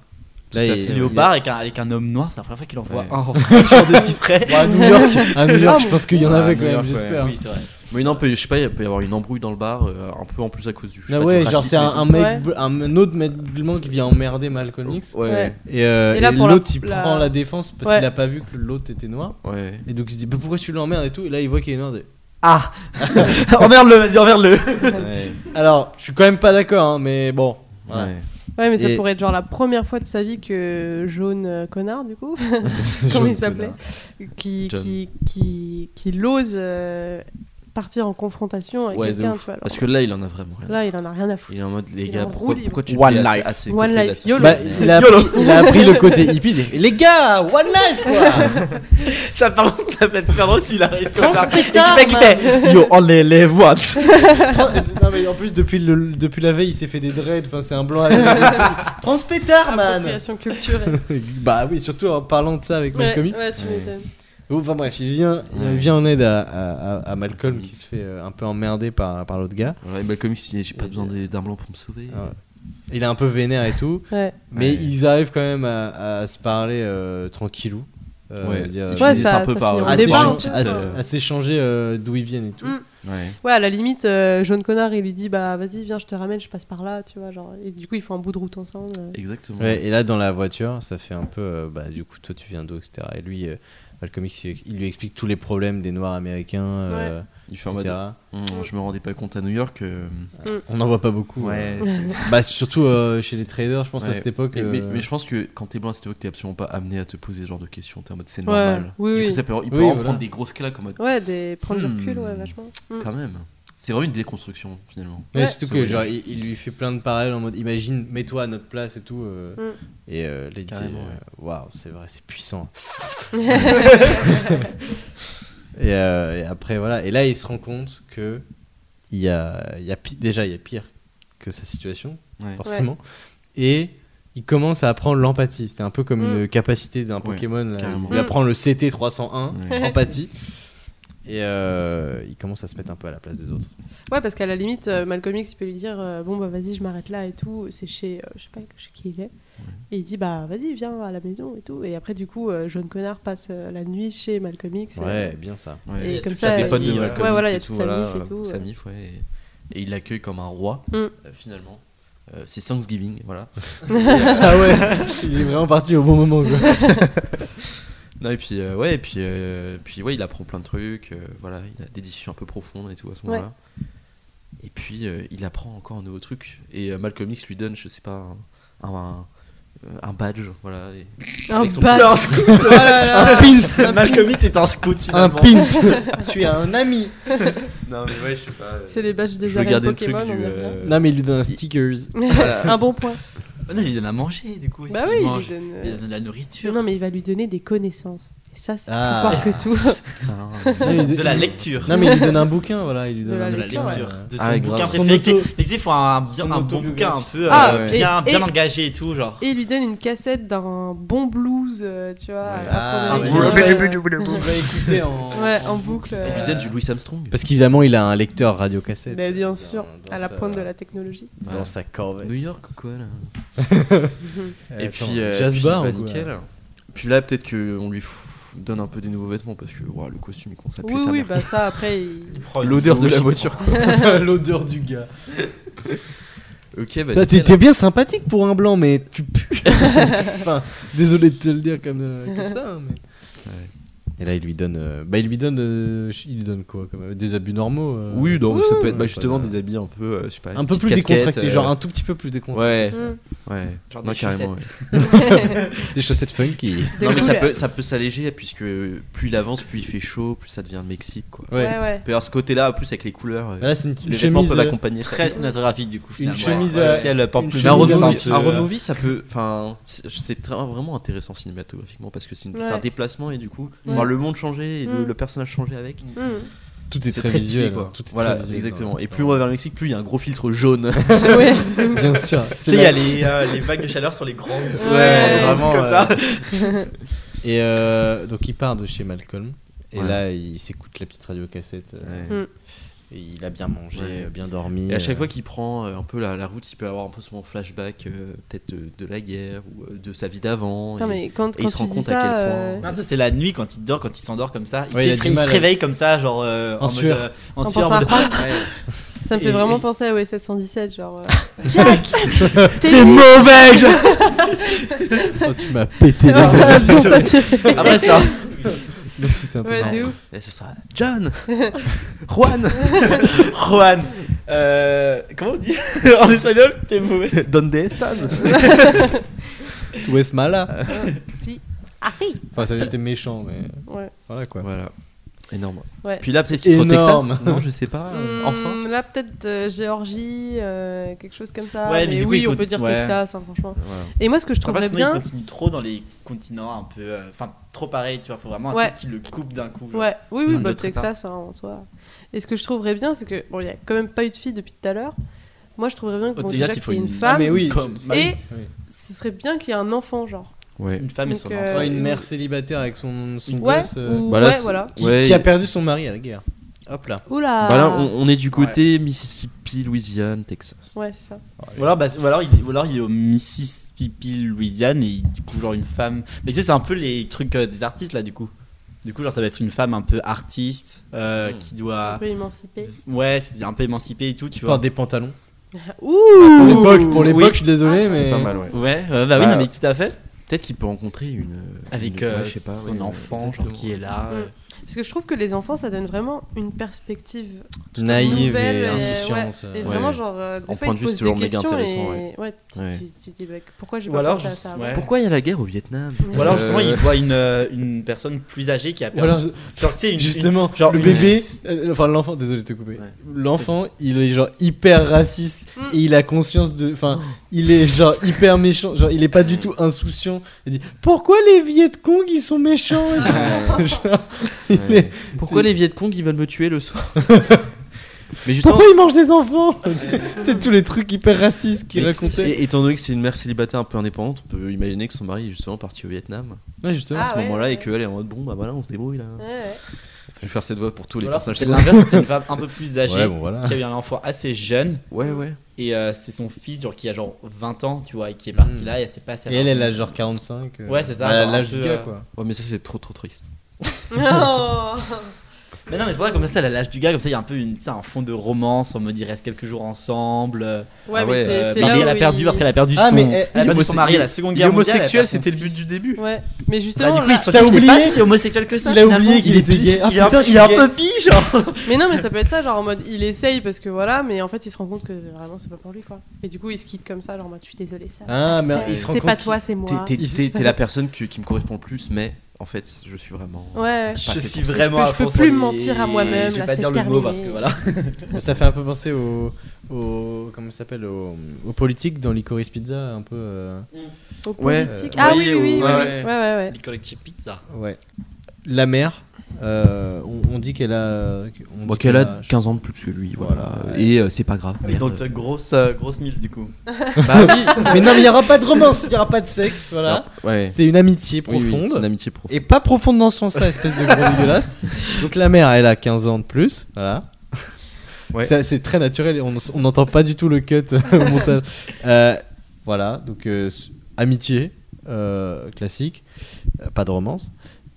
E: là,
H: tout à
E: il-
H: fait,
G: Il est au
H: oui.
G: bar avec un, avec un homme noir, c'est la première fois qu'il en voit
H: Ouais.
G: un en genre de si près.
E: Bon, Bah, à New York, à New York, je pense qu'il y en
H: Ah,
E: avait
H: New
E: quand même,
H: York, ouais.
E: j'espère.
G: Oui, c'est vrai.
H: Mais non, peut- je sais pas, il peut y avoir une embrouille dans le bar, euh, un peu en plus à cause du. je sais
E: Ah
H: pas, du
E: ouais, genre
H: racisme
E: c'est
H: et
E: un,
H: tout.
E: un mec,
F: Ouais.
E: bl- un, un autre mec blanc qui vient emmerder Malcolm X.
H: Ouais,
E: Et, euh,
F: Et
E: et
F: là, pour la-
E: l'autre il
F: la-
E: prend la défense parce
F: Ouais.
E: qu'il a pas vu que l'autre était noir.
H: ouais.
E: Et donc il se dit bah, pourquoi tu l'emmerdes et tout. Et là il voit qu'il est noir. il dit,
G: Ah Emmerde-le, vas-y, emmerde-le
H: Ouais,
E: Alors je suis quand même pas d'accord, hein, mais bon. Voilà.
H: ouais.
F: Ouais, mais ça
E: Et-
F: pourrait être genre la première fois de sa vie que Jaune euh, Connard, du coup, comment
E: Jaune
F: il s'appelait, qui,
H: John.
F: qui, qui, qui ose euh, partir en confrontation avec
H: Ouais, de
F: quelqu'un,
H: ouf.
F: tu vois. alors
H: Parce que là, il en a vraiment rien.
F: Là, il en a rien à
H: Il
F: foutre.
H: est en mode, les
F: Il
H: gars,
F: en
H: pourquoi,
F: roule,
H: pourquoi tu
G: One
H: te mets à-
G: life.
H: à ses
F: One
H: côtés de la
F: life,
H: société
F: YOLO.
E: Bah, il, a pris, il a appris le côté hippie. il dit, Les gars, one life quoi.
G: Ça, par contre, ça peut être super drôle s'il arrive comme
E: Prends
G: ça.
E: ce pétard,
G: Et que le mec fait Yo, on les lève, what
E: non mais en plus depuis le, depuis la veille il s'est fait des dreads. Enfin c'est un blanc. à la gueule et tout. Prends ce
G: Ah,
E: pétard man.
F: Appropriation culturelle.
E: bah oui surtout en parlant de ça avec
F: ouais,
E: Malcolm X.
F: ouais, tu
H: Ouais.
F: m'étonnes.
E: Bon, Enfin bref, il vient, il vient en aide à, à- à- à Malcolm qui se fait euh, un peu emmerder par, par l'autre gars.
H: Voilà, et Malcolm X, il dit, j'ai pas besoin des- d'un blanc pour me sauver.
E: Ah ouais. Il est un peu vénère et tout,
F: Ouais.
E: mais
H: Ouais.
E: ils arrivent quand même à, à se parler euh, tranquillou. euh,
H: Ouais.
E: dire,
H: Ils
E: euh,
F: Ouais,
H: finissent
F: ça-
H: un peu
F: ça
H: par-
F: finit en
E: à
H: par
F: débat,
H: une
E: s'échan-
F: en
H: petite,
F: fait.
E: à s-
H: euh,
E: à s'échanger euh, d'où ils viennent et tout.
F: Mm.
H: ouais.
F: Ouais, à la limite, euh, Jaune Connard, il lui dit Bah, vas-y, viens, je te ramène, je passe par là, tu vois. Genre, et du coup, ils font un bout de route ensemble. euh.
H: Exactement.
E: Ouais, et là, dans la voiture, ça fait un peu. euh, bah, du coup, toi, tu viens d'où, etc. Et lui, euh, Malcolm X, il il lui explique tous les problèmes des Noirs américains, euh,
H: Il fait en
E: etc.
H: mode, Hum, je me rendais pas compte à New York. euh,
E: On n'en voit pas beaucoup.
H: Ouais,
E: euh.
H: c'est-
E: Bah, surtout euh, chez les traders, je pense, à
H: Ouais.
E: cette époque.
H: Mais, mais-
E: euh,
H: mais je pense que quand t'es blanc, c'est que t'es absolument pas amené à te poser ce genre de questions. T'es en mode c'est
F: Ouais,
H: normal.
F: oui,
H: du
F: oui.
H: coup, ça peut, il peut
E: Oui,
H: en
E: voilà.
H: prendre des grosses claques en mode
F: Ouais, des... prendre du
H: Hmm.
F: recul, ouais, vachement. Hmm.
H: quand même. C'est vraiment une déconstruction finalement.
E: Mais
F: Ouais.
E: surtout
H: C'est
E: que
H: vrai.
E: genre il, il lui fait plein de parallèles en mode imagine mets-toi à notre place et tout euh,
F: Mm.
E: et euh, là, il dit,
H: Carrément,
E: euh,
H: ouais.
E: waouh c'est vrai c'est puissant et, euh, et après voilà et là il se rend compte que il y a, il y a pi- déjà il y a pire que sa situation
H: Ouais.
E: forcément et il commence à apprendre l'empathie c'était un peu comme
F: Mm.
E: une capacité d'un Pokémon là.
H: carrément.
E: il
F: Mm.
E: apprend le CT 301
H: Ouais.
E: empathie et euh, il commence à se mettre un peu à la place des autres
F: Ouais, parce qu'à la limite, euh, Malcolm X, il peut lui dire euh, Bon, bah, vas-y, je m'arrête là et tout. C'est chez, euh, je sais pas chez qui il est. Et il dit Bah, vas-y, viens à la maison et tout. Et après, du coup, euh, Jaune Connard passe euh, la nuit chez Malcolm X. euh,
E: ouais bien ça
H: Ouais.
F: Et
G: y a
F: comme
G: toute
F: ça,
G: la
F: il-
G: famille, ouais.
H: Malcolm
F: ouais,
H: X
F: voilà, il y a
H: et
F: toute sa
H: voilà,
F: mif et tout. euh.
H: sa
F: ouais.
H: mif, ouais, et, et il l'accueille comme un roi
F: Mm.
H: euh, finalement. Euh, c'est Thanksgiving, voilà.
E: Ah ouais, il est vraiment parti au bon moment quoi.
H: Non, et puis, euh, ouais, et puis, euh, puis ouais, il apprend plein de trucs. euh, voilà, il a des discussions un peu profondes et tout à ce
F: Ouais.
H: moment-là. Et puis, euh, il apprend encore un nouveau truc. Et euh, Malcolm X lui donne, je sais pas, un, un- un- euh, un badge, voilà. et-
F: Un
H: avec son-
F: badge.
H: C'est un
F: Oh là là.
G: Un pins
F: Un
G: Malcolm
F: pins.
G: X est un scout
E: Un
G: finalement.
E: pins Tu es un ami
H: Non, mais ouais, je sais pas. euh,
F: C'est les badges des
H: je
F: arènes
H: regardais le truc
F: Pokémon.
H: du.
F: on aime
H: euh,
E: Non, mais il lui donne un stickers.
F: bien. un bon point.
G: Ah Non, il donne à manger du coup.
F: Bah
G: s'il
F: oui, il lui
G: mange.
F: donne.
G: Il
F: euh,
G: donne de la nourriture.
F: Non, mais il va lui donner des connaissances. Et ça, c'est
E: Ah.
F: plus fort que tout.
H: hein, euh,
G: De la lecture.
E: Non, mais il lui donne un bouquin, voilà. Il lui
F: De
E: donne
F: la
E: un
G: de la
E: bouquin,
F: lecture,
G: lecture,
E: euh,
G: de son
H: Ah ouais,
G: bouquin
H: grave.
G: préféré.
E: Son auto-
G: Il faut un, bien-
E: son
G: un bon bouquin un
E: autobiographie.
G: peu euh,
F: Ah, et-
G: bien, bien
F: et-
G: engagé et tout, genre.
F: Et il lui donne une cassette d'un bon blues, euh, tu vois.
E: Ah,
F: afro-américain.
E: Qu'il va écouter en.
F: Ouais, en boucle.
H: Ils
F: euh,
H: lui donnent du Louis Armstrong.
E: Parce qu'évidemment, il a un lecteur radiocassette.
F: Mais bah, bien
E: dans-
F: sûr,
E: dans
F: à la
E: sa-
F: pointe de la technologie.
E: Dans sa corvette.
H: New York ou quoi là
E: Euh,
H: Et
E: attends,
H: puis. euh,
E: Jazz
H: puis,
E: bar,
H: bah,
E: ou quoi
H: nickel. Puis là, peut-être qu'on lui f- donne un peu des nouveaux vêtements parce que ouah, le costume il commence à puer
F: Oui,
H: sa
F: oui,
H: mère.
F: bah ça après. il-
H: L'odeur de la voiture quoi.
E: L'odeur du gars.
H: ok, bah.
E: Toi, t'es
H: nickel.
E: t'es bien sympathique pour un blanc, mais tu pues. enfin, désolé de te le dire comme, euh, comme ça. hein, mais-
H: Ouais.
E: Et là, il lui donne. euh, Bah, il lui donne. euh, il lui donne quoi comme, euh, Des habits normaux euh,
H: Oui, non, mais ça peut être
E: ouais,
H: bah,
E: pas
H: justement
E: de-
H: des habits un peu, euh, je sais pas,
E: Un
H: une
E: peu
H: petite
E: plus
H: casquette,
E: décontractés,
H: euh,
E: genre un tout petit peu plus décontractés.
H: Ouais,
F: Hmm.
H: ouais.
G: Genre
H: Non,
G: des
H: carrément,
G: chaussettes.
E: Des chaussettes funky.
F: Des
H: Non, mais ça
F: couleurs.
H: peut, ça peut s'alléger puisque plus il avance, plus il fait chaud, plus ça devient le Mexique quoi.
E: Ouais.
F: Ouais, ouais.
H: Il peut y avoir ce côté-là, en plus avec les couleurs. euh,
E: Là, c'est une, une
H: les vêtements
E: chemise.
H: peuvent
E: euh,
H: accompagner ça.
G: Très cinématographique du coup.
E: Une
G: finalement.
E: chemise,
G: Ouais,
E: euh,
G: ciel, pas
E: une
G: plus
H: Mais un
E: chemise
H: road
E: à-
G: un
H: movie,
G: peu,
H: un road
G: euh,
H: movie, ça peut. Enfin, c'est c'est très- vraiment intéressant cinématographiquement parce que c'est une- c'est un
F: Ouais.
H: déplacement et du coup,
G: Mm.
F: Ouais.
H: voir le monde changer et le,
F: Mm.
H: le personnage changer avec.
F: Hmm.
E: Tout est
H: c'est
E: Mm. très,
H: très stylé,
E: visuel.
H: quoi.
E: hein, Tout est
H: Voilà,
E: très visuel, hein.
H: exactement.
E: quoi.
H: Et plus on va vers le Mexique, plus il y a un gros filtre jaune.
F: Ouais.
E: Bien sûr.
G: Tu sais, il y a les, euh, les vagues de chaleur sur les grands.
F: Ouais.
E: Vraiment,
G: Comme
E: euh,
G: ça.
E: Et euh, donc il part de chez Malcolm. Et
H: Ouais.
E: là, il s'écoute la petite radio cassette. euh,
H: Ouais.
E: Et il a bien mangé,
H: Ouais.
E: euh, bien dormi.
H: Et à chaque
E: euh,
H: fois qu'il prend euh, un peu la, la route, il peut avoir un peu son flashback, euh, peut-être de, de la guerre ou euh, de sa vie d'avant.
F: Putain,
H: et-
F: mais quand,
H: et il
F: quand
H: se
F: tu
H: rend
F: dis
H: compte à
F: ça,
H: quel point-
F: euh,
G: Non, ça, c'est la nuit quand il dort, quand il s'endort comme ça.
E: Ouais,
G: il,
E: il a
G: se,
E: du
G: il se
E: mal à-
G: réveille comme ça, genre euh,
E: En
G: mode,
E: sueur.
G: euh, en
F: En
G: sueur, en
F: pensant à
G: mode-
F: Juan, ça me fait
G: Et-
F: vraiment
G: et-
F: penser à OSS 117, genre. euh, Jack T'es
G: mauvais genre.
E: Oh, tu m'as pété
F: Alors,
E: les
F: ça va bien
E: oreilles.
F: s'attirer.
G: Après ça,
E: Mais c'était un peu
F: Ouais,
E: marrant.
F: de
G: Ah.
F: ouf.
H: Et ce sera John Juan
G: Juan. euh, comment on dit en espagnol T'es mauvais.
H: Donde están
E: Tout est mala.
F: Fille. Ah, fille
E: Enfin, ça était méchant, mais
F: Ouais.
E: voilà quoi.
H: Voilà, énorme.
F: Ouais.
H: Puis là, peut-être qu'il sera au
E: Énorme.
H: Texas Non, je sais
G: Ah,
H: pas. euh, Enfin
F: Hmm, Là, peut-être euh, Géorgie, euh, quelque chose comme ça.
G: Ouais, mais
F: mais
G: du coup,
F: oui,
G: il
F: on
G: faut-
F: peut dire
G: ouais.
F: Texas, hein, franchement.
H: Voilà.
F: Et moi, ce que je
G: Après,
F: trouverais
G: sinon,
F: bien.
G: il continue trop dans les continents un peu. euh, Enfin, trop pareil, tu vois. Faut vraiment un
F: Ouais.
G: truc qui le coupe d'un coup. genre.
F: Ouais, oui, oui,
G: Un
F: bah,
G: autre
F: Texas, hein, en soi. Et ce que je trouverais bien, c'est que. Bon, il n'y a quand même pas eu de fille depuis tout à l'heure. Moi, je trouverais bien que,
G: Au
F: bon,
G: Texas,
F: déjà,
G: il faut
F: qu'il y ait une
G: une-
E: Ah,
F: femme.
E: mais oui,
G: Comme-
E: c'est-
F: Et-
E: oui.
F: Ce serait bien qu'il y ait un enfant, genre.
H: Ouais.
G: Une femme et
F: Donc,
G: son
F: euh,
G: enfant.
E: Enfin, une mère célibataire avec son, son
F: Ouais,
E: gosse, euh,
F: ou-
H: bah là,
F: ouais
H: c'est-
F: voilà.
E: qui,
H: Ouais,
E: qui
H: il-
E: a perdu son mari à la guerre. Hop là.
F: Oula
H: Bah là, on, on est du côté Mississippi, Louisiane, Texas.
F: Ouais, c'est ça.
G: Ou alors, bah, ou alors il, ou alors il est au Mississippi, Louisiane, et il découvre genre une femme. Mais tu sais, c'est un peu les trucs euh, des artistes là, du coup. Du coup, genre, ça va être une femme un peu artiste euh,
H: Mm.
G: qui
F: Un
G: doit.
F: peu émancipé.
G: Ouais, c'est un peu émancipée et tout, tu
E: Tu
G: vois.
E: portes des pantalons.
F: Ouh
E: Pour
G: Ouh,
E: l'époque, pour l'époque,
G: oui.
E: je suis désolé, mais.
H: C'est pas mal, ouais.
G: Ouais, euh, bah oui,
H: Ouais.
G: non, mais tout à fait.
H: Peut-être qu'il peut rencontrer une.
G: Avec
H: une-
G: euh,
H: ouais, je sais pas,
G: son
H: ouais,
G: enfant genre,
H: exactement.
G: qui est là.
F: Mm.
G: euh.
F: Parce que je trouve que les enfants, ça donne vraiment une perspective
E: Naïve
F: nouvelle
E: et
F: euh,
E: insouciante.
F: ouais,
E: euh,
F: et
E: ouais.
F: vraiment, genre, euh, des
H: En
F: fois, ils
H: point de
F: te
H: vue,
F: posent
H: c'est toujours
F: des
H: méga
F: questions
H: intéressant,
F: et... Ouais, tu,
H: Ouais.
F: tu- tu dis, bah, pourquoi j'ai
G: Ou
F: pas
G: alors,
F: pensé à
G: juste-
F: ça
G: ouais.
H: Pourquoi il y a la guerre au Vietnam
G: Ou alors, justement,
H: Euh,
G: il voit une, euh, une personne plus âgée qui a
E: Ou
G: perdu.
E: alors,
G: Genre, tu sais, une- une-
E: Justement,
G: genre
E: le
G: une-
E: bébé, euh, enfin l'enfant, désolé de te couper.
H: Ouais.
E: L'enfant, il est genre hyper raciste
F: Mm.
E: et il a conscience de. Enfin, il est genre hyper méchant, genre il est pas du tout insouciant. Il dit Pourquoi les Viet Cong ils sont méchants et tout Genre, il
H: Ouais.
E: est-
H: Pourquoi
E: c'est-
H: les Vietcong ils veulent me tuer le soir Mais justement.
E: Pourquoi ils mangent des enfants C'est tous les trucs hyper racistes qu'il
H: mais-
E: racontait.
H: et- étant donné que c'est une mère célibataire un peu indépendante, on peut imaginer que son mari est justement parti au Vietnam
E: Ouais, justement.
H: à
F: Ah
H: ce
F: ouais,
H: moment-là
F: ouais.
H: et qu'elle est en mode bon bah voilà on se débrouille là.
F: Ouais, ouais.
H: Je vais faire cette voix pour tous les
G: Ou alors,
H: personnages.
G: c'est l'inverse, c'était une femme un peu plus âgée
E: Ah, Ouais, bon voilà.
G: qui a eu un enfant assez jeune.
H: Ouais ouais.
G: Et euh, c'est son fils, genre, qui a genre 20 ans, tu vois, et qui est parti
E: Mm.
G: là, et elle sait pas si
E: Et elle, elle a genre 45. euh,
G: Ouais, c'est ça,
E: à
G: genre un
E: L'âge
G: peu,
E: du gars
G: euh,
E: quoi.
H: Ouais mais ça c'est trop trop triste.
F: Non
G: Mais non, mais c'est pour ça, comme ça, la l'âge du gars, comme ça, il y a un peu une, tu sais, un fond de romance. On me dirait reste quelques jours ensemble. euh,
F: Ouais,
H: Ah
F: mais
H: ouais,
F: c'est
G: euh,
F: c'est
G: parce
F: là
G: qu'elle
F: où
G: a perdu,
F: il-
G: parce qu'elle a perdu
E: Ah,
G: son,
E: mais,
G: elle
E: eh,
G: a perdu son
H: l'homose-
G: mari à la
H: il-
G: seconde
H: il est
G: guerre mondiale. elle a
H: Homosexuel,
G: perdu son
H: c'était le but
G: fils.
H: du début.
F: Ouais, mais justement,
G: Bah, du coup, ils
F: là-
G: se sont
E: T'as
G: dit qu'il est
E: oublié
G: pas si homosexuel que ça.
E: Il a
G: finalement,
E: oublié qu'il
G: est
E: était gay. Ah,
G: il est un-
E: putain, je suis
G: il est un
E: gay.
G: peu pige. hein.
F: mais non, mais ça peut être ça, genre en mode il essaye parce que voilà, mais en fait il se rend compte que vraiment c'est pas pour lui quoi. Et du coup il se quitte comme ça, genre en mode je suis désolé, ça.
E: Ah, mais il se rend
F: c'est pas
E: compte.
F: toi, c'est moi.
H: T'es- T'es t'es- t'es la personne que- qui me correspond le plus, mais en fait, je suis vraiment.
F: Ouais.
H: Pas
G: Je
H: fait
G: suis
H: pour ça.
G: vraiment.
F: Je peux- je
G: à
F: peux
G: fond sur
F: plus
G: les-
F: mentir à moi-même,
G: Je vais
F: là,
G: pas
F: c'est
G: dire le mot
F: terminé.
G: parce que voilà.
E: qu'il- Ça fait un peu penser au. au comment ça s'appelle au, aux politiques dans Licorice Pizza, un peu. euh,
F: Au
H: Ouais.
F: politique.
H: Euh,
F: ah
H: oui,
F: oui, oui, oui,
H: au-
F: oui.
H: ouais,
F: ouais, ouais,
H: ouais.
F: ouais.
G: Licorice pizza.
E: Ouais. La mère, euh, on, on dit qu'elle a. on dit
H: Bon, qu'elle a
E: a-
H: 15 ans de plus que lui, voilà.
E: Ouais.
H: Et euh, c'est pas grave. merde.
G: Donc euh, grosse euh, grosse mille du coup.
H: Bah oui,
E: Mais non, mais il n'y aura pas de romance, il n'y aura pas de sexe, voilà.
H: ouais.
E: C'est une amitié
H: Oui, oui,
E: profonde.
H: c'est une amitié profonde.
E: Et pas profonde dans son ça, espèce de gros dégueulasse. Donc la mère, elle a 15 ans de plus, voilà.
H: Ouais.
E: Ça, C'est très naturel, on on n'entend pas du tout le cut au montage. Euh, voilà, donc euh, s- amitié euh, classique, euh, pas de romance.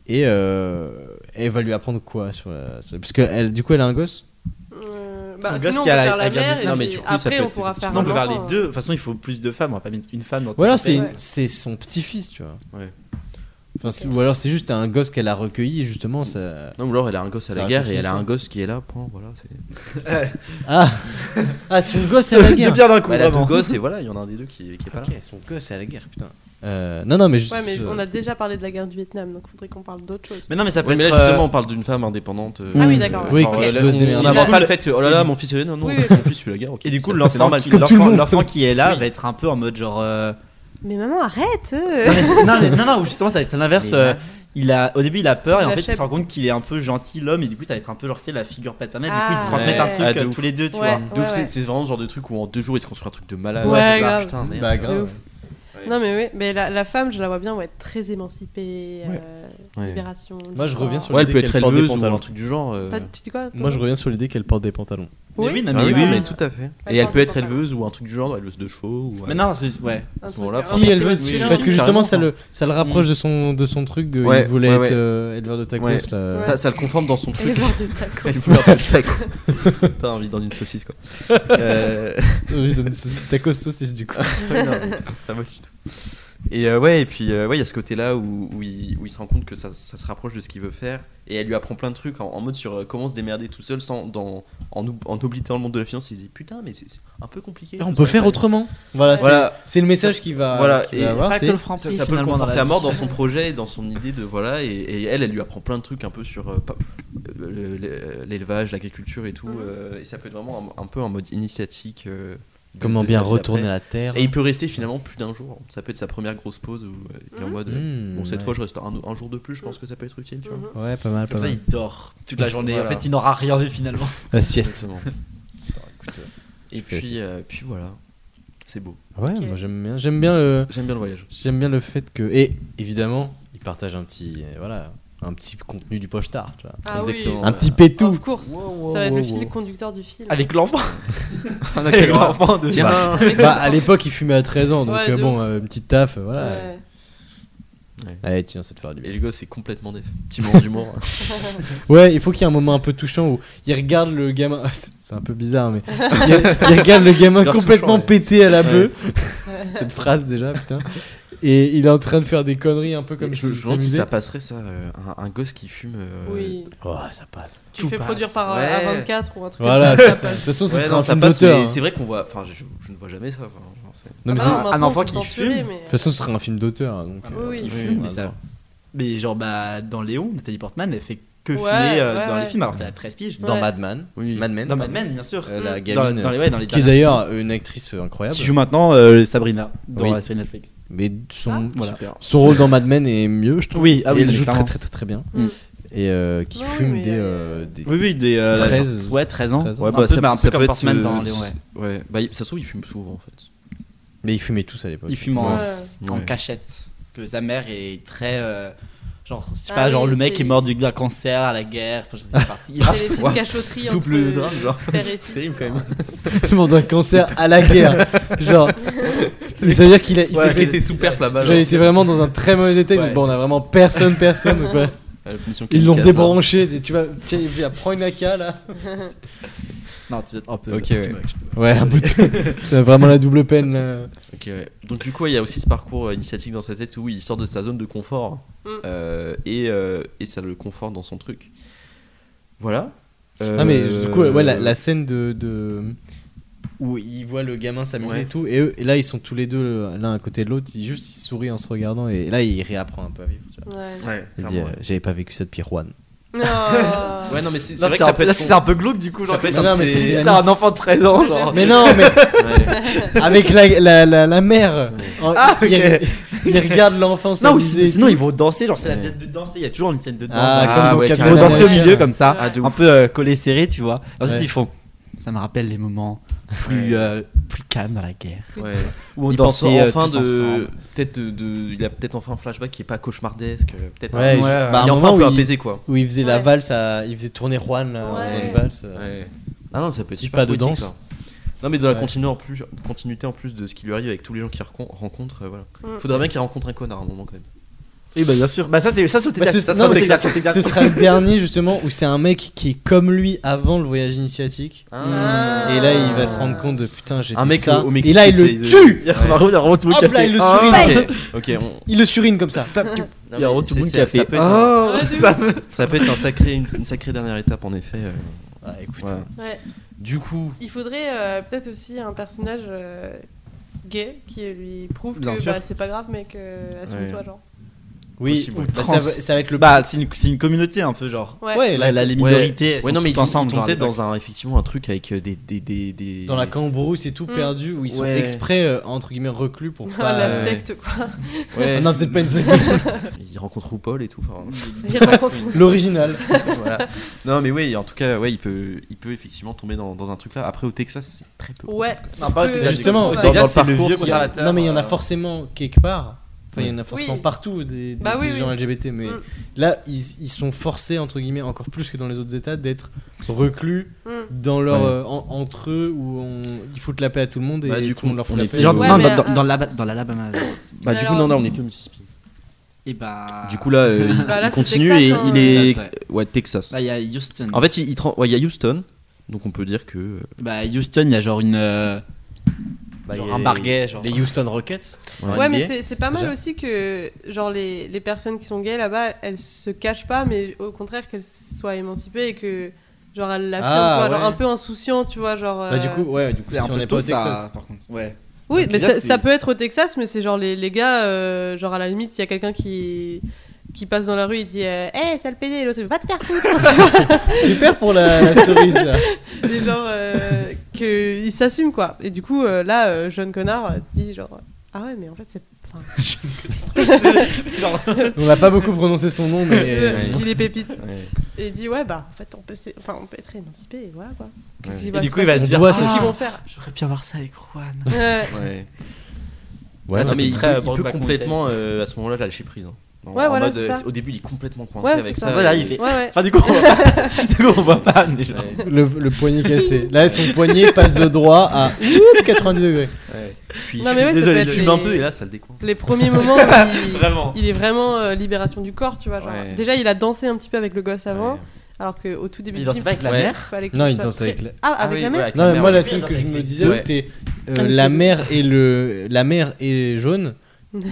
E: Et euh, elle va lui apprendre quoi sur la- sur- Parce que elle, du coup, elle a un gosse
F: Euh,
G: Son
F: bah,
G: gosse
F: sinon on
G: qui
F: peut
G: a la-
F: faire la
G: avec la
F: mère
G: vie-
F: et
G: non, mais
F: puis
H: du coup, ça
F: après
H: peut
F: on
H: être
F: pourra faire
G: Sinon on peut
F: un
G: faire
F: enfant,
G: les deux. De toute façon il faut plus de femmes. On va pas mettre une femme dans. tout
E: Ou alors
G: ça.
E: c'est
F: Ouais.
E: c'est son petit-fils, tu vois.
H: Ouais.
E: Enfin, c'est- Ou alors c'est juste un gosse qu'elle a recueilli, justement. Ça...
H: Non, ou alors elle a un gosse à
E: Ça
H: la guerre
E: raconte
H: et elle a
E: l'histoire.
H: un gosse qui est là, point, voilà. c'est-
E: Ah. ah, son gosse à la
F: hein.
E: guerre.
G: De bien d'un coup
H: Bah, elle a deux
G: vraiment.
H: gosses et voilà, il y en a un des deux qui, qui est pas là.
E: Ok, son gosse à la guerre, putain. Euh, non, non, mais juste.
F: Ouais, mais
E: euh,
F: on a déjà parlé de la guerre du Vietnam, donc faudrait qu'on parle d'autre chose.
G: Mais non mais ça peut
H: Ouais, mais
G: être.
H: là
G: euh,
H: justement, on parle d'une femme indépendante. euh,
F: Ah oui, d'accord,
H: euh,
E: ouais.
H: genre,
E: Oui,
H: euh,
E: qui doit se
H: on-
E: démerder.
H: On n'aborde
G: Et
H: pas
G: du
H: le
G: coup,
H: fait que, oh là là, mon fils est là, non, non,
F: Oui,
H: mon fils, fait la guerre, ok.
G: Et du coup
H: C'est-
G: l'enfant
H: c'est
G: qui-
H: normal.
E: comme tout le
G: l'enfant
E: monde.
G: l'enfant qui est là va être un peu en mode genre. euh,
F: Mais maman, arrête
G: Non,
F: euh.
G: mais c'est- non, mais- non, non, justement, ça va être l'inverse. euh, il a, au début, il a peur et
F: Il
G: en fait,
F: achète.
G: il se rend compte qu'il est un peu gentil l'homme et du coup, ça va être un peu genre c'est la figure paternelle. du coup, ils se
F: Ah,
G: transmettent
F: ouais.
G: un truc
H: Ah, de
G: euh,
H: ouf.
G: tous les deux, tu
F: Ouais.
G: vois.
H: De ouf, c'est- C'est vraiment ce genre de truc où en deux jours il se construit un truc de malade.
F: Ouais,
H: c'est ça,
F: grave.
H: Putain, merde.
E: Bah,
F: De
E: grave.
F: ouf. Non, mais oui, mais la, la femme, je la vois bien, ouais, très émancipée, euh,
H: Ouais.
F: libération. du
E: Moi, je
F: corps.
E: reviens sur
H: Ouais, elle peut
E: l'idée
H: être
E: qu'elle porte des
H: éleveuse ou
E: pantalons.
H: un truc du genre. euh,
F: T'as- Tu dis quoi toi
E: Moi, je reviens sur l'idée qu'elle porte des pantalons.
G: Mais oui, non,
H: Ah
G: mais
H: oui,
G: oui,
H: mais
G: mais-
H: tout à fait.
F: Ouais,
H: Et elle peut être
F: pardon, pardon.
H: éleveuse ou un truc du genre, éleveuse de chevaux. ou- euh.
G: Mais non, c'est- ouais.
F: Un
H: à ce
F: truc,
H: moment-là,
F: euh,
H: si
F: un
E: Si
F: truc
E: elle veut,
F: masculin.
E: parce que justement,
H: Carrément,
E: ça
H: ça.
E: le, ça le rapproche de son, de son truc de
H: Ouais,
E: il voulait
H: ouais,
E: être
H: ouais.
E: euh, éleveur de tacos.
H: Ouais.
E: Là.
F: Ouais.
H: Ça, ça le conforme dans son
F: Elle est
H: truc.
F: morte de tacos.
H: Tu peux faire du taco. T'as envie dans une saucisse quoi. Euh,
E: Euh, je donne une sauc- tacos saucisse du coup.
H: ouais, non, ça va du tout. Et euh, ouais, et puis euh, ouais, il y a ce côté-là où, où il, où il se rend compte que ça, ça se rapproche de ce qu'il veut faire, et elle lui apprend plein de trucs en, en mode sur euh, comment se démerder tout seul sans, dans, en, oub- en oblitérant le monde de la finance. Il se dit putain, mais c'est c'est un peu compliqué.
E: On
H: tout
E: peut
H: ça.
E: faire autrement. Voilà, c'est-
H: Voilà,
E: c'est le message qui va.
H: Voilà,
E: qui
H: et-
E: va avoir,
G: Pas que
E: c'est-
G: le franc
H: ça, ça peut le
E: Ah,
H: conforter à mort dans son projet et dans son idée de voilà et, et elle elle lui apprend plein de trucs un peu sur euh, pas- euh, le- le- l'élevage l'agriculture et tout
F: Mhm.
H: euh, et ça peut être vraiment un, un peu en mode initiatique euh, de-
E: Comment
H: de
E: bien
H: sa vie
E: retourner
H: d'après.
E: la terre.
H: et il peut rester finalement plus d'un jour ça peut être sa première grosse pause où euh, il est en mode euh,
E: Mmh,
H: bon cette
E: ouais.
H: fois je reste un, un jour de plus je pense que ça peut être utile tu vois
F: Mhm.
E: Ouais, pas mal, pas
G: Comme ça,
E: mal.
G: il dort toute la journée. En
H: Voilà.
G: fait, il n'aura rien vu finalement.
E: La sieste.
H: Exactement.
G: euh,
H: et
E: fais la
H: puis
E: sieste.
H: euh, puis voilà c'est beau
E: Ouais,
F: Ok.
E: moi j'aime bien. J'aime bien le.
H: j'aime bien le voyage
E: J'aime bien le fait que et évidemment, il partage un petit euh, voilà, un petit contenu du pochetard, tu vois.
F: Ah oui,
H: Exactement.
E: Un petit pétou.
F: Of course. ça va être le fil conducteur du film.
G: Avec l'enfant. Avec l'enfant de.
H: Tiens.
E: Bah, à l'époque, il fumait à 13 ans, donc
F: Ouais,
E: euh,
F: de
E: bon, euh, une petite taf, euh, voilà.
F: Ouais.
E: Allez, tiens, ça te fera du
H: et
E: bien.
H: le gosse est complètement déf petit moment d'humour
E: Ouais, il faut qu'il y ait un moment un peu touchant où il regarde le gamin. C'est c'est un peu bizarre, mais. il, il regarde le gamin
H: Grave
E: complètement
H: touchant, ouais.
E: pété à la
H: Ouais.
E: bœuf. Cette phrase déjà, putain. Et il est en train de faire des conneries un peu comme
H: comme
E: si
H: je je me demande si
E: s'amusait.
H: ça passerait ça euh, un, un gosse qui fume euh,
F: Oui.
E: Oh, ça passe.
F: Tu
G: Tout
F: fais
G: passe.
F: produire par
H: Ouais.
F: euh, A24 ou un truc
E: Voilà,
F: comme
E: c'est
F: ça.
E: ça. De
F: passe.
E: toute façon, ce
H: Ouais,
E: sera un
H: non, ça
E: film
H: passe,
E: d'auteur.
H: mais
E: hein.
H: c'est vrai qu'on voit. Enfin, je, je ne vois jamais ça. enfin, genre, c'est-
E: Non, mais
F: Ah
E: c'est-
F: non,
E: de
G: un
F: maintenant,
G: enfant
F: c'est
G: qui
F: censuré,
G: fume.
F: mais-
E: toute façon, ce sera un film d'auteur. donc,
F: Ah
E: euh,
F: oui,
G: Qui
F: oui.
E: oui,
G: fume,
E: on
G: mais
E: va
G: ça.
E: voir.
G: Mais genre, bah, dans Léon, Nathalie Portman, elle fait que
F: Ouais,
G: filer euh,
F: ouais,
G: dans les
F: ouais.
G: films alors qu'elle a 13 piges.
E: Dans
F: Ouais.
E: Mad Men.
H: Oui.
E: Mad Men.
G: Dans Mad
E: pardon.
G: Men, bien sûr.
E: Euh, la
G: Dans,
E: gamine.
G: dans les, ouais, dans les
E: Qui est
G: dernières
E: d'ailleurs une actrice euh, incroyable.
G: Qui joue maintenant euh, Sabrina dans
E: Oui.
G: la série Netflix.
E: Mais
F: Ah,
E: son,
G: voilà.
H: Super.
E: son rôle dans Mad Men est mieux, je trouve.
G: Oui, ah oui,
E: et elle
G: mais
E: joue très
G: clairement.
E: très très très bien.
F: Mm.
E: Et euh, qui
F: Non, oui,
E: fume
F: mais
E: des,
F: elle est-
E: euh, des-
G: Oui, oui, des. euh,
E: 13.
G: ouais, 13 ans.
E: 13 ans.
G: Un
H: Ouais,
G: peu,
H: bah, ça,
G: mais un peu
H: ça
G: comme
H: peut être,
G: Portman
H: euh,
G: dans
H: le-
G: Léon, ouais.
H: ouais. Bah, il- ça se trouve, il fume souvent en fait.
E: Mais ils fumaient tous à l'époque.
G: Il fume en,
F: Ouais.
G: en
H: Ouais.
G: cachette. Parce que sa mère est très. euh, genre, je sais
F: Ah
G: pas, genre
F: oui,
G: le mec
F: c'est-
G: est mort du- d'un cancer à la guerre. Enfin, je sais pas, c'est parti. Il rase-
F: C'est les petites
H: Ouais.
F: cachotteries entre
H: Double drame, genre.
F: père et fils.
G: quand même.
E: C'est mort d'un cancer à la guerre. Genre. Ça veut dire qu'il a. il s'est fait-
H: super là-bas.
E: Genre, il était vraiment dans un très mauvais état. ils ont dit,
G: Ouais,
E: bon, on a vraiment personne, personne. donc voilà.
H: à la mission
E: Ils l'ont
H: Kamikaze,
E: débranché. et Tu vas, tiens, viens, prends une AK là.
G: Non, tu un peu.
I: Ok, ouais.
E: Ouais, un peu de- c'est vraiment la double peine. là.
H: là. Ok, ouais. Donc du coup, ouais, il y a aussi ce parcours euh, initiatique dans sa tête où il sort de sa zone de confort
F: Mm.
H: euh, et, euh, et ça le conforte dans son truc. Voilà.
E: Ah mais du coup, ouais, la, la
H: Euh,
E: scène de, de- où il voit le gamin s'amuser
H: Ouais.
E: et tout, et, eux- et là ils sont tous les deux euh, l'un à côté de l'autre, ils juste ils sourient en se regardant, et là il réapprend un peu à vivre. tu vois.
F: Ouais.
H: Ouais,
E: Il dit,
H: clairement,
E: euh,
H: ouais.
E: j'avais pas vécu ça depuis Rouen.
F: Oh.
H: Ouais, non, mais c'est c'est
G: Là,
H: vrai
G: c'est
H: que
G: un,
H: ça
G: peu-
H: peut
G: là,
H: être
G: c'est
H: son-
G: un peu glauque du coup.
H: ça
G: Genre,
H: peut être
E: Non,
G: putain,
E: mais
G: c'est
E: c'est-
G: c'est un enfant de 13 ans, genre.
E: Mais non, mais
H: Ouais.
E: avec la, la, la, la mère, en-
G: Ah,
E: il,
G: ok.
E: il regarde l'enfant
G: Non, ou
E: s'amuser. et
G: si- sinon
E: tout.
G: ils vont danser, genre c'est la
H: Ouais.
G: scène de danser, il y a toujours une scène de danse.
E: Ah,
G: genre.
H: Ah,
E: comme dans
H: ouais,
E: Captain
G: ils vont
H: carrément.
G: danser au
E: America.
G: milieu comme ça,
H: Ah, de
G: un
H: ouf.
G: peu euh, collé serré, tu vois. Ensuite
E: Ouais.
G: ils font. Ça me rappelle les moments plus, euh, plus calmes à la guerre.
H: Ouais.
G: Où on
H: il pense
G: dansait euh,
H: enfin
G: tous
H: de,
G: ensemble.
H: peut-être de, de- il a peut-être enfin un flashback qui est pas cauchemardesque, euh, peut-être.
E: Ouais,
H: un-
E: je-
G: ouais.
E: bah,
H: il est
E: un moment
H: enfin un peu
E: où il-
H: apaisé quoi.
E: Où il faisait la
F: Ouais.
E: valse, à- il faisait tourner Juan là, en faisant
F: Ouais.
E: une valse. euh.
H: Ouais. Ah non, ça peut être
E: Petit
H: super
E: pas de
H: poétique,
E: danse.
H: ça. Non mais dans la
E: Ouais.
H: continuité en plus, continuité en plus de ce qui lui arrive avec tous les gens qu'il recon- rencontre, euh, voilà.
F: Mm.
H: Faudrait bien qu'il rencontre un connard à un moment quand même.
G: Oui, bah bien sûr. Bah ça, c'est ça, sauter
E: Bah,
G: ça,
E: ce,
G: ça,
E: non, mais
G: sauter ça,
E: ce-
G: sauter ça.
E: ce sera le dernier justement où c'est un mec qui est comme lui avant le voyage initiatique. Mm.
F: Ah.
E: Et là, il va se rendre compte de putain, j'étais
H: Un mec
E: ça.
H: au- au Mexique
E: et là, il
H: qui
E: le
H: essaye de-
E: tue.
G: Il y a Marron, il y a vraiment tout le monde qui a
E: Hop là,
G: fait,
E: il le
G: Ah,
E: sourit.
H: Ok, ok. on-
E: Il le surine comme ça.
H: non,
G: Il y a
H: mais
G: vraiment tout le
H: c'est-
G: monde qui
H: c'est-
G: a fait.
H: Ça peut être, un-
G: Ah,
F: Ouais, de
G: ça me-
H: ça peut être un sacré, une, une sacrée dernière étape en effet. euh,
E: Ouais, écoute,
H: voilà.
F: Ouais.
H: Du coup,
F: Il faudrait euh, peut-être aussi un personnage euh, gay qui lui prouve
G: Bien
F: que
G: sûr.
F: bah, c'est pas grave, mec, euh, assume-toi,
H: Ouais.
F: genre.
E: oui,
H: possible,
E: ou
H: ouais.
E: bah, ça, va,
G: Trans.
E: ça va être le
G: Bah, c'est une, c'est une communauté un peu, genre.
F: Ouais.
E: Ouais,
G: La, la, les
H: Ouais.
G: minorités, elles
H: ouais,
G: sont
H: non mais ils
G: toutes
H: tombent-
G: ensemble.
H: ils tombent
G: genre, à
H: peut-être
G: l'époque.
H: dans un effectivement un truc avec euh, des des des, des-
E: dans la cambrousse et tout
F: Mm.
E: perdu où ils sont
H: Ouais.
E: exprès euh, entre guillemets reclus pour
F: Ah,
E: pas. euh, Ah
F: la
H: ouais.
F: secte, quoi.
H: Ouais.
E: Non, peut-être pas une secte.
H: Ils rencontrent RuPaul et tout. enfin,
F: Il raconte-
E: L'original.
H: voilà. Non mais oui, en tout cas, ouais, il peut, il peut effectivement tomber dans, dans un truc là. Après au Texas, c'est très peu.
F: Ouais. Euh,
G: Non, pas au
F: peu-
G: Texas,
E: Justement,
G: au
E: dans-
G: Texas,
H: dans le
G: c'est le
H: parcours,
G: vieux
H: s'il y a-
G: conservateur.
E: non mais il y en a
G: euh,
E: forcément quelque part. Enfin, il y en a forcément
F: Oui.
E: partout des, des-
F: Bah oui,
E: des gens
F: oui.
E: LGBT, mais
F: Mm.
E: là ils, ils sont forcés entre guillemets encore plus que dans les autres États d'être reclus
F: Mm.
E: dans leur
H: Ouais.
E: euh, en- entre eux où on, ils foutent la paix à tout le monde et
H: Bah, du
E: tout
H: coup,
E: le monde leur fout
H: on
E: la
H: est
E: paix.
G: les gens-
H: Ouais,
G: non,
F: mais,
G: dans,
F: euh,
G: dans l'Alaba- dans l'Alabama. genre.
H: Bah du coup,
F: Alors-
H: non, là, on était au Mississippi.
G: Et bah.
H: Du coup là, euh, il,
F: Bah, là,
H: il
F: c'est
H: continue
F: Texas,
H: et
F: hein.
H: il est,
G: Texas,
H: ouais, Texas.
G: Bah, il y a Houston.
H: En fait, il, il tra- ouais, il y a Houston, donc on peut dire que euh,
G: Bah, Houston, il y a genre une. euh,
H: bah, il
G: genre
H: y a-
G: un bar gay, genre.
E: Houston Rockets.
H: Ouais.
F: Ouais,
E: NBA,
F: mais c'est- c'est pas mal
E: déjà.
F: aussi que genre les, les personnes qui sont gays là-bas, elles se cachent pas, mais au contraire qu'elles soient émancipées et que genre elles l'affirment,
E: Ah,
F: tu vois, genre
E: ouais.
F: un peu insouciant, tu vois, genre.
E: Bah, du
F: euh,
E: coup, ouais, du coup, si on n'est pas au
G: tôt, ça,
E: Texas.
G: par contre. Ouais.
F: Oui,
G: Donc,
F: mais
G: là,
F: ça,
G: c'est-
F: ça peut être au Texas, mais c'est genre les, les gars, euh, genre à la limite, il y a quelqu'un qui qui passe dans la rue, il dit euh, Hey, sale pédé, et l'autre, va te faire foutre
E: Super pour la, la story, ça.
F: Les gens, euh, que ils s'assument quoi. Et du coup, euh, là, euh, jeune connard euh, dit genre Ah ouais, mais en fait, c'est. enfin,
G: Genre,
E: On n'a pas beaucoup prononcé son nom, mais.
H: Ouais.
F: euh, il est pépite.
H: Ouais.
F: Et il dit ouais bah en fait on peut, s'é- enfin, on peut être émancipé et voilà quoi. Puis
H: Ouais.
F: il
G: Et
F: va
G: du
F: se
G: coup, il
F: passer-
G: va se
E: On
G: dire.
E: doit
F: Qu'est-ce qu'ils
G: ah,
F: vont faire
G: J'aurais pu avoir ça avec Juan.
F: Ouais.
H: Ouais.
G: Ouais,
H: Non,
E: Ah,
G: ça,
H: mais
G: c'est
H: il,
G: très,
H: peut-
G: euh,
H: il
G: Brokeback
H: peut
G: Mountain.
H: complètement euh, à ce moment-là lâcher prise. hein. En-
F: Ouais,
H: en
F: voilà,
H: mode,
F: c'est
H: euh,
F: ça.
H: c'est- au début, il est complètement coincé
F: Ouais,
H: avec
F: c'est
H: ça.
F: ça.
G: Voilà,
H: et-
G: il fait-
F: Ouais, ouais.
G: Enfin, Ah, du coup, on voit pas. du coup, on voit pas, mais genre.
H: Ouais.
E: Le, le poignet cassé. Là, son poignet passe de droit à oup, 90 degrés.
H: Ouais. Puis
F: Non,
H: il
F: mais ouais, ça peut
H: fume-
F: être
H: il fume
F: les-
H: un peu et là, ça le décoince.
F: Les premiers moments, il...
G: Vraiment.
F: il est vraiment euh, libération du corps, tu vois. genre.
H: Ouais.
F: Déjà, il a dansé un petit peu avec le gosse avant,
H: Ouais.
F: alors qu'au tout début
G: Il
F: du
G: dansait
F: film,
G: pas avec la
H: Ouais.
G: mère
F: fallait qu'il
E: Non, il
F: soit
E: danse
F: très-
E: avec la.
F: Ah,
H: Ah
F: avec
H: oui,
F: la
H: ouais,
F: mère
H: avec
E: Non,
H: la
E: mais
H: mère,
E: moi,
H: ouais.
E: la scène que je me disais,
H: Ouais.
E: c'était euh, la mère et le. La mère et jaune.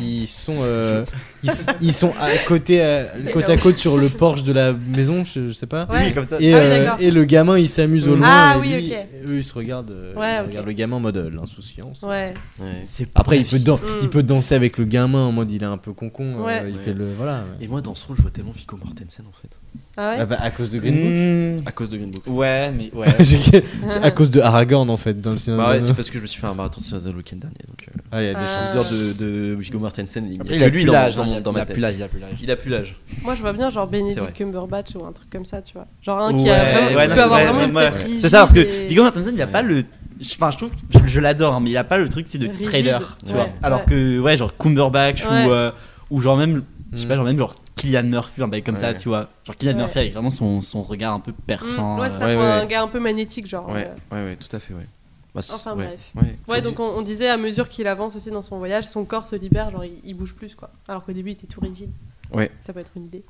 E: Ils sont, euh, ils, s- ils sont à côté, à, côte à côte sur le porche de la maison, je, je sais pas.
F: Ouais.
G: Oui, comme ça.
E: Et,
F: Ah oui,
E: euh,
F: d'accord.
E: et le gamin il s'amuse au loin.
F: Ah
E: et
F: oui,
E: lui,
F: ok.
E: Eux ils se regardent. euh,
F: Ouais,
E: ils
F: ok.
E: regardent le gamin en mode euh, l'insouciance.
F: Ouais.
H: Ouais.
G: C'est
E: Après il peut, dan-
F: Mm.
E: il peut danser avec le gamin en mode il est un peu concon. euh,
F: Ouais.
E: il
H: Ouais.
E: fait le voilà. ouais.
H: Et moi, dans ce rôle, je vois tellement Vico Mortensen en fait.
F: Ah ouais.
E: Ah bah, à cause
H: Mm.
E: de Green Book.
G: Mmh.
H: À cause de Green Book.
G: Ouais, mais ouais.
E: J'ai- à cause de Aragorn en fait dans le cinéma.
H: Bah ouais, c'est parce que je me suis fait un marathon sur le week-end dernier. Donc, euh,
E: Ah, il y a des
F: Ah.
E: chances.
H: les heures de, de Viggo Mortensen, il,
G: Après,
H: il y a que lui dans,
G: l'âge, hein,
H: dans, mon- dans ma
G: Il a plus
H: tête.
G: l'âge, il a plus l'âge.
H: Il a plus l'âge.
F: Moi, je vois bien genre
H: vrai.
F: Benedict Cumberbatch ou un truc comme ça, tu vois. Genre un qui
G: Ouais,
F: a vraiment, qui peut
H: ouais, non, c'est
F: avoir
H: vrai,
F: vraiment
H: ouais,
F: une
G: ouais.
F: tête rigide
G: C'est ça, parce que
F: et-
G: Viggo Mortensen, il a pas le. Enfin, je trouve, je, je l'adore, hein, mais il a pas le truc, c'est de
F: Rigide,
G: trader, tu vois.
H: ouais,
G: Alors
F: ouais. Mm.
G: que, ouais, genre Cumberbatch
F: Ouais.
G: ou, euh, ou genre même, je sais
E: Mm.
G: pas, genre même genre Killian Murphy, un bail comme ça,
H: Ouais.
G: tu vois. Genre Killian
F: Ouais.
G: Murphy avec vraiment son, son regard un peu perçant.
F: Mm, ouais,
G: euh,
F: ça
H: ouais,
F: pour
H: ouais,
F: un
H: ouais.
F: gars un peu magnétique, genre.
H: Ouais,
F: euh.
H: ouais, ouais, tout à fait, ouais. Bah, c'est-
F: Enfin,
H: ouais,
F: bref.
H: Ouais,
F: Ouais, donc on, on disait à mesure qu'il avance aussi dans son voyage, son corps se libère, genre il, il bouge plus quoi. Alors qu'au début il était tout rigide.
H: Ouais.
F: Ça peut être une idée.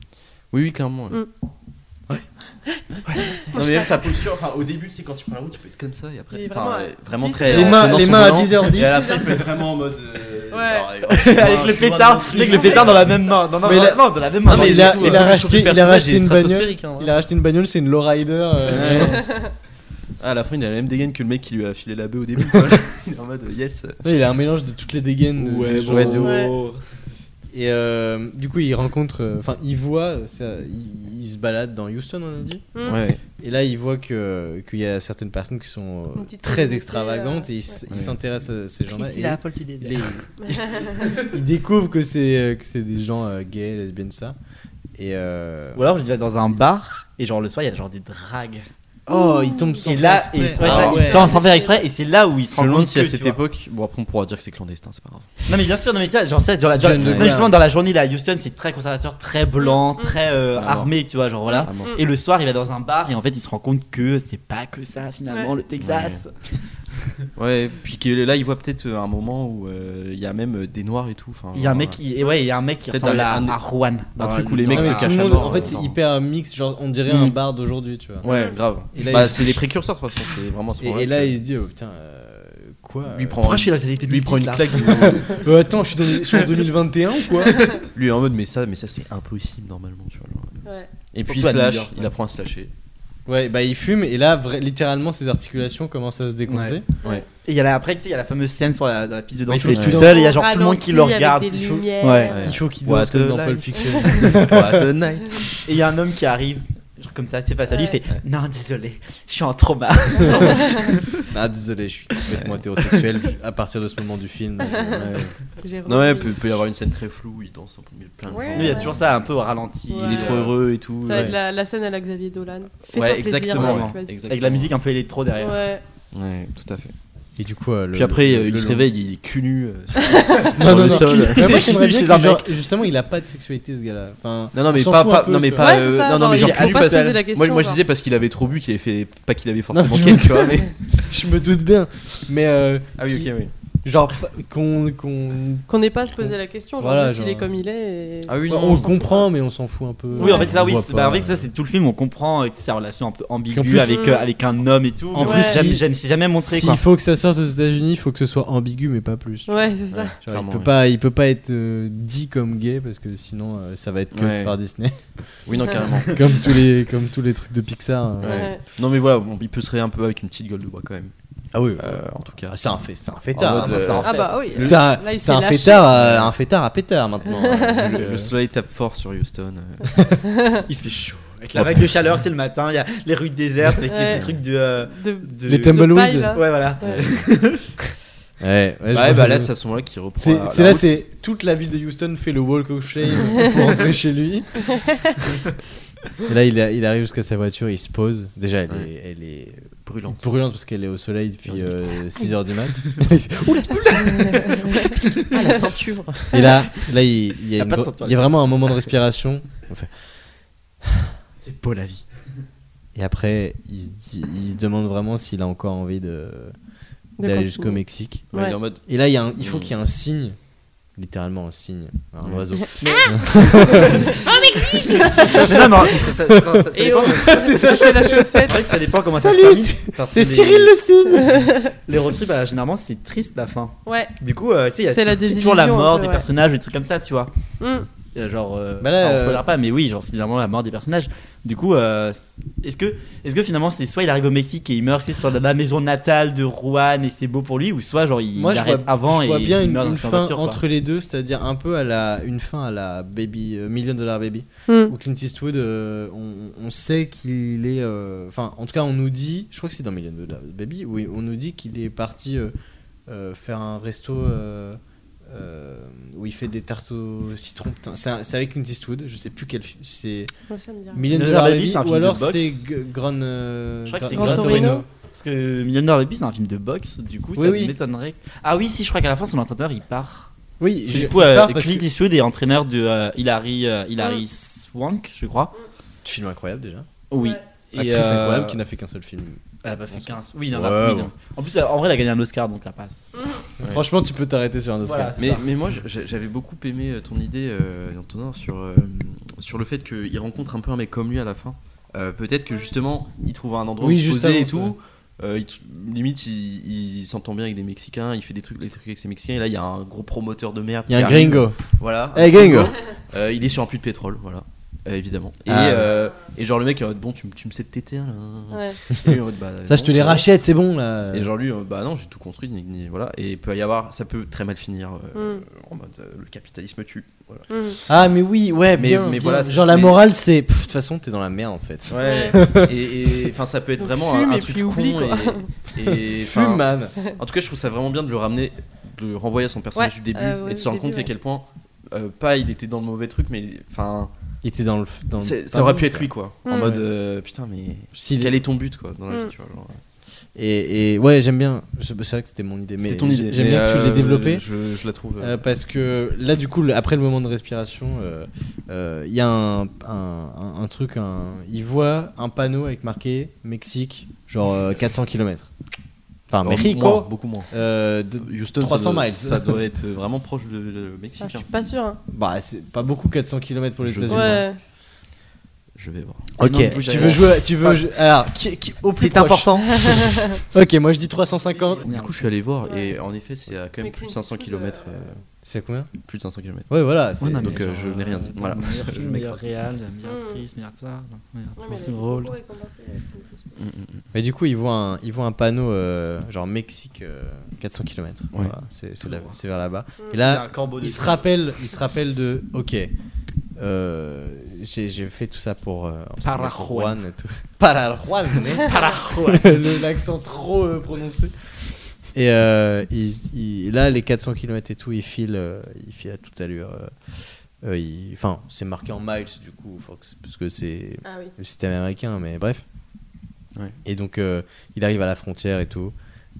H: Oui, oui, clairement.
F: Mm.
H: Ouais. Non, mais même sa posture, enfin, au début, c'est quand tu prends la route, tu peux être comme ça, et
F: Il
H: après,
F: est
H: enfin,
F: vraiment,
H: euh,
F: euh,
H: vraiment
F: 10,
H: très.
E: Les
H: en
E: mains-
H: tenant
E: les
H: son
E: mains à
H: volant.
E: 10h10.
H: Et à la fin, tu peux être vraiment en mode. euh, genre,
F: Ouais.
H: euh, je vois-
G: Avec le
H: je vois
G: pétard,
H: dans
G: tu sais, avec le pétard dans la même main. Non, non,
E: Mais
G: non,
E: la-
G: non, dans la même main.
E: Non, Ah, mais
G: dans
E: il a-
G: tout,
E: il
G: euh,
E: a
G: le
E: racheté-
G: personnage
E: il a
G: est
E: racheté une bagnole.
G: stratosphérique, hein,
E: Il a acheté une bagnole, c'est une lowrider. euh,
H: Ouais. Ah, à la fin, il a la même dégaine que le mec qui lui a filé la bœuf au début. quoi. il est en mode euh, yes.
E: Ouais, il a un mélange de toutes les dégaines. de- des gens.
H: de
F: Ouais.
E: Et euh, du coup, il rencontre, euh, enfin, il voit, euh, ça, il, il se balade dans Houston, on a dit.
F: Mm.
H: Ouais.
E: Et là, il voit que qu'il y a certaines personnes qui sont euh,
F: Une petite
E: très
F: communauté,
E: extravagantes
F: euh,
E: et il
F: ouais.
E: s- il s'intéresse à ces gens-là.
G: Chris,
E: Et
G: il a la folle idée.
E: il, est- il découvre que c'est euh, que c'est des gens euh, gays, lesbiennes, ça. Et euh,
G: Ou alors je vais dans un bar et genre le soir il y a genre des dragues.
E: oh, il tombe sans
G: Et
E: faire
G: là,
E: exprès.
G: et, ouais,
H: Ah
G: ça,
H: ouais.
G: ils sont sans faire exprès et c'est là où ils se
H: Je me
G: rendent compte
H: demande si à
G: que,
H: cette
G: tu vois.
H: époque. Bon, après, on pourra dire que c'est clandestin, c'est pas grave.
G: Non mais bien sûr, non mais tu sais, genre ça, genre, la-
E: C'est
G: genre-
E: jeune de
G: non, mais
E: guerre.
G: justement dans la journée là, à Houston c'est très conservateur, très blanc,
F: Mm.
G: très euh,
H: Ah, bon.
G: armé, tu vois, genre voilà.
H: Vraiment.
G: Et le soir il va dans un bar et en fait il se rend compte que c'est pas que ça finalement
F: Ouais.
G: le Texas.
H: Ouais, puis que là, il voit peut-être euh, un moment où euh, il y a même euh, des noirs et tout. enfin,
G: Il y a un
H: genre,
G: mec
H: euh,
G: qui, et ouais, il y a un mec qui
H: Peut-être
G: ressemble à,
H: un-
G: à Juan. dans
H: truc
G: la-
H: où les
G: dans
H: mecs
E: Ah
H: se
E: ouais,
G: la-
H: cachent
E: tout le
H: à
E: monde,
H: mort,
E: en fait,
H: euh,
E: c'est
H: genre.
E: hyper mix, genre on dirait
G: Mm.
E: un bar d'aujourd'hui, tu vois.
H: Ouais, grave.
E: Et là,
H: bah,
E: il-
H: c'est des précurseurs, de toute façon. C'est vraiment à ce
E: Et,
H: moment-là
E: et là,
H: que-
E: il se dit, oh, putain, euh, quoi euh,
H: Lui prend,
G: Pourquoi je suis dans cette
H: lui prend une claque.
E: euh, Attends, je suis, dans les- je suis en 2021 ou quoi
H: lui est en mode, mais ça, mais ça c'est impossible normalement, tu vois. genre.
F: Ouais.
H: Et
G: Surtout
H: puis il
G: à New
H: slash,
G: York, ouais.
H: il apprend à slasher.
E: Ouais, bah il fume et là, vra- littéralement, ses articulations commencent à se décoincer.
G: Ouais. Et il y a la, après, tu sais, il y a la fameuse scène sur la, dans la piste de danse
E: il
G: où il
E: faut
G: est
E: qu'il
G: tout seul,
E: danse
G: il y a genre tout le monde qui le
F: Ralenti avec
G: regarde.
F: des
G: Il faut-
F: lumières.
G: Ouais.
E: Il faut qu'il
H: What
E: danse comme
H: a
E: dans
H: life.
E: Pulp Fiction.
H: What a night.
G: Et il y a un homme qui arrive, genre comme ça, tu sais, face à lui, il fait Non, désolé, je suis en trauma.
E: ah, désolé, je suis complètement hétérosexuel je- à partir de ce moment du film.
H: euh,
E: Ouais.
F: J'ai
H: Non ouais,
F: repris.
H: peut, peut y avoir une scène très floue, où il danse en plein plein de
F: Ouais.
H: gens.
G: Il y a toujours ça un peu au ralenti.
F: Ouais.
H: Il est trop heureux et tout.
F: Ça va être la, la scène à la Xavier Dolan. Fais-toi
H: Ouais,
F: plaisir,
H: exactement.
F: mec,
H: ouais,
F: vas-y.
H: exactement.
G: Avec la musique un peu électro derrière.
F: Ouais.
H: Ouais, tout à fait.
E: Et du coup, euh, le-
H: Puis après,
E: le-
H: euh,
E: le
H: il se
E: long-
H: réveille, il est cul nu. euh, sur-
E: Non, non,
H: le
E: non.
H: sol.
E: Mais moi, j'aimerais bien
G: Chez
E: que,
G: un
E: genre, justement, il a pas de sexualité, ce gars-là. Enfin,
H: Non non mais
E: on s'en
H: pas,
E: fout
H: pas-
E: un peu,
H: non mais
E: tu vois.
H: pas
F: Ouais, c'est
H: euh,
F: ça,
H: non non
F: non,
H: mais
F: il
H: genre
F: est-
H: cul nu
F: faut pas
H: parce
F: se poser la
H: que-
F: question,
H: moi moi je
F: genre.
H: disais parce qu'il avait trop bu qu'il avait fait pas qu'il avait
E: Non,
H: forcément
E: je-
H: ken, tu vois mais
E: Je me doute bien. Mais euh,
H: Ah oui, OK oui.
E: genre, pas- qu'on. qu'on-
F: Qu'on n'ait pas à se poser la question, genre
E: Voilà,
F: juste il est
E: genre.
F: comme il est. et-
H: Ah oui,
E: Bah,
H: non,
E: on le
H: s'en fout.
E: comprend, mais on s'en fout un peu.
G: Oui, en fait, c'est ça,
E: On
G: oui,
E: voit
G: c'est-
E: pas.
G: bah, en fait, ça, c'est tout le film. On comprend euh, que c'est sa relation un peu ambiguë
E: en plus,
G: avec,
F: euh,
G: euh, avec un homme et tout.
E: en
G: mais
F: plus,
G: j'aime-
E: si-
G: j'aime- c'est jamais montré
E: S'il
G: quoi.
E: faut que ça sorte aux États-Unis, il faut que ce soit ambigu, mais pas plus.
F: Ouais, c'est ça.
H: Ouais,
E: Genre, il
H: clairement,
E: peut
H: ouais.
E: pas, il peut pas être euh, dit comme gay parce que sinon euh, ça va être cut
H: Ouais.
E: par Disney,
H: Oui non carrément.
E: comme tous les, comme tous les trucs de Pixar. euh.
H: Ouais.
F: Ouais.
H: Non mais voilà, bon, il peut se réveiller un peu avec une petite gueule de bois quand même.
E: Ah oui,
H: Euh, en tout cas,
E: c'est un fait, c'est un
H: En
E: fêtard.
H: mode, euh,
F: Ah bah oui.
E: C'est un,
F: Là, il
E: c'est
F: s'est
E: un
F: lâché.
E: fêtard, à- un fêtard à pétard maintenant. euh, donc,
H: le,
E: euh,
H: le soleil tape fort sur Houston. euh.
G: Il fait chaud. Avec la vague de chaleur, c'est le matin. Il y a les rues désertes avec les
F: Ouais.
G: petits trucs de. euh,
F: De-
G: de-
E: Les
F: de
E: Tumbleweed.
F: paille, là.
G: Ouais, voilà.
F: Ouais.
E: Ouais, ouais, je
H: Ouais,
E: vois.
H: bah là, c'est à ce moment-là qu'il reprend.
E: C'est
H: la-
E: c'est
H: la
E: là,
H: route.
E: c'est toute la ville de Houston fait le walk of shame pour rentrer chez lui. Et là, il, a- il arrive jusqu'à sa voiture, il se pose. Déjà, elle,
H: Ouais.
E: est, elle est
H: brûlante.
E: brûlante parce qu'elle est au soleil depuis 6h du mat.
F: Ah, la ceinture.
E: Et là, là il, il y a
G: Ah,
E: une
G: pas de
E: gro-
G: ceinture.
E: il y a vraiment un moment de respiration.
G: C'est beau la vie.
E: Et après, il se, dit- il se demande vraiment s'il a encore envie de
F: De
E: d'aller
F: continuer.
E: jusqu'au Mexique.
H: Ouais, Il est en mode.
E: Et là, il, y a un- il faut
H: Mm.
E: qu'il y ait un signe, littéralement un signe, un
H: Mm.
E: oiseau.
F: Oh,
G: Mais non, non, ça, ça, non, ça- ça dépend.
E: C'est ça,
G: c'est la chaussette. ça dépend comment
E: Salut,
G: ça se termine.
E: c'est-
G: parce que
E: c'est
G: les-
E: Cyril le signe.
G: Les road trips, bah, généralement, c'est triste la fin.
F: Ouais.
G: Du coup, euh, tu sais, il y a
F: C'est la
G: c'est- c'est toujours la
F: désillusion, un
G: mort
F: peu,
G: des
F: ouais.
G: personnages, des trucs comme ça, tu vois.
F: Mm.
G: Euh, Genre, euh,
E: Bah là,
G: enfin, on
E: euh,
G: spoilera pas, mais oui, genre, c'est généralement la mort des personnages. Du coup, euh, c'est- est-ce que, est que finalement, c'est soit il arrive au Mexique et il meurt, c'est sur la, la maison natale de Juan et c'est beau pour lui, ou soit genre il,
E: Moi,
G: il
E: je
G: arrête
E: vois,
G: avant
E: je
G: et
E: vois bien
G: il
E: une,
G: meurt
E: une
G: dans sa
E: fin
G: voiture, quoi.
E: entre les deux, c'est-à-dire un peu à la une fin à la Baby euh, Million Dollar Baby.
F: Mm.
E: Où Clint Eastwood, euh, on, on sait qu'il est, euh, enfin, en tout cas, on nous dit, je crois que c'est dans Million Dollar Baby, où on nous dit qu'il est parti euh, euh, faire un resto euh, euh, où il fait des tartes au citron. Putain, c'est un- c'est avec Clint Eastwood, je sais plus quel, fi- c'est
F: Moi, ça me dit rien.
E: Million
G: Dollar
E: Dollar
G: Baby,
E: Baby,
G: c'est un
E: ou
G: film de
E: alors
G: boxe.
E: c'est G- Gran, euh,
G: Je crois que c'est
E: Gran-
G: Gran
E: Gran
G: Torino.
E: Torino.
G: Parce que Millionaire Baby, c'est un film de boxe, du coup,
E: Oui,
G: ça
E: oui.
G: m'étonnerait. Ah oui, si, je crois qu'à la fin, son entraîneur, il part.
E: Oui,
G: Parce que
E: je-
G: du coup,
E: il
G: euh,
E: part parce
G: Clint
E: que-
G: Eastwood est entraîneur de euh, Hilary, euh, Hilary
F: Mm.
G: Swank, je crois.
E: film incroyable déjà.
G: Oui. Et,
E: Actrice
G: euh, ah,
E: incroyable qui n'a fait qu'un seul film.
G: Elle a pas fait 15. Oui, non,
E: Ouais,
G: bah, oui,
E: ouais.
G: non. En plus, en vrai, elle a gagné un Oscar, donc ça passe.
H: Ouais.
E: Franchement, tu peux t'arrêter sur un Oscar.
G: Voilà, c'est
H: Mais,
G: ça.
H: mais moi, j'a- j'avais beaucoup aimé euh, ton idée, euh, Antonin, sur euh, sur le fait qu'il rencontre un peu un mec comme lui à la fin. Euh, Peut-être que justement, il trouve un endroit
E: Oui,
H: où se
E: juste
H: poser
E: avant,
H: et
E: ça.
H: tout. Euh, il t- limite, il, il s'entend bien avec des Mexicains, il fait des trucs, des trucs avec ces Mexicains. Et là, il y a un gros promoteur de merde.
E: Il y a
H: qui
E: un
H: arrive.
E: gringo.
H: Voilà.
E: Eh, gringo.
H: Euh, il est sur un puits de pétrole, voilà. Euh, évidemment. Et,
E: Ah, ouais.
H: euh, et genre, le mec, il est en mode, bon, tu, me- tu me sais de téter, là. hein.
F: Ouais.
H: Et lui, en mode, bah,
E: Ça, je
H: non,
E: te les
H: non.
E: rachète, c'est bon là.
H: Et genre, lui, euh, bah non, j'ai tout construit, ni- ni- voilà. Et il peut y avoir, ça peut très mal finir. euh, En mode, euh, le capitalisme tue. Voilà.
F: Mm.
E: Ah, mais oui, ouais,
H: Mais-
E: bien,
H: mais
E: bien.
H: voilà, c'est-
E: Genre la
H: mais-
E: morale, c'est. Pff, De toute façon, t'es dans la merde en fait.
H: Ouais. et et- enfin, ça peut être
F: Donc,
H: vraiment
F: fume
H: un, un
F: et
H: truc
F: puis
H: con.
F: oublie, quoi.
H: et, et, enfin,
E: Fume, man.
H: en tout cas, je trouve ça vraiment bien de le ramener, de le renvoyer à son
F: Ouais,
H: personnage du début
F: euh, ouais,
H: et de se
F: du
H: rendre
F: début,
H: compte qu'à
F: ouais.
H: quel point, euh, pas il était dans le mauvais truc, mais enfin,
E: Il était dans le. Dans le-
H: c'est-
E: dans
H: ça aurait
E: le-
H: pu être lui quoi. En
F: Mm.
H: mode, euh, putain, mais
E: S'il-
H: quel est ton but quoi dans la
F: Mm.
H: vie, tu vois. genre.
E: Et, et- ouais, j'aime bien. Je- C'est vrai que c'était mon idée. mais
H: C'était ton idée.
E: J'aime
H: mais,
E: bien que tu
H: euh,
E: l'aies développée.
H: Je, je la trouve.
E: Euh, parce que là, du coup, le- après le moment de respiration, euh, euh, il y a un, un- un- un truc. Un, il voit un panneau avec marqué Mexique, genre euh, 400 km. Enfin,
H: Alors, moins,
E: Mexico,
H: beaucoup moins.
E: euh, de-
H: Houston,
E: 300
H: ça doit,
E: miles.
H: ça doit être vraiment proche de- de- de
F: Ah,
H: Mexique.
F: je
H: hein.
F: suis pas sûre. hein.
E: bah, c'est pas beaucoup 400 km pour les
H: Je-
E: États-Unis.
F: Ouais.
H: Je vais voir.
E: Ok,
G: Non, du coup,
E: tu
G: j'avais-
E: veux jouer. Tu veux jouer- alors, qui, qui- au plus
G: C'est important.
E: Ok, moi je dis 350.
H: Du coup, je suis allé voir
F: Ouais.
H: et en effet, c'est à quand
F: Mais
H: même plus de
F: Clint
H: 500
F: Eastwood,
H: km.
F: euh,
E: C'est combien
H: Plus de 500 km.
E: Ouais, voilà. c'est-
G: Ouais, non, mais
H: donc, euh, je n'ai rien dit. Voilà.
G: Meilleur
H: Je
G: film,
H: me
G: meilleur réal, meilleure
F: Mm.
G: actrice, meilleur tsar,
F: Ouais,
G: meilleur
F: mais elle a
G: principal
F: été
G: rôle.
F: beaucoup récompensée, elle a été récompensée.
E: Mais du coup, ils voient un, ils voient un panneau euh, genre Mexique, euh, 400 km.
H: Ouais.
E: c'est c'est là- c'est vers là-bas.
F: Mm.
E: Et
I: Il y a
E: là,
I: un corbeau
E: ils se
I: dessus.
E: rappellent, ils se rappellent de OK. euh, j'ai j'ai fait tout ça pour euh, entre
G: Para
E: guillemets, pour
G: Juan.
E: et tout. Para Juan, mais- Le- L'accent trop euh, prononcé. Et euh, ils- ils- là, les 400 km et tout, ils filent, euh, ils filent à toute allure. euh, euh, ils- Enfin, c'est marqué en miles du coup, faut que c'est- parce que c'est
F: Ah oui.
E: le système américain, mais bref.
H: Ouais.
E: Et donc, euh, il arrive à la frontière et tout.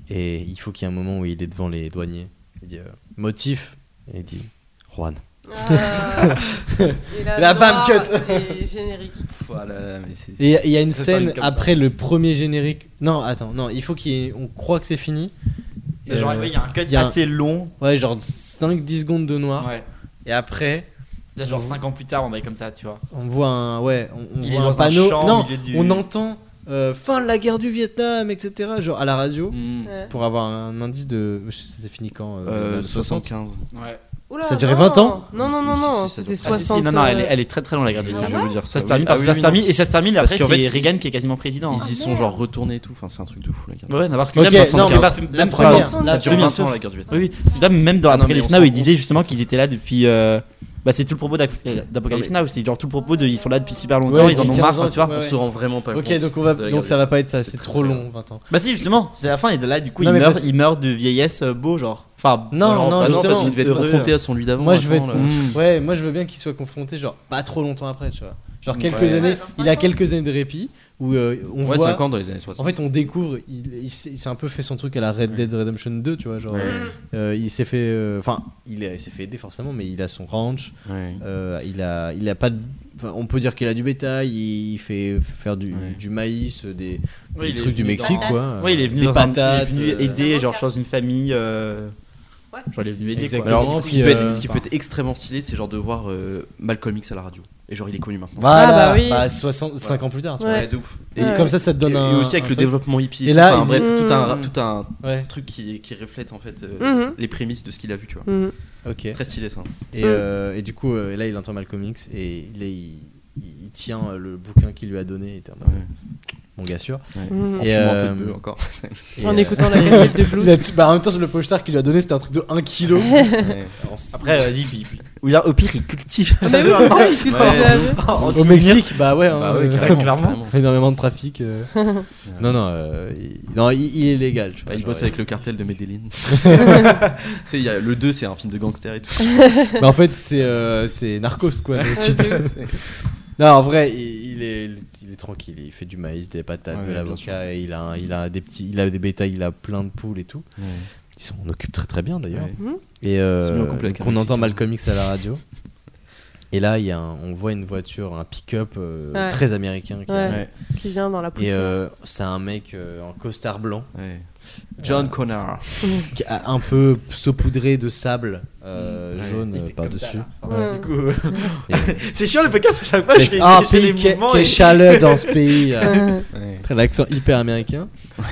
E: Et il faut qu'il y ait un moment où il est devant les douaniers. Il dit euh, motif. Et il dit Juan.
F: Ah. Et la
E: La bam,
F: noire
E: cut.
F: et générique.
H: Voilà, mais c'est.
E: Et il y a une
G: Ça fait
E: scène
G: comme ça.
E: après le premier générique. Non, attends, non, il faut qu'il y ait- On croit que c'est fini.
G: Et Genre,
E: Euh,
G: ouais, il y a un
E: il y
G: cut
E: a un-
G: assez long.
E: Ouais, genre 5-10 secondes de noir.
G: Ouais.
E: Et après,
G: Là, Genre 5 ans plus tard, on est comme ça, tu vois.
E: on voit un, ouais, on, on
G: Il est
E: voit un
G: dans un
E: panneau.
G: champ au
E: non,
G: milieu du-
E: on entend euh, fin de la guerre du Vietnam, etc. Genre à la radio.
G: Mm.
F: Ouais.
E: Pour avoir un indice de. je sais- C'est fini quand
H: Euh,
E: 60
H: 75.
G: Ouais.
F: Oula,
E: Ça durait
F: non.
E: 20 ans
F: Non, non, non,
H: Si, si,
F: non,
H: si, ça
F: c'était
H: durait-
G: Ah, si,
F: 60.
G: si, non, non, elle est,
F: euh,
G: elle est très très longue la guerre du
F: Ah
H: Je
G: Vietnam.
H: veux dire ça.
G: Ça se
H: oui.
G: termine
H: Ah
G: parce-
H: oui,
G: ça
H: oui,
G: se
H: non,
G: termine- et ça se termine
H: Parce
G: après, c'est
H: qu'en fait,
G: Reagan qui est quasiment président.
F: Ah,
H: Ils y sont genre retournés et tout. Enfin, c'est un truc de fou la guerre.
G: Ouais, non, parce que
E: Ok,
G: même parce qu'on
E: non,
G: était
E: mais
G: pas-
E: la
G: même
E: première,
G: pendant-
E: la
H: Ça dure
G: bien
H: 20
G: sûr.
H: ans la guerre du Vietnam.
G: Oui, oui. Parce que là, même dans
H: Ah non, mais
G: Apocalypse
H: on
G: Now,
H: s'en
G: ils disaient
H: fout.
G: justement qu'ils étaient là depuis. euh, Bah, c'est tout le propos d'Apoc- d'Apocalypse Now, c'est genre tout le propos de ils sont là depuis super longtemps,
E: Ouais,
G: ils en
E: depuis
G: ont
E: 15
G: marre,
E: ans,
G: tu vois.
E: ouais,
H: On
E: ouais.
H: se rend vraiment pas
E: Ok,
H: compte
E: donc, on va,
H: de la
E: donc
H: guerre
E: ça
H: du-
E: va pas être ça,
H: C'est
E: c'est
H: très,
E: trop
H: très
E: long, 20 ans.
G: Bah, si, justement, c'est la fin, et de là, du coup,
E: Non,
G: il
E: mais
G: meurt,
E: parce-
G: il meurt de vieillesse euh, beau, genre. Enfin,
E: Non,
G: genre,
E: non,
G: bah,
H: Ah non,
E: justement,
H: parce qu'il devait être
G: heureux.
H: confronté à son lui d'avant.
E: Moi, je veux
H: attends,
E: être
H: là.
G: Mm.
E: Ouais, moi je veux bien qu'il soit confronté, genre pas trop longtemps après, tu vois. Genre quelques
H: Ouais.
E: années,
F: Ouais, dans cinq
E: il a
F: ans.
E: quelques années de répit où euh, on
H: Ouais,
E: voit.
H: 5 ans dans les années
E: En
H: 60.
E: fait, on découvre, il, il s'est il s'est un peu fait son truc à la Red Dead Redemption 2, tu vois. Genre,
H: Ouais.
E: euh, il s'est fait. euh, Enfin, il, est- il s'est fait aider forcément, mais il a son ranch.
H: Ouais.
E: euh, il, a, il a pas de- enfin, on peut dire qu'il a du bétail, il fait faire du,
H: Ouais.
E: du maïs, des,
G: Ouais,
E: des
G: il est
E: trucs du
G: venu
E: Mexique,
G: dans-
E: quoi.
G: Ouais, il est venu
E: des
G: dans un-
E: patates.
G: il est
E: euh,
G: venu aider, genre, chose d'une famille. euh,
F: Ouais.
G: Genre, il est venu aider. quoi.
E: Exactement.
G: Alors,
H: Alors,
E: Parce
H: ce
E: que,
H: qui, peut
E: euh,
H: être, ce qui peut être extrêmement stylé, c'est genre de voir euh, Malcolm X à la radio. Et genre, il est connu maintenant.
E: Voilà,
F: Ah, bah oui.
E: 65 ans plus tard, tu vois.
F: Ouais.
H: de ouf.
E: Et
F: Ouais.
E: comme ça, ça te donne
H: et,
E: un.
H: et aussi avec
E: un
H: le
E: truc.
H: développement hippie. Et,
E: Et
H: tout.
E: là,
H: Enfin,
E: il
H: bref,
F: dit-
H: tout un,
G: Mm.
H: tout un
E: Ouais,
H: truc qui, qui reflète en fait euh,
F: Mhm.
H: les prémices de ce qu'il a vu, tu vois.
F: Mhm.
E: ok.
H: Très stylé ça.
E: Et, euh, et du coup, euh, là, il entend Malcolm X et il, est- il, il tient euh, le bouquin qu'il lui a donné. Et t'es en mode, Mon gars sûr.
F: Mhm.
H: En
E: Et,
H: fumant
E: euh,
H: un peu de bœuf encore.
E: Et,
F: En
E: euh,
F: écoutant la cassette de blues.
E: il a- bah, en même temps, sur le pochard qu'il lui a donné, c'était un truc de 1 kg.
G: Après,
H: euh,
G: vas-y, puis- puis- ou là, au pire, il cultive.
F: Ah, Mais oui, c'est ça, il cultive
H: Ouais.
F: la vie.
G: En
E: Au
G: souvenir.
E: Mexique, bah ouais. hein,
H: Bah ouais,
E: euh,
H: carrément,
G: clairement.
H: carrément.
E: Énormément de trafic. euh. Non, non, euh, il, non, il- il est légal. Tu vois,
H: Ouais, il
E: genre,
H: Ah, bosse
E: il-
H: avec le cartel de Medellin. tu sais, il y a- le 2, c'est un film de gangster et tout.
E: Mais en fait, c'est euh, c'est Narcos,
I: Ah,
E: quoi. la suite.
F: c'est
E: non, en vrai, il, il est, il est tranquille. Il fait du maïs, des patates,
H: Ouais,
E: de
H: bien
E: l'avocat. et Il a, un- il, a des petits, il a des bétails, il a plein de poules et tout.
H: Ouais.
E: Il s'en occupe très très bien d'ailleurs.
H: Ouais.
E: Et euh,
H: C'est bien en couple avec
E: donc
H: un
E: on entend
H: Mexicain.
E: Malcolm X à la radio. Et là, il y a un- on voit une voiture, un pick-up euh,
F: Ouais.
E: très américain. qui
F: Ouais.
E: arrive.
H: Ouais,
F: Qui vient dans la
E: Et
F: poussière.
E: euh, c'est un mec euh, en costard blanc,
H: ouais. John Connor.
E: qui a un peu saupoudré de sable, euh, euh,
I: Ouais,
E: jaune
I: il
E: euh,
I: fait comme ça,
E: par-dessus.
I: là.
H: Voilà,
F: Ouais.
H: du coup, euh, c'est chiant le podcast à chaque fois.
E: Mais
H: je fais
E: ah,
H: je fais des
E: pays qui
H: mouvements
E: qui
H: et-
E: est chaleur dans ce pays. euh. là.
I: Ouais.
E: Très l'accent hyper américain.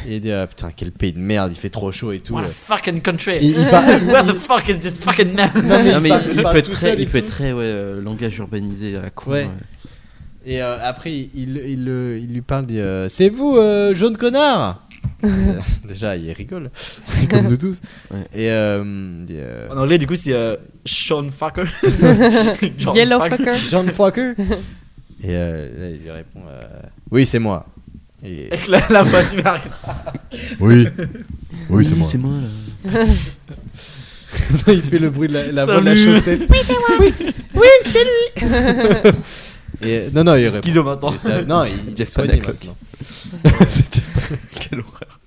E: Et il dit ah, putain, quel pays de merde, il fait trop chaud et tout. euh.
G: What a fucking country!
E: Il, il parle-
G: Where the fuck is this fucking man?
H: Non, mais
E: parle-
H: il,
E: il parle
H: peut être
E: tout
H: très,
E: seul
H: il
E: et
H: peut
E: tout.
H: être très ouais, euh, langage urbanisé à la con.
E: Ouais. Et euh, après, il, il, il, euh, il lui parle, dit, euh, c'est vous, euh, jaune connard Euh, Déjà, il rigole, comme nous tous.
H: Ouais.
E: Et euh, il dit, euh,
G: En anglais, du coup, c'est euh, Sean Fucker. John
F: Yellow
G: Fucker.
F: fucker.
E: John Fokker Et euh, là, il lui répond, euh, oui, c'est moi. Et,
G: Avec la, la voix super grave.
E: oui, oui, c'est moi.
H: moi là.
E: il fait le bruit de la, la voix de la
G: Salut.
E: chaussette.
J: Oui, c'est lui.
E: Et, euh, non, non, il répond.
G: Schizo maintenant.
E: Et ça- non, il il est
H: Jason
E: soigné
H: Panaclock.
E: maintenant. C'est Jason-
H: Quelle horreur.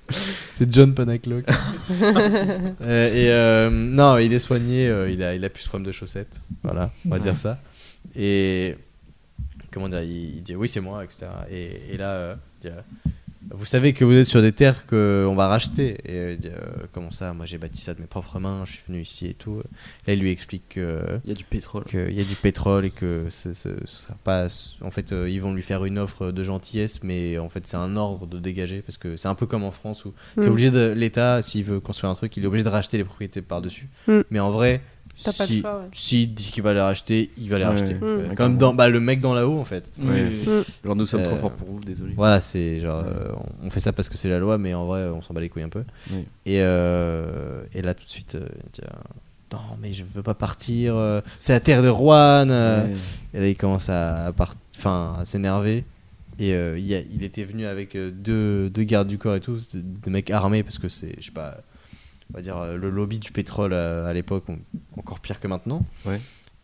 E: C'est John Panaclock. Euh, et euh, non, il est soigné, euh, il, a, il a plus ce problème de chaussettes. Voilà, on va dire ça. Et comment dire, il, il dit oui, c'est moi, etc. Et, et là, euh, il dit, euh, vous savez que vous êtes sur des terres qu'on va racheter. Et euh, il dit euh, comment ça Moi, j'ai bâti ça de mes propres mains, je suis venu ici et tout. Là, il lui explique que
H: Il y a du pétrole.
E: qu'il y a du pétrole et que ce, ce- ce sera pas. En fait, euh, ils vont lui faire une offre de gentillesse, mais en fait, c'est un ordre de dégager parce que c'est un peu comme en France où t'es
F: Mm.
E: obligé de l'État s'il veut construire un truc, il est obligé de racheter les propriétés par dessus.
F: Mm.
E: Mais en vrai,
F: T'as pas le
E: si
F: choix, ouais. Hmm.
E: s'il dit qu'il va les racheter, il va les
H: Ouais,
E: racheter.
H: ouais,
E: Euh,
H: ouais,
E: Comme
H: clairement.
E: dans bah, le mec dans là-haut en fait.
H: Ouais.
G: Oui.
H: Genre nous sommes trop
E: Euh,
H: forts pour vous, désolé.
E: Voilà, c'est genre euh, on- on fait ça parce que c'est la loi, mais en vrai, on s'en bat les couilles un peu.
H: Oui.
E: Et, euh, et là, tout de suite, euh, il dit, euh, non mais je veux pas partir. euh, c'est la terre de Rouen. euh,
H: Ouais.
E: Et là, il commence à, à part- enfin, à s'énerver. Et euh, il, y a- il était venu avec euh, deux, deux gardes du corps et tout, c'était des mecs armés, parce que c'est, je sais pas, on va dire euh, le lobby du pétrole euh, à l'époque, on- encore pire que maintenant.
H: Ouais.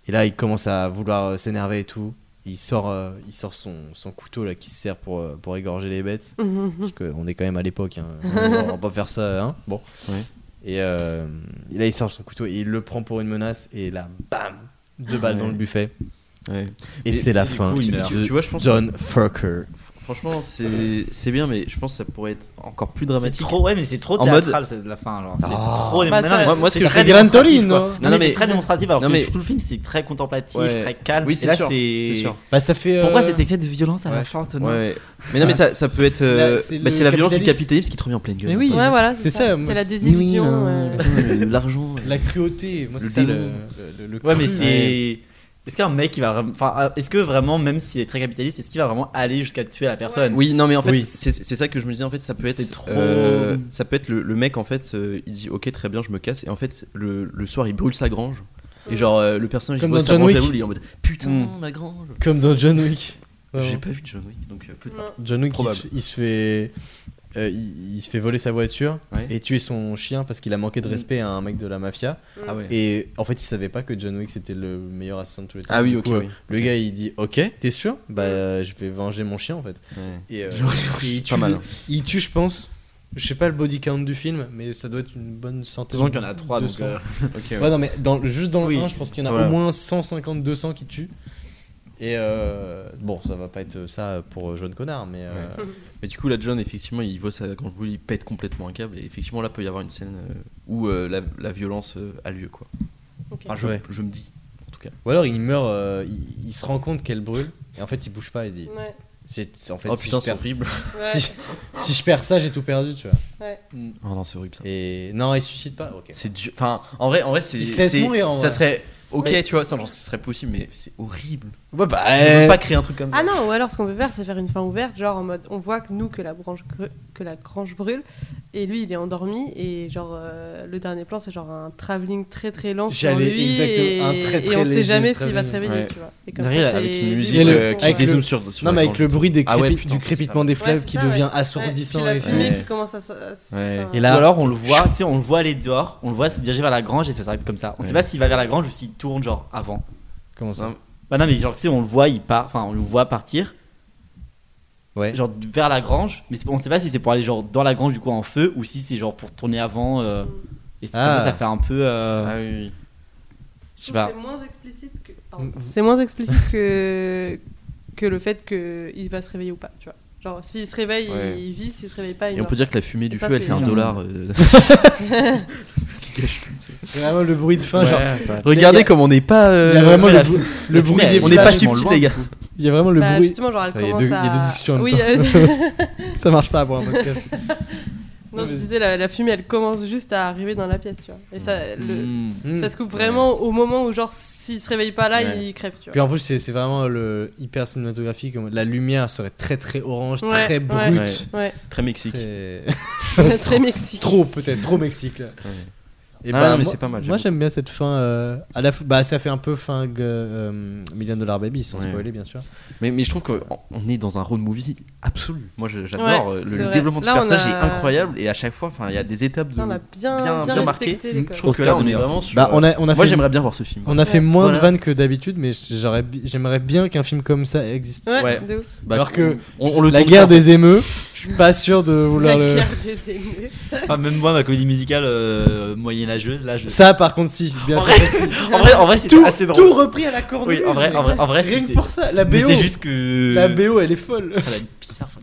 E: Et là, il commence à vouloir euh, s'énerver et tout. Il sort, euh, il sort son, son couteau là qui se sert pour, euh, pour égorger les bêtes parce qu'on est quand même à l'époque, hein. on, va- on va pas faire ça, hein. Bon.
H: Ouais.
E: Et, euh, et là, il sort son couteau, et il le prend pour une menace, et là, bam, deux balles dans
H: Ouais.
E: le buffet.
H: Ouais.
E: Et
H: Mais-
E: c'est la
H: mais du
E: fin
H: coup, il
E: de
H: meurt. Tu- tu vois, je pense-
E: John Furker.
H: Franchement, c'est c'est bien, mais je pense que ça pourrait être encore plus
G: C'est
H: dramatique.
G: trop, ouais, mais c'est trop
H: En mode- Ah,
G: théâtral, c'est de la fin. alors. C'est
E: Oh.
G: trop.
F: Bah, ça-
H: Moi- moi, ce
G: c'est
H: que je
G: très
E: fais Gran
G: démonstratif,
E: Torino.
G: quoi.
E: Non,
G: Non,
H: hein. non,
G: mais
H: mais-
G: c'est très démonstratif, alors
H: Non,
G: que
H: mais-
G: tout le film, c'est très contemplatif,
H: Ouais.
G: très calme.
H: Oui,
G: et
H: c'est
G: là,
H: sûr, c'est
G: c'est.
H: sûr.
E: Bah, ça fait.
G: Pourquoi
E: euh,
G: cet excès de violence à
E: ouais.
G: la fin, Antonin
H: Ouais. Mais non, mais ça, ça peut être.
E: C'est la-
H: euh,
E: c'est
H: bah,
E: le
H: c'est la violence du
E: capitalisme.
H: capitalisme qui te revient en pleine gueule.
E: Mais oui,
F: Ouais, voilà,
E: c'est
F: c'est
E: ça,
F: ça.
E: moi,
F: C'est la
E: c'est-
F: désillusion. euh.
H: là,
F: ouais.
H: putain, le- l'argent.
E: La cruauté, moi,
H: Le
E: c'est ça le,
H: démon.
E: le- le
G: Ouais,
E: cru.
G: mais c'est. Est-ce qu'un mec, il va. vraiment- Enfin, euh, est-ce que vraiment, même s'il est très capitaliste, est-ce qu'il va vraiment aller jusqu'à tuer la personne
H: Oui, non, mais en fait,
G: Oui.
H: c'est c'est ça que je me disais. En fait, ça peut être.
G: C'est trop-
H: euh, ça peut être le, le mec, en fait, euh, il dit Ok, très bien, je me casse. Et en fait, le, le soir, il brûle sa grange. Et genre, euh, le personnage,
E: Comme
H: il voit
E: dans
H: sa
E: John
H: grange,
E: Wick.
H: à bout, il est en mode Putain,
G: Mm.
H: ma grange.
E: Comme dans John Wick. Vraiment.
H: J'ai pas vu John Wick, donc euh, peut-être.
E: John Wick, il
H: Probable.
E: se, il se fait. euh, il, il se fait voler sa voiture
H: Ouais.
E: et tuer son chien parce qu'il a manqué de
G: Mm.
E: respect à un mec de la mafia.
H: Ah ouais.
E: Et en fait, il savait pas que John Wick c'était le meilleur assassin de tous les temps.
H: Ah oui,
E: Du
H: ok.
E: coup, euh,
H: oui.
E: Le gars il dit Ok, t'es sûr Bah, euh, je vais venger mon chien en fait.
H: Ouais.
E: Et euh, il,
H: Pas
E: tue,
H: mal. hein.
E: il tue, je pense, je sais pas le body count du film, mais ça doit être une bonne centaine.
G: Sachant qu'il y en a 3, donc.
E: 200.
G: euh,
H: Ok,
E: Ouais,
H: ouais.
E: non, mais dans, le- juste dans le
G: Oui.
E: 1, je pense qu'il y en a
H: Voilà.
E: au moins 150-200 qui tuent. Et euh, bon, ça va pas être ça pour euh, John Connard, mais. euh,
H: Mais du coup, là, John, effectivement, il voit sa grande boule, il pète complètement un câble. Et effectivement, là, peut y avoir une scène euh, où euh, la, la violence euh, a lieu, quoi.
F: Ok.
H: Enfin, je,
E: Ouais.
H: je me dis.
E: Ou alors il meurt, euh, il, il se rend compte qu'elle brûle, et en fait il bouge pas, il se dit
F: Ouais.
E: c'est, En fait,
H: Oh
E: si,
H: putain,
E: je
H: c'est
E: perds,
H: horrible.
F: Ouais.
E: si, si je perds ça, j'ai tout perdu, tu vois.
H: Oh non, c'est horrible ça.
E: Et non, il se suicide pas, ok.
H: C'est dur. Enfin, en vrai, en vrai, c'est.
E: Il se laisse
H: c'est-
E: mourir, en
H: Ça
E: vrai.
H: serait. Ok,
E: Mais-
H: tu vois, ça, genre, ce serait possible, mais c'est horrible.
E: Ouais, bah,
H: On peut
E: euh,
H: pas créer un truc comme ça.
F: Ah non, ou alors ce qu'on peut faire, c'est faire une fin ouverte, genre en mode on voit que nous que la branche cre- que la grange brûle et lui il est endormi et genre euh, le dernier plan c'est genre un travelling très très lent sur
E: J'allais
F: lui
E: exactement-
F: et,
E: un très, très
F: et on
E: léger
F: sait jamais s'il va se
E: travelling.
F: réveiller,
H: Ouais.
F: tu vois. Et comme
G: Derrière,
F: ça,
H: Avec
F: c'est
H: une musique
E: Et le-
F: du-
H: euh, qui
E: avec
H: qui
E: le-
H: zoome sur, sur
E: Non,
H: la
E: mais avec
H: grange.
E: le bruit des
H: Ah ouais,
E: crépi-
H: putain,
E: du
H: c'est
E: crépitement des
F: Ouais,
E: fleuves
F: c'est
E: qui
F: ça,
E: devient
F: ouais.
E: assourdissant.
F: Ouais,
E: et
F: puis
E: tout.
F: la fumée
H: Ouais.
F: qui commence à s- à s-
H: Ouais.
E: Et
G: Ou
E: là,
G: alors on le voit, si on le voit aller dehors, on le voit se diriger vers la grange et ça s'arrête comme ça. On
H: Ouais.
G: sait pas s'il va vers la grange ou s'il tourne genre avant.
E: comment ça
G: Bah non mais genre si on le voit, il part, enfin on le voit partir,
E: Ouais.
G: genre vers la grange, mais c'est- on sait pas si c'est pour aller genre dans la grange du coup en feu ou si c'est genre pour tourner avant. euh, et c'est comme
E: Ah.
G: ça, ça fait un peu, euh,
H: Ah oui, oui.
G: je sais pas.
F: C'est moins explicite que.
E: pardon.
F: C'est moins explicite que que le fait qu'il va se réveiller ou pas, tu vois. Genre s'il se réveille,
H: Ouais.
F: il vit, s'il se réveille pas, il
H: Et on
F: meurt.
H: peut dire que la fumée du
F: Et ça,
H: feu, elle
F: c'est
H: fait un
G: énorme.
H: dollar. euh, qui gâche tout, tu sais.
E: Vraiment le bruit de fin,
G: Ouais,
E: genre.
G: ça-
E: Il y
H: Regardez
E: a-
H: comme on n'est pas. euh,
E: Il y a vraiment le,
G: la-
E: brou- le bruit
G: mais
E: des
H: on n'est pas
E: flashs.
H: subtil, les gars.
E: Il y a vraiment le
F: Bah,
E: bruit.
F: justement, genre, elle
E: Attends, il y a
F: commence
E: deux- il y a
F: à-
E: deux discussions en même
F: oui, euh,
E: Ça marche pas pour un podcast.
F: non, je disais, la, la fumée, elle commence juste à arriver dans la pièce, tu vois. Et ça, le-
G: Mm.
E: Mm.
F: ça se coupe vraiment au moment où, genre, s'il se réveille pas là,
E: Ouais.
F: il crève, tu vois.
E: Puis en plus, c'est c'est vraiment le hyper cinématographique. La lumière serait très très orange,
F: Ouais,
E: très
F: ouais.
E: brute.
H: Ouais.
F: Ouais,
H: Très Mexique.
E: très-
F: très mexique.
E: trop peut-être, trop Mexique là. Et
H: Ah
E: bah,
H: non, mais
E: moi-
H: c'est pas mal,
E: Moi
H: j'avoue.
E: j'aime bien cette fin. euh, à la f- bah, ça fait un peu fin gue- euh, Million Dollar Baby, sans
H: Ouais.
E: spoiler bien sûr.
H: Mais, mais je trouve qu'on est dans un road movie absolu. Moi, je- j'adore.
F: Ouais,
H: euh,
F: c'est
H: le
F: vrai.
H: développement du
F: Là, on
H: personnage
F: a-
H: est incroyable et à chaque fois, enfin, il y a des étapes de.
F: Là, on a bien, bien,
H: bien- bien marqué.
F: respecté les
G: Mm,
F: codes.
H: Je trouve que là, on est vraiment sur.
E: Bah, on a, on a
H: Moi,
E: fait,
H: j'aimerais bien voir ce film.
E: on a fait
F: Ouais.
E: moins de
H: Voilà.
E: vannes que d'habitude, mais j'aurais bi- j'aimerais bien qu'un film comme ça existe.
F: Ouais,
H: Ouais.
F: de ouf.
H: Bah,
E: Alors que
H: on, on le
E: la
H: tourne
E: guerre
H: pas.
E: des émeux, je suis pas sûr de
F: La
E: vouloir le.
F: guerre des émeus.
G: Enfin, Ah, même moi, ma comédie musicale euh, moyenâgeuse, là, je.
E: Ça par contre, si, bien
G: en,
E: sûr.
G: vrai, en vrai, en vrai, c'est
E: Tout,
G: assez drôle.
E: tout repris à la cornemuse.
G: Oui, en vrai, en vrai, en vrai,
E: Rien que
G: c'était-
E: pour ça, la
G: Mais
E: BO.
G: c'est juste que.
E: La BO, elle est folle.
G: Ça va être bizarre. enfin,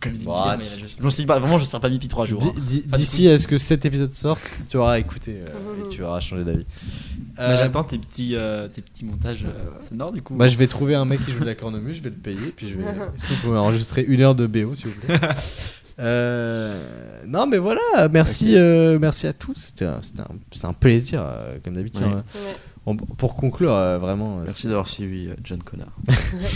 G: Comédie
E: Bah,
G: musicale
E: tu-
G: moyenâgeuse. Je m'en suis pas, vraiment, je ne serais pas mis depuis 3 jours. hein.
E: Di- di-
G: Pas du
E: D'ici à ce que cet épisode sorte, tu auras écouté euh, et tu auras changé d'avis.
G: Mais
E: Euh,
G: J'attends tes petits, euh, tes petits montages euh, sonores du coup.
E: bah, je vais trouver un mec qui joue de la cornemuse, je vais le payer, puis je vais. Est-ce que vous pouvez enregistrer une heure de BO, s'il vous plaît Euh, Non, mais voilà, merci, euh, merci à tous. C'était un, c'était un- c'est un plaisir, euh, comme d'habitude.
H: Oui.
E: hein. On- Pour conclure, euh, vraiment. euh,
H: Merci
E: c'est-
H: d'avoir suivi euh, John Connor.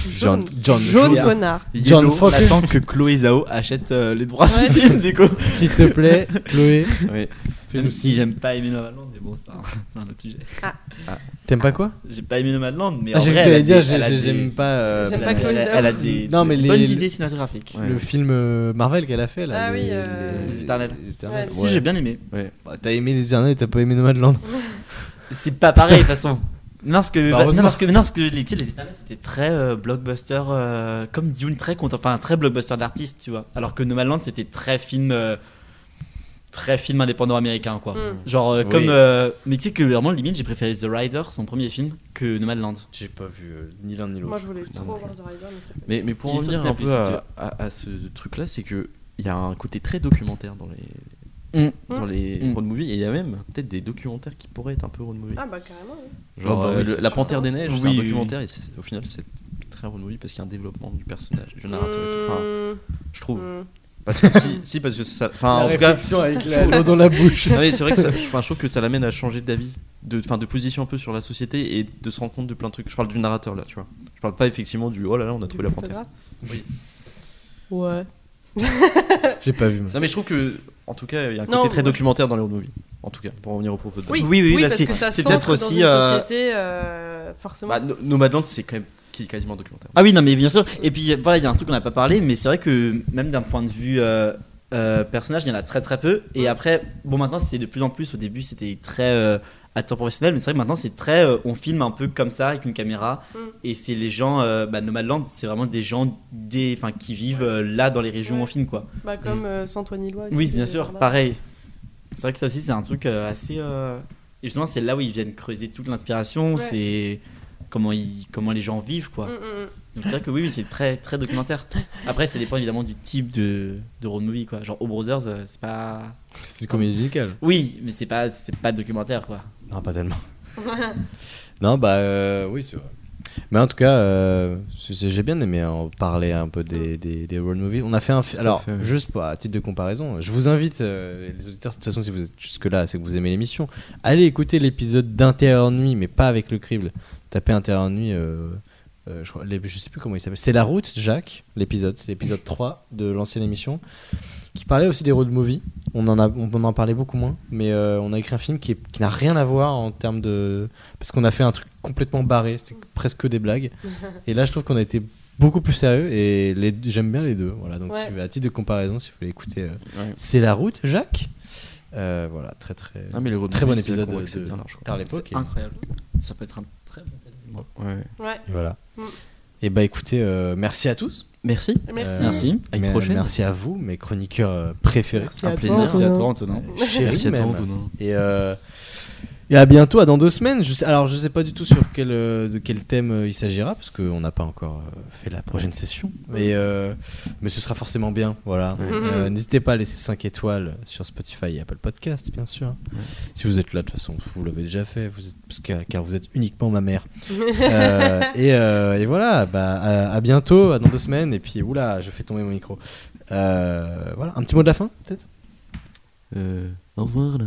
E: John,
F: Jaune.
E: John,
F: Jaune
G: Julia.
F: connard.
E: John
G: Yellow,
E: Fokker.
G: On attend que Chloé Zhao achète euh, les droits
F: Ouais.
G: du film du coup.
E: s'il te plaît, Chloé.
H: Oui.
G: Même si j'aime pas aimer Nomadland, mais bon, ça, c'est un autre sujet.
E: T'aimes pas quoi
G: J'ai pas aimé Nomadland, mais
E: Ah,
G: en
E: J'ai
G: vrai,
E: cru que t'allais
G: elle a
E: dire,
G: des-
E: j'ai-
G: elle a
E: j'ai-
G: des-
E: j'aime pas. euh,
F: J'aime
G: elle
F: pas
G: a-
F: Chloé
G: elle, a-
F: Zhao.
G: elle a des,
E: Non,
G: des
E: mais les-
G: bonnes
E: les-
G: idées cinématographiques.
H: Ouais.
E: le film euh, Marvel qu'elle a fait là.
F: Ah
E: les-
F: oui, euh,
G: Les Éternels.
E: les Éternels.
F: Ouais.
G: Si j'ai bien aimé.
E: Bah, t'as aimé les Éternels, t'as pas aimé Nomadland.
G: C'est pas pareil de toute façon. Non parce que
E: Bah,
G: non,
E: heureusement.
G: parce que non parce que les, tu sais, les Éternels c'était très euh, blockbuster euh, comme Dune très content enfin très blockbuster d'artiste tu vois alors que Nomadland c'était très film euh, très film indépendant américain quoi
F: Mm.
G: genre euh,
E: Oui.
G: comme euh, mais tu sais que vraiment limite j'ai préféré The Rider son premier film que Nomadland
E: J'ai pas vu ni l'un ni
F: Moi, je voulais
H: Non,
F: trop
H: mais-
F: voir The Rider. mais-
H: Mais, mais pour
G: Il
H: en
G: est sur
H: revenir un
G: Snap,
H: peu
G: si
H: à, à- à ce truc-là, c'est que il y a un côté très documentaire dans les
G: Mm.
H: dans les
G: Mm.
H: road movies et il y a même peut-être des documentaires qui pourraient être un peu road movie.
F: Ah bah carrément. oui.
H: Genre
G: Ah bah
H: euh,
G: oui,
H: le-
G: c'est
H: la
F: sûr.
H: Panthère des Neiges, c'est
G: Oui,
H: un
G: oui,
H: documentaire et c'est- au final c'est très road movie parce qu'il y a un développement du personnage, du narrateur. et tout. Enfin,
G: Mm.
F: Mmh,
H: je trouve.
F: mmh.
H: Parce que si, si, parce que ça. Enfin,
E: La
H: en tout cas,
E: réflexion avec la- l'eau dans la bouche.
H: non, mais c'est vrai que ça, enfin, je trouve que ça l'amène à changer d'avis, de, enfin, de position un peu sur la société et de se rendre compte de plein de trucs. Je parle du narrateur là, tu vois. Je parle pas effectivement du oh là là, on a
F: Du
H: trouvé la panthère.
F: photographe. Mmh. Ouais.
E: J'ai pas vu. moi.
H: Non mais je trouve que, en tout cas, il y a un
F: Non,
H: côté
F: moi,
H: très
F: je-
H: documentaire dans les road movies. En tout cas, pour revenir au propos de.
G: Oui, oui, là,
F: parce
G: c'est-
F: que ça
G: c'est
F: centre
G: peut-être
F: dans
G: aussi,
F: une
G: euh,
F: société, euh, forcément.
H: Bah, No- Nomadland, c'est quand même qui est quasiment documentaire.
G: Ah oui, non, mais bien sûr. Et puis voilà, il y a un truc qu'on n'a pas parlé, mais c'est vrai que même d'un point de vue euh, euh, personnage, il y en a très très peu. Et après, bon, maintenant c'est de plus en plus. Au début, c'était très euh, à temps professionnel, mais c'est vrai que maintenant c'est très. euh, on filme un peu comme ça avec une caméra.
F: Mm.
G: Et c'est les gens, euh, bah, Nomadland, c'est vraiment des gens des, enfin, qui vivent euh, là dans les régions
F: Ouais.
G: où on filme, quoi.
F: bah, comme euh, Antoine Lois.
G: Oui, bien sûr, pareil. C'est vrai que ça aussi, c'est un truc euh, assez. euh, Et justement, c'est là où ils viennent creuser toute l'inspiration.
F: Ouais.
G: C'est comment, ils... comment les gens vivent, quoi.
F: Hmm,
G: Donc c'est vrai que oui, oui, c'est très très documentaire. Après, ça dépend évidemment du type de, de road movie quoi. Genre, O Brothers, euh, c'est pas.
E: C'est une comédie musicale.
G: Oui, mais c'est pas c'est pas documentaire quoi.
E: Non, pas tellement. non, bah euh, oui, c'est vrai. Mais en tout cas, euh, c'est- c'est- j'ai bien aimé hein, en parler un peu des, des, des road movies. On a fait un fi-
H: à
E: Alors,
H: fait, oui.
E: juste pour, à titre de comparaison, je vous invite, euh, les auditeurs, de toute façon, si vous êtes jusque-là, c'est que vous aimez l'émission. Allez écouter l'épisode d'Intérieur Nuit, mais pas avec le crible. Tapez Intérieur Nuit, euh, euh, je, crois- les- je sais plus comment il s'appelle. C'est La Route, Jacques, l'épisode. C'est l'épisode 3 de l'ancienne émission, qui parlait aussi des road movies. On en, a, on on en parlait beaucoup moins, mais euh, on a écrit un film qui, est- qui n'a rien à voir en termes de. Parce qu'on a fait un truc complètement barré, c'était
F: Mm.
E: presque que des blagues. Et là, je trouve qu'on a été beaucoup plus sérieux et les- j'aime bien les deux. Voilà, donc
F: Ouais.
E: si- à titre de comparaison, si vous voulez écouter, euh,
H: Ouais.
E: c'est la route, Jacques. Euh, voilà, très très.
H: Ah, mais les road
E: Très bon
H: movies, c'est
E: épisode
H: qu'on voit
E: de,
H: que c'est
E: de
H: bien large, quoi.
E: Tard l'époque.
G: C'est incroyable. Ça peut être un très bon thème.
H: Ouais.
F: Ouais,
E: et Voilà.
F: Mm.
E: Et bah écoutez, euh, merci à tous.
H: Merci.
F: merci.
E: Euh,
G: Merci.
H: À une
E: Mais-
H: prochaine.
E: Merci à vous, mes chroniqueurs euh, préférés.
F: Merci
H: Un
F: à
H: plaisir.
F: toi.
H: Merci
F: Antonin.
G: Antonin.
E: Chéris
H: Merci à toi,
E: même.
H: Antonin.
E: Et, euh, Et à bientôt, à dans deux semaines. Je sais, alors, je sais pas du tout sur quel, euh, de quel thème euh, il s'agira, parce qu'on n'a pas encore euh, fait la prochaine session. Mais, euh, mais ce sera forcément bien. Voilà. Euh, N'hésitez pas à laisser 5 étoiles sur Spotify et Apple Podcast, bien sûr. Si vous êtes là, de toute façon, vous l'avez déjà fait, vous êtes, parce que- car vous êtes uniquement ma mère. Euh, et, euh, et voilà, bah, à, à bientôt, à dans deux semaines. Et puis, oula, je fais tomber mon micro. Euh, voilà, un petit mot de la fin, peut-être
H: Euh, au revoir là.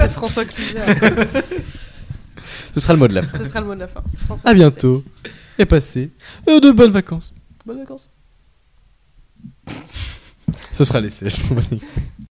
F: C'est François Cluzet.
E: Ce sera le mot de la fin.
F: Ce sera le mot de la fin. François
E: À
F: Cluzet.
E: bientôt et passez euh, de bonnes vacances. Bonnes vacances. Ce sera laissé, je m'en bats les couilles.